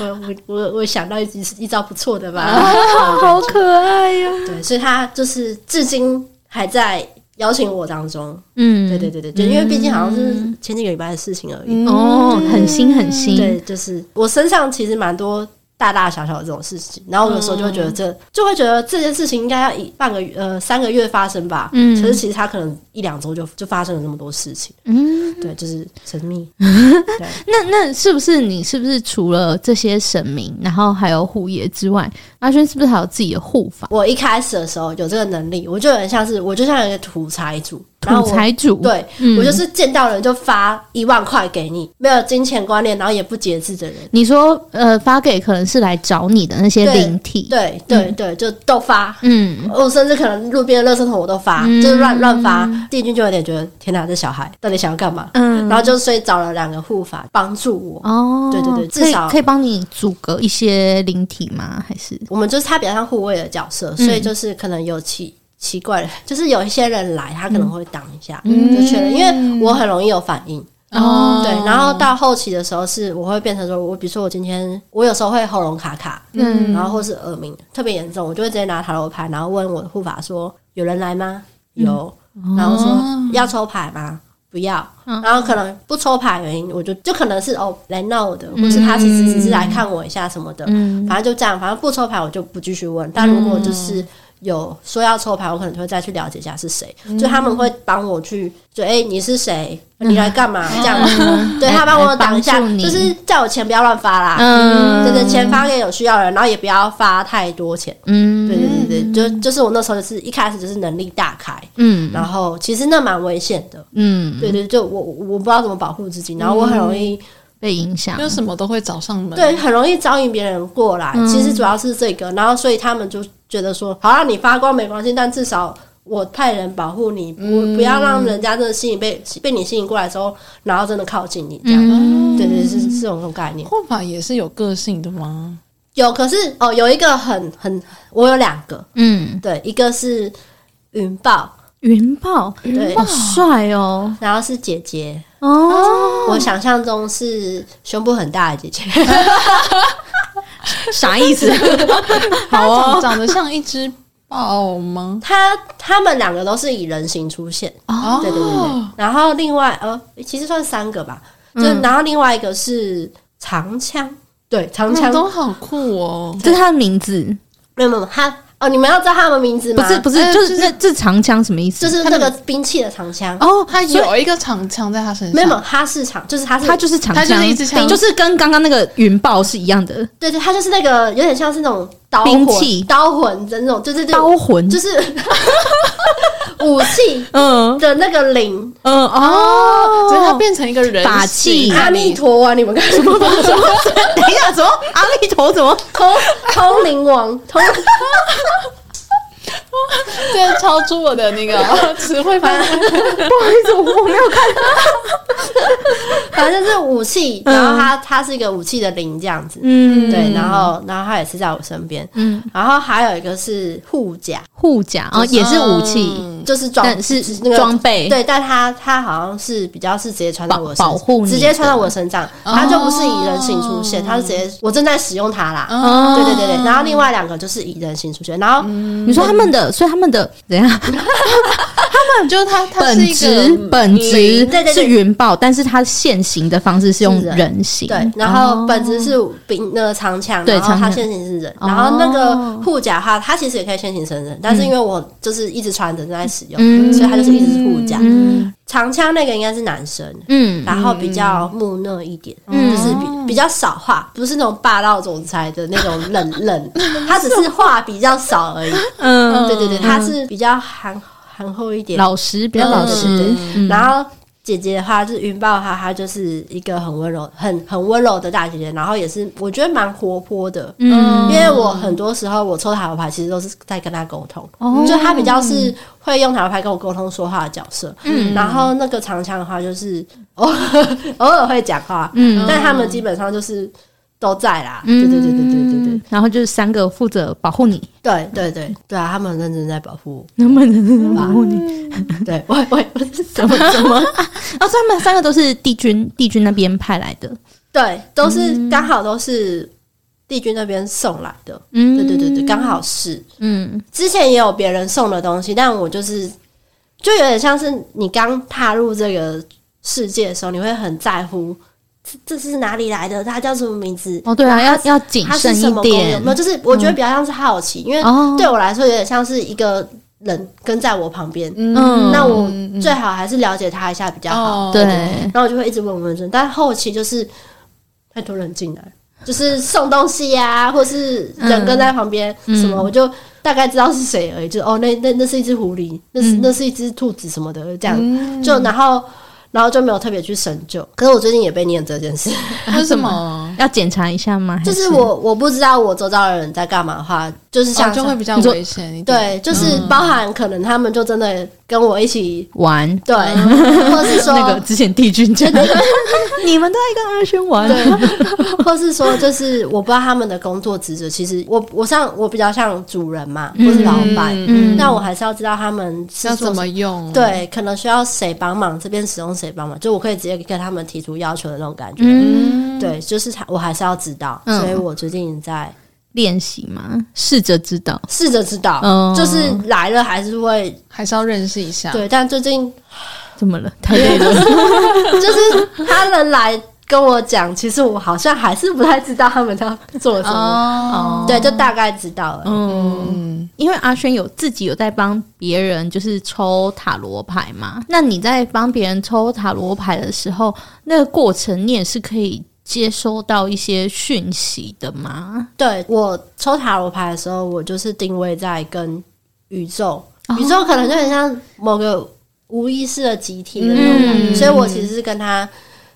Speaker 3: 我我我我想到一一招不错的吧。
Speaker 1: 哦
Speaker 2: 好可爱呀、”
Speaker 3: 对，所以他就是至今还在邀请我当中。
Speaker 2: 嗯，
Speaker 3: 对对对对，就因为毕竟好像是前几个礼拜的事情而
Speaker 1: 嗯
Speaker 3: 已。
Speaker 2: 哦，很新很新，
Speaker 3: 对，就是我身上其实蛮多大大小小的这种事情，然后我有时候就会
Speaker 2: 哦
Speaker 3: 觉得这就会觉得这件事情应该要一半个月呃三个月发生吧，
Speaker 2: 嗯
Speaker 3: 可是其实他可能一两周就就发生了这么多事情，
Speaker 2: 嗯，
Speaker 3: 对，就是神秘。
Speaker 2: 那那是不是你是不是除了这些神明，然后还有护爷之外，阿轩是不是还有自己的护法？
Speaker 3: 我一开始的时候有这个能力，我就很像是我就像一个土财主，然后
Speaker 2: 土
Speaker 3: 我
Speaker 2: 财主，
Speaker 3: 对、
Speaker 2: 嗯
Speaker 3: 我就是见到人就发一万块给你，没有金钱观念，然后也不节制的人。
Speaker 2: 你说呃，发给可能是来找你的那些
Speaker 3: 对
Speaker 2: 灵体，
Speaker 3: 对对对，就都发。
Speaker 2: 嗯，
Speaker 3: 我哦甚至可能路边的垃圾桶我都发，
Speaker 2: 嗯
Speaker 3: 就是乱乱发。帝君就有点觉得，天哪，这小孩到底想要干嘛？
Speaker 2: 嗯
Speaker 3: 然后就所以找了两个护法帮助我。
Speaker 2: 哦，
Speaker 3: 对对对
Speaker 2: 可以
Speaker 3: 至少
Speaker 2: 可以帮你阻隔一些灵体吗？还是
Speaker 3: 我们就是他比较像护卫的角色，所
Speaker 2: 嗯
Speaker 3: 以就是可能有奇奇怪的，就是有一些人来，他
Speaker 2: 嗯
Speaker 3: 可能会挡一下，就确认，因为我很容易有反应。
Speaker 1: 哦
Speaker 3: 对，然后到后期的时候是，我会变成说，我比如说我今天我有时候会喉咙卡卡，
Speaker 2: 嗯
Speaker 3: 然后或是耳鸣特别严重，我就会直接拿塔罗牌，然后问我的护法说有人来吗？有，然后说要抽牌吗？不要，
Speaker 2: 嗯
Speaker 3: 然后可能不抽牌原因，我就就可能是哦来闹的，或是他其实只是来看我一下什么的，
Speaker 2: 嗯
Speaker 3: 反正就这样，反正不抽牌我就不继续问。但如果就是
Speaker 2: 嗯
Speaker 3: 有说要抽牌，我可能就会再去了解一下是谁，
Speaker 2: 嗯
Speaker 3: 就他们会帮我去，就哎、你是谁，你来干嘛、这样子，
Speaker 2: 嗯
Speaker 3: 对
Speaker 2: 哦来
Speaker 3: 他帮我挡一
Speaker 2: 来
Speaker 3: 下
Speaker 2: 帮助，你
Speaker 3: 就是叫我钱不要乱发啦，
Speaker 2: 嗯
Speaker 3: 对对，钱发给有需要的人，然后也不要发太多钱，
Speaker 2: 嗯
Speaker 3: 对对对对，就就是我那时候就是一开始就是能力大开，
Speaker 2: 嗯
Speaker 3: 然后其实那蛮危险的。
Speaker 2: 嗯，
Speaker 3: 对对，就我我我不知道怎么保护自己，然后我很容易
Speaker 2: 被影响
Speaker 1: 因，为什么都会找上门，
Speaker 3: 对，，很容易招引别人过来。
Speaker 2: 嗯
Speaker 3: 其实主要是这个，然后所以他们就觉得说，好让你发光没关系，但至少我派人保护你，不、
Speaker 2: 嗯
Speaker 3: 不要让人家真的吸引被被你吸引过来之后，然后真的靠近
Speaker 2: 嗯
Speaker 3: 你这样。
Speaker 1: 嗯
Speaker 3: 对对，是是这种概念。
Speaker 1: 护法也是有个性的 吗？
Speaker 3: 有，可是哦，有一个很很，我有两个，
Speaker 2: 嗯，
Speaker 3: 对，一个是云豹，
Speaker 2: 云豹
Speaker 3: 对，
Speaker 2: 好帅哦，
Speaker 3: 然后是姐姐。
Speaker 2: 哦，
Speaker 3: 我想象中是胸部很大的姐姐，
Speaker 2: 啥意思？
Speaker 1: 好哦，长得像一只豹吗？
Speaker 3: 她她们两个都是以人形出现，
Speaker 1: 哦
Speaker 3: 对对对对。然后另外呃，其实算三个吧，就
Speaker 2: 嗯
Speaker 3: 然后另外一个是长枪，对，长枪
Speaker 1: 嗯都好酷哦，
Speaker 2: 这是他的名字，
Speaker 3: 没有没有他哦，你们要知道他们名字
Speaker 2: 不
Speaker 3: 吗？
Speaker 2: 是不是，
Speaker 1: 呃
Speaker 2: 就是那这长枪什么意思？
Speaker 3: 就是那个兵器的长枪，
Speaker 2: 哦，
Speaker 1: 他
Speaker 2: 所以
Speaker 1: 有一个长枪在他身上，
Speaker 3: 没有没有，他是长，就是他是
Speaker 2: 它就是长枪，
Speaker 1: 它就是一支枪
Speaker 2: 就是跟刚刚那个云豹是一样的
Speaker 3: 对对，他就是那个有点像是那种刀
Speaker 2: 兵
Speaker 3: 魂
Speaker 2: 器
Speaker 3: 刀魂的那种，对对对，
Speaker 2: 刀魂，
Speaker 3: 就是武器
Speaker 2: 嗯
Speaker 3: 的那个 灵。
Speaker 2: 嗯哦，
Speaker 1: 所以他变成一个人
Speaker 2: 法器
Speaker 1: 形
Speaker 3: 阿弥，陀啊，你们干什 么？
Speaker 2: 等一
Speaker 3: 啊
Speaker 2: 下，怎么阿弥陀怎么？
Speaker 3: 通通灵王，通
Speaker 1: 这超出我的那 个词汇范围。
Speaker 3: 反正是武器，然后它它是一个武器的灵这样子，
Speaker 2: 嗯，
Speaker 3: 对，然后然后它也是在我身边，
Speaker 2: 嗯，
Speaker 3: 然后还有一个是护甲，
Speaker 2: 护甲哦，也是武器，
Speaker 1: 嗯
Speaker 3: 嗯就是装
Speaker 2: 但是
Speaker 3: 那个
Speaker 2: 装备，
Speaker 3: 对，但它它好像是比较是直接穿到我身
Speaker 2: 保保护你的哦
Speaker 3: 直接穿到我身上，它就不是以人形出现，它是直接我正在使用它啦。
Speaker 2: 哦，
Speaker 3: 对对对对，然后另外两个就是以人形出现，然后
Speaker 2: 你说他们的，所以他们的怎样？
Speaker 1: 就是他，他
Speaker 2: 本
Speaker 1: 是一
Speaker 2: 质
Speaker 1: 个
Speaker 2: 本质
Speaker 3: 对对对
Speaker 2: 是云豹，但是它现行的方式是用
Speaker 3: 是人
Speaker 2: 人形，
Speaker 3: 对，然后
Speaker 2: 哦
Speaker 3: 本质是柄那个长枪，
Speaker 2: 对
Speaker 3: 然后
Speaker 2: 长
Speaker 3: 它
Speaker 2: 枪
Speaker 3: 现行是人，
Speaker 2: 哦
Speaker 3: 然后那个护甲的话，它其实也可以现行成人，但是因为我就是一直穿着正在使用，
Speaker 2: 嗯
Speaker 3: 所以它就是一直是护甲。
Speaker 2: 嗯
Speaker 3: 长枪那个应该是男生，
Speaker 2: 嗯
Speaker 3: 然后比较木讷一点，
Speaker 2: 嗯
Speaker 3: 就是比比较少画，不是那种霸道总裁的那种冷 冷，他只是话比较少而已。
Speaker 2: 嗯，
Speaker 3: 对对对，他是比较含含厚一点，
Speaker 2: 老实比较老实
Speaker 3: 嗯，然后姐姐的话就是云豹哈，她就是一个很温柔、很很温柔的大姐姐，然后也是我觉得蛮活泼的。
Speaker 2: 嗯
Speaker 3: 因为我很多时候我抽塔罗牌，其实都是在跟她沟通，
Speaker 2: 哦
Speaker 3: 就她比较是会用塔罗牌跟我沟通说话的角色。嗯，然后那个长枪的话，就是偶偶尔会讲话，
Speaker 2: 嗯
Speaker 3: 但他们基本上就是都在啦。对对对对对对对
Speaker 2: 嗯，然后就是三个负责保护你，
Speaker 3: 对对对对啊，他们很认真在保护
Speaker 2: 能不能保护你？
Speaker 3: 我。对，我我我是怎么怎么？
Speaker 2: 哦，所以他们三个都是帝君帝君那边派来的，
Speaker 3: 对，都是刚好都是帝君那边送来的。
Speaker 2: 嗯
Speaker 3: 对对对对，刚，好是
Speaker 2: 嗯
Speaker 3: 之前也有别人送的东西，但我就是就有点像是你刚踏入这个世界的时候，你会很在乎这这是哪里来的，它叫什么名字，
Speaker 2: 哦，对啊，要要谨
Speaker 3: 它是
Speaker 2: 慎
Speaker 3: 什
Speaker 2: 一
Speaker 3: 么功能，有
Speaker 2: 点
Speaker 3: 没有？就是我觉得比较像是好奇，因为
Speaker 2: 哦，
Speaker 3: 对我来说有点像是一个人跟在我旁边，
Speaker 2: 嗯
Speaker 3: 那我
Speaker 1: 嗯嗯
Speaker 3: 最好还是了解他一下比较好。
Speaker 1: 哦
Speaker 2: 对，
Speaker 3: 然后我就会一直问问问，但后期就是太多人进来，就是送东西呀、或是人跟在旁边、
Speaker 2: 嗯
Speaker 3: 什么，我就大概知道是谁而已。就哦，那那那是一只狐狸，那是、那是一只兔子什么的，这样、
Speaker 1: 嗯
Speaker 3: 就然后。然后就没有特别去深究，可是我最近也被念这件事，
Speaker 1: 为什么？
Speaker 2: 要检查一下吗？还
Speaker 3: 就是我我不知道我周遭的人在干嘛的话，就是
Speaker 1: 哦
Speaker 3: 像、
Speaker 1: 就会比较
Speaker 2: 你说
Speaker 1: 危险一点。
Speaker 3: 对，就是包含可能他们就真的跟我一起
Speaker 2: 玩。
Speaker 3: 对，或是说
Speaker 2: 那个之前帝君 讲，你们都在跟阿轩玩，
Speaker 3: 对， 或是说就是我不知道他们的工作职责，其实我我像我比较像主人嘛，或是老板，
Speaker 2: 嗯
Speaker 3: 那我还是要知道他们是
Speaker 1: 要
Speaker 3: 做
Speaker 1: 怎么用？，
Speaker 3: 对，可能需要谁帮忙，这边使用谁帮忙，就我可以直接跟他们提出要求的那种感觉。
Speaker 2: 嗯，
Speaker 3: 对，就是他，我还是要知道，
Speaker 2: 嗯
Speaker 3: 所以我最近在
Speaker 2: 练习嘛，试着知道，
Speaker 3: 试着知道，
Speaker 1: 哦
Speaker 2: 嗯
Speaker 3: 就是来了还是会
Speaker 1: 还是要认识一下。，
Speaker 3: 对，但最近
Speaker 2: 怎么了？太累了，
Speaker 3: 就是他们来跟我讲，其实我好像还是不太知道他们要做什么，
Speaker 1: 哦，
Speaker 3: 对，就大概知道了。
Speaker 2: 嗯。
Speaker 1: 嗯，
Speaker 2: 因为阿轩有自己有在帮别人就是抽塔罗牌嘛，那你在帮别人抽塔罗牌的时候，那个过程你也是可以接收到一些讯息的吗？
Speaker 3: 对我抽塔罗牌的时候，我就是定位在跟宇宙，
Speaker 2: 哦
Speaker 3: 宇宙可能就很像某个无意识的集体的那种感觉，
Speaker 2: 嗯
Speaker 3: 所以我其实是跟他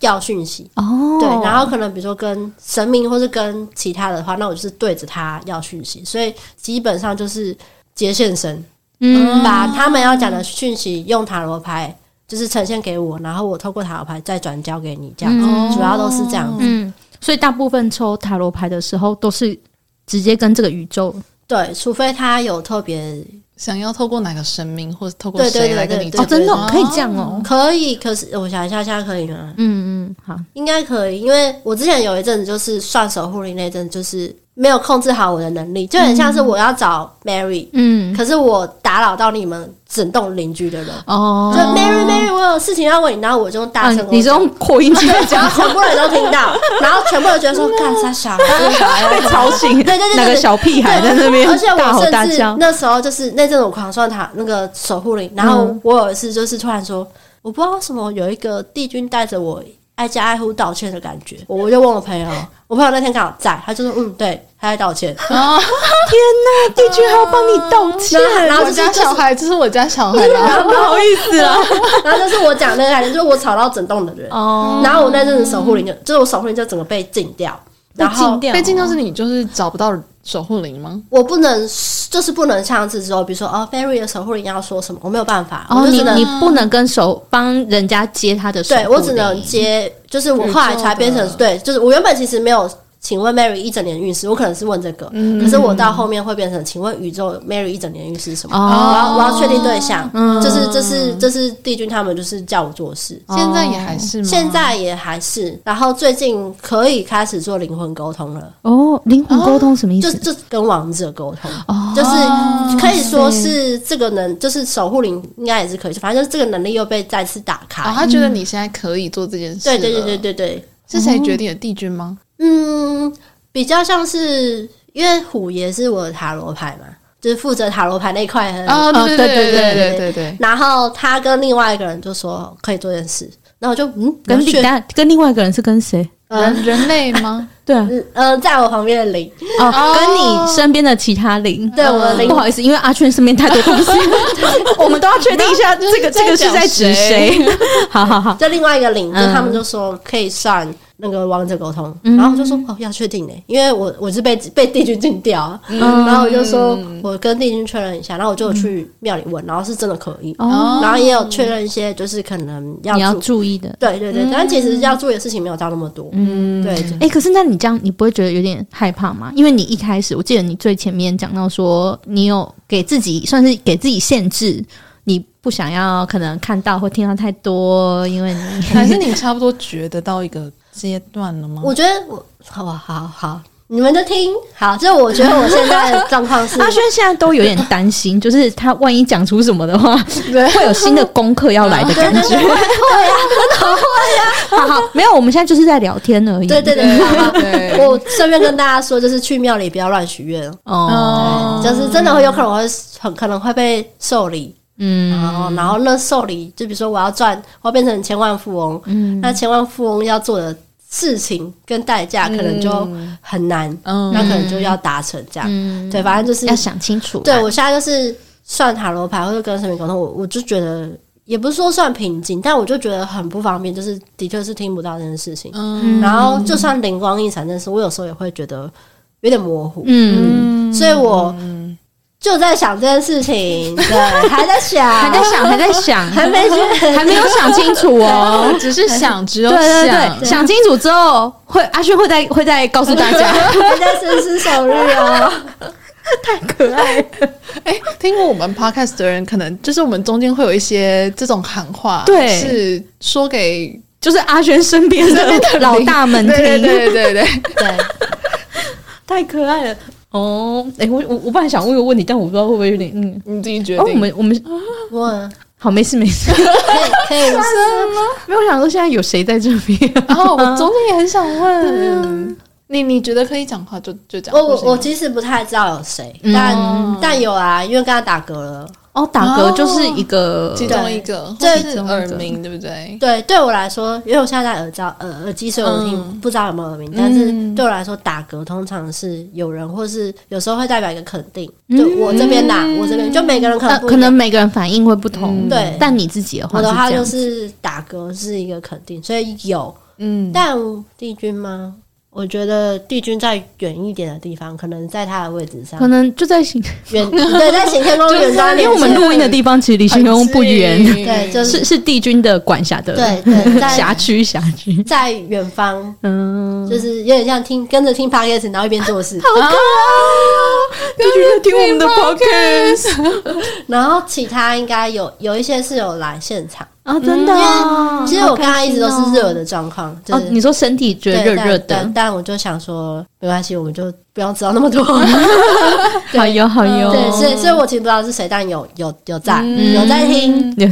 Speaker 3: 要讯息。
Speaker 2: 哦
Speaker 3: 对，然后可能比如说跟神明或是跟其他的话，那我就是对着他要讯息，所以基本上就是接线神，
Speaker 2: 嗯
Speaker 3: 把他们要讲的讯息用塔罗牌就是呈现给我，然后我透过塔罗牌再转交给你，这样、
Speaker 2: 嗯
Speaker 3: 主要都是这样。
Speaker 2: 嗯，所以大部分抽塔罗牌的时候都是直接跟这个宇宙，
Speaker 3: 对，除非他有特别
Speaker 1: 想要透过哪个神明，或者透过
Speaker 3: 对对
Speaker 1: 谁
Speaker 3: 对
Speaker 1: 来跟
Speaker 3: 对
Speaker 1: 你
Speaker 3: 对
Speaker 1: 讲
Speaker 2: 哦，真的哦可以这样哦，
Speaker 3: 可以，可是我想一下，现在可以吗？
Speaker 2: 嗯嗯，好，
Speaker 3: 应该可以，因为我之前有一阵子就是算守护灵那阵，就是没有控制好我的能力，就很像是我要找 Mary，、
Speaker 2: 嗯，
Speaker 3: 可是我打扰到你们整栋邻居的人，
Speaker 2: 哦
Speaker 3: 就，Mary Mary，我有事情要问你，然后我就用大
Speaker 2: 啊
Speaker 3: 声跟我讲、，
Speaker 2: 你是用扩音器在
Speaker 3: 然
Speaker 2: 讲，
Speaker 3: 后全部人都听到，然后全部人觉得 说干啥小孩，
Speaker 2: 被吵醒，
Speaker 3: 对对对对
Speaker 2: 哪个小屁 孩在那边
Speaker 3: 啊而且
Speaker 2: 大吼
Speaker 3: 我
Speaker 2: 大
Speaker 3: 甚至
Speaker 2: 叫，
Speaker 3: 那时候就是那阵子我狂算塔那个守护灵，然后
Speaker 2: 嗯
Speaker 3: 我有一次就是突然说，我不知道为什么有一个帝君带着我挨家挨户道歉的感觉， 我我就问我朋友，我朋友那天刚好在，他就说嗯，对，他在道歉，
Speaker 1: 哦，
Speaker 2: 天呐，帝君还要帮你道歉，
Speaker 3: 啊然后
Speaker 1: 啊我
Speaker 3: 就是
Speaker 1: 家小孩，这是我家小孩啦。
Speaker 2: 不好意思啊。
Speaker 3: 然后就是我讲那个感觉，就是我吵到整栋的人，
Speaker 2: 哦，
Speaker 3: 然后我那阵子守护灵就就是我守护灵就整个被禁掉，然后。哦
Speaker 2: 掉
Speaker 1: 被禁掉是你就是找不到守护灵吗？
Speaker 3: 我不能，就是不能像之后，比如说哦，Barry 的守护灵要说什么，我没有办法，我
Speaker 2: 哦，
Speaker 3: 就
Speaker 2: 你
Speaker 3: 只能
Speaker 2: 你不能跟手帮人家接他的手，
Speaker 3: 对我只能。接，就是我后来才变
Speaker 1: 宇宙
Speaker 3: 成
Speaker 1: 的
Speaker 3: 对，就是我原本其实没有。请问 Mary 一整年运势，我可能是问这个，
Speaker 1: 嗯
Speaker 3: 可是我到后面会变成，请问宇宙 Mary 一整年运势是什么？我
Speaker 2: 哦，
Speaker 3: 要我要确定对象，
Speaker 2: 嗯
Speaker 3: 就是这是这是帝君他们就是叫我做事，
Speaker 1: 现在也还哦是吗？
Speaker 3: 哦现在也还是，然后最近可以开始做灵魂沟通了，
Speaker 2: 哦，灵魂沟通什么意
Speaker 3: 就
Speaker 2: 思？
Speaker 3: 就跟王者沟通，
Speaker 2: 哦，
Speaker 3: 就是可以说是这个能，就是守护灵应该也是可以，反正就是这个能力又被再次打开
Speaker 1: 哦，，他觉得你现在可以做这件事。
Speaker 3: 对对对对，对对，
Speaker 1: 是谁决定的？帝君吗？
Speaker 3: 嗯，比较像是因为虎爷是我的塔罗牌嘛，就是负责塔罗牌那一块很。
Speaker 1: 哦，
Speaker 2: 哦
Speaker 1: 对对
Speaker 2: 对对
Speaker 1: 对
Speaker 3: 嗯对
Speaker 1: 对对对。
Speaker 3: 然后他跟另外一个人就说可以做件事，然后我就嗯，
Speaker 2: 跟
Speaker 3: 你
Speaker 2: 另但跟另外一个人是跟谁？
Speaker 1: 人人类吗？
Speaker 2: 对啊，
Speaker 3: 嗯呃，在我旁边的灵，
Speaker 2: 哦，跟你身边的其他灵。哦
Speaker 3: 对我的灵
Speaker 2: 不，好意思，因为阿圈身边太多东西， 我们都要确定一下这个
Speaker 1: 在
Speaker 2: 这个是
Speaker 1: 讲
Speaker 2: 在指
Speaker 1: 谁
Speaker 2: 谁。好好好，
Speaker 3: 就另外一个灵，就
Speaker 2: 嗯
Speaker 3: 他们就说可以算那个王者沟通，然后我就说哦要确定呢、因为我我是被被帝君禁掉啊，
Speaker 2: 嗯
Speaker 3: 然后我就说我跟帝君确认一下，然后我就有去庙里问，然后是真的可以，
Speaker 2: 哦
Speaker 3: 然后也有确认一些就是可能要
Speaker 2: 你要
Speaker 3: 注
Speaker 2: 注意的。
Speaker 3: 对对对，但其实要注意的事情没有到那么多，嗯，对，
Speaker 2: 哎、可是那你这样，你不会觉得有点害怕吗？因为你一开始，我记得你最前面讲到说，你有给自己算是给自己限制，你不想要可能看到或听到太多，因 为你
Speaker 1: 还是你差不多觉得到一个阶段了吗？
Speaker 3: 我觉得我好吧，好啊好，你们就听好。就我觉得我现在的状况是，
Speaker 2: 阿轩现在都有点担心，就是他万一讲出什么的话，会有新的功课要来的感觉。会啊，会啊。好好，没有，我们现在就是在聊天而已。
Speaker 3: 对对对，好吧。
Speaker 1: 对，
Speaker 3: 我顺便跟大家说，就是去庙里不要乱许愿，
Speaker 2: 哦，
Speaker 3: 就是真的会有可能会很可能会被受理，
Speaker 2: 嗯，
Speaker 3: 然后然后那受理，就比如说我要赚，我要变成千万富翁，
Speaker 2: 嗯
Speaker 3: 那千万富翁要做的事情跟代价可能就很难，
Speaker 1: 嗯
Speaker 3: 那可能就要达成这样，
Speaker 2: 嗯
Speaker 3: 对，反正就是
Speaker 2: 要想清楚。
Speaker 3: 对我现在就是算塔罗牌或者跟神明沟通，我我就觉得也不是说算瓶颈，但我就觉得很不方便，就是的确是听不到这件事情。
Speaker 1: 嗯
Speaker 3: 然后就算灵光一闪，但是我有时候也会觉得有点模糊，
Speaker 2: 嗯，
Speaker 1: 嗯
Speaker 3: 所以我就在想这件 事情，对，还在想，
Speaker 2: 还在想， 还在想，
Speaker 3: 还没决
Speaker 2: 还没有想清楚哦。
Speaker 1: 只是想，只有
Speaker 2: 对对
Speaker 1: 想
Speaker 2: 对，，想清楚之后，会阿轩会再会再告诉大家。
Speaker 3: 还在深思熟虑 哦。
Speaker 2: 可爱，
Speaker 1: 哎、听过我们 podcast 的人，可能就是我们中间会有一些这种喊话，
Speaker 2: 对
Speaker 1: 是说给
Speaker 2: 就是阿轩身边的老大 们听。
Speaker 1: 对对对对对，
Speaker 3: 对，
Speaker 2: 太可爱了。哦，哎、我我我本来想问个问题，但我不知道会不会有点嗯。
Speaker 1: 你自己决
Speaker 2: 哦，我
Speaker 1: 定。
Speaker 2: 们我们
Speaker 3: 我
Speaker 2: 好，没事没 事，
Speaker 3: 可以 可以，
Speaker 2: 啊没有我想说现在有谁在这边、啊
Speaker 1: 然后我中间也很想问，你你觉得可以讲话就就讲，
Speaker 3: 哦我
Speaker 1: 不
Speaker 3: 我
Speaker 1: 行吗
Speaker 3: 我其实不太知道有谁，
Speaker 2: 嗯
Speaker 3: 但但有啊，因为刚刚打嗝了。
Speaker 2: 哦，打嗝就是一个，
Speaker 1: 其中一个，
Speaker 3: 对
Speaker 1: 这
Speaker 2: 这
Speaker 1: 是
Speaker 2: 其中一个
Speaker 1: 耳鸣，对不对？
Speaker 3: 对，对我来说，因为我现在戴耳罩、耳耳机，所以我听、
Speaker 1: 嗯
Speaker 3: 不知道有没有耳鸣。但是
Speaker 1: 嗯
Speaker 3: 对我来说，打嗝通常是有人，或是有时候会代表一个肯定，就我这边打，我这边就每个人可
Speaker 2: 嗯呃
Speaker 3: 能不一
Speaker 2: 可
Speaker 3: 样、
Speaker 2: 能每个人反应会不同，
Speaker 1: 嗯
Speaker 3: 对
Speaker 2: 但你自己的话
Speaker 3: 我
Speaker 2: 是
Speaker 3: 的话
Speaker 2: 这
Speaker 3: 就
Speaker 2: 样，
Speaker 3: 是打嗝是一个肯定，所以有。
Speaker 1: 嗯，
Speaker 3: 但帝君吗？我觉得帝君在远一点的地方，可能在他的位置上
Speaker 2: 可，能就在行，
Speaker 3: 远对，在 行天宫远端
Speaker 2: 因
Speaker 3: 连
Speaker 2: 为
Speaker 3: 线，
Speaker 2: 我们录音的地方其实离行天宫不远，
Speaker 3: 对，就是是
Speaker 2: 是是帝君的管辖的
Speaker 3: 对 对，
Speaker 2: 辖
Speaker 3: 在哦
Speaker 2: 区辖区，
Speaker 3: 在远方，
Speaker 2: 嗯，
Speaker 3: 就是有点像听跟着听 podcast，然后一边 做事。
Speaker 2: 哦帝君在听我们的 podcast
Speaker 3: 然后其他应该有有一些是有来现场。
Speaker 2: 啊，真的哦，
Speaker 3: 嗯其实我跟他一直都
Speaker 2: 好开
Speaker 3: 是
Speaker 2: 心哦
Speaker 3: 热的状况，就
Speaker 2: 哦，
Speaker 3: 是
Speaker 2: 你说身体觉得
Speaker 3: 对
Speaker 2: 热热
Speaker 3: 但但
Speaker 2: 的，
Speaker 3: 但我就想说没关系，我们就不要知道那 么多。
Speaker 2: 好哟好哟，
Speaker 3: 对，所以所以我其实不知道是谁，但有有有在
Speaker 1: 嗯
Speaker 3: 有在听，嗯
Speaker 2: 有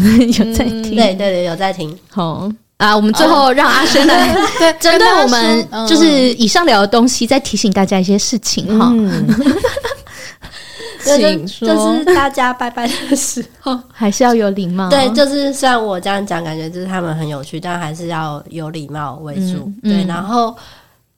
Speaker 2: 有在听，
Speaker 3: 对对对，有在听。
Speaker 2: 好啊，我们最后让阿轩 来
Speaker 1: 对
Speaker 2: 针对我们
Speaker 1: 跟大家说嗯嗯
Speaker 2: 就是以上聊的东西，再提醒大家一些事情哈。
Speaker 1: 请
Speaker 3: 就就
Speaker 1: 说
Speaker 3: 是大家拜拜的时候，
Speaker 2: 还是要有礼貌。
Speaker 3: 对，就是虽然我这样讲，感觉就是他们很有趣，但还是要有礼貌为主。
Speaker 2: 嗯嗯
Speaker 3: 对，然后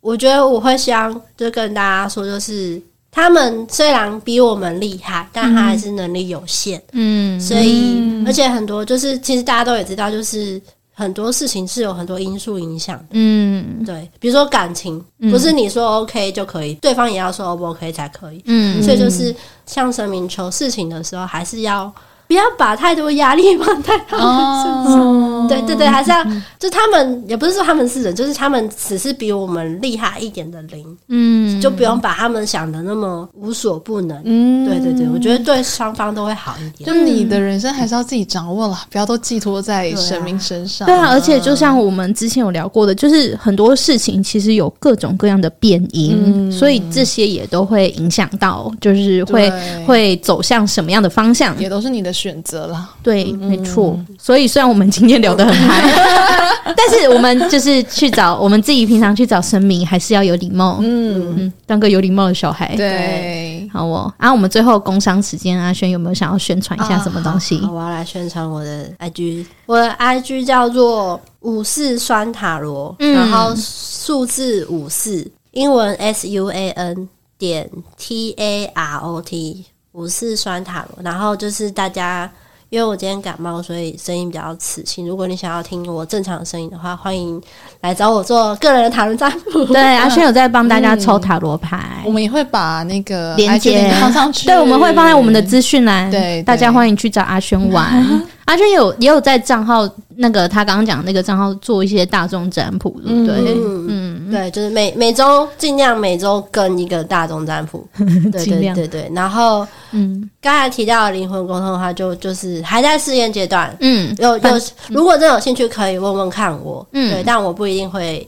Speaker 3: 我觉得我会想就跟大家说，就是他们虽然比我们厉害，但他还是能力有限，
Speaker 2: 嗯，
Speaker 3: 所以、
Speaker 1: 嗯
Speaker 3: 而且很多就是其实大家都也知道，就是很多事情是有很多因素影响。
Speaker 2: 嗯
Speaker 3: 对，比如说感情，
Speaker 2: 嗯
Speaker 3: 不是你说 OK 就可以，对方也要说 O 不 OK 才可以。
Speaker 2: 嗯，
Speaker 3: 所以就是向神明求事情的时候，还是要不要把太多压力放在他们身 上。
Speaker 1: 哦，
Speaker 3: 对对对，还是要就他们也不是说他们是人，就是他们只是比我们厉害一点的灵，
Speaker 2: 嗯
Speaker 3: 就不用把他们想的那么无所不能。
Speaker 1: 嗯
Speaker 3: 对对对，我觉得对双方都会好一点
Speaker 1: 就。你的人生还是要自己掌握啦，不要都寄托在神明身上。
Speaker 2: 对啊，而且就像我们之前有聊过的，就是很多事情其实有各种各样的变因，
Speaker 1: 嗯
Speaker 2: 所以这些也都会影响到，就是会
Speaker 1: 对
Speaker 2: 会走向什么样的方向。
Speaker 1: 也都是你的选择啦。
Speaker 2: 对，没错。所以虽然我们今天聊得很嗨， 但是我们就是去找我们自己平常去找神明，还是要有礼貌。
Speaker 1: 嗯，
Speaker 2: 嗯，当个有礼貌的小孩。
Speaker 1: 哎对，
Speaker 2: 好哦。啊，我们最后工商时间，阿轩有没有想要宣传一下什么东西
Speaker 3: 啊？好我要来宣传我的 IG，我的 IG 叫做五四酸塔罗，
Speaker 2: 嗯
Speaker 3: 然后数字五四，英文 S U A N 点 T A R O T，五四酸塔罗。然后就是大家因为我今天感冒，所以声音比较磁性。如果你想要听我正常的声音的话，欢迎来找我做个人的塔罗占卜。
Speaker 2: 对，阿轩有在帮大家抽塔罗牌
Speaker 1: 我，们也会把那个
Speaker 2: 连
Speaker 1: IG
Speaker 2: 接
Speaker 1: 链接放上去，
Speaker 2: 对，我们会放在我们的资讯栏，
Speaker 1: 对对
Speaker 2: 大家欢迎去找阿轩玩。阿轩有也有在账号那个他刚刚讲的那个账号做一些大众占卜，对不对？
Speaker 3: 嗯嗯，对，就是每每周尽量每周跟一个大众占卜，对
Speaker 2: 尽
Speaker 3: 对
Speaker 2: 量
Speaker 3: 对对。然后
Speaker 2: 嗯
Speaker 3: 刚才提到的灵魂沟通的话，就就是还在试验阶段。
Speaker 2: 嗯，
Speaker 3: 有有
Speaker 2: 反，
Speaker 3: 如果真的有兴趣，可以问问看我。
Speaker 2: 嗯
Speaker 3: 对，但我不一定会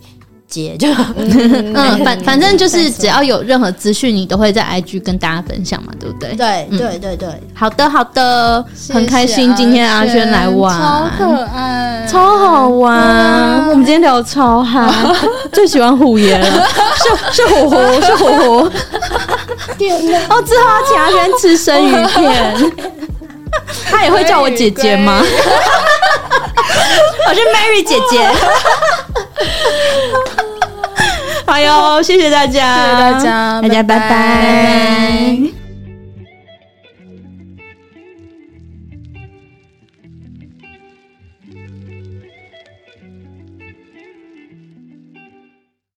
Speaker 3: 接，就
Speaker 2: 嗯，反反正就是只要有任何资讯，你都会在 IG 跟大家分享嘛，对不对？
Speaker 3: 对
Speaker 2: 嗯
Speaker 3: 对对对，
Speaker 2: 好的，好的，
Speaker 1: 谢谢
Speaker 2: 很开心今天阿轩来
Speaker 1: 超
Speaker 2: 玩，
Speaker 1: 可爱，
Speaker 2: 超好玩。我们今天聊得超嗨，最喜欢虎爷了，是是火火，是火火。
Speaker 3: 天哪！
Speaker 2: 哦，之后要请阿轩吃生鱼片，他也会叫我姐姐吗？我是 Mary 姐姐。哎呦，谢谢大家，
Speaker 1: 谢谢大家
Speaker 2: 大家拜
Speaker 1: 拜拜
Speaker 2: 拜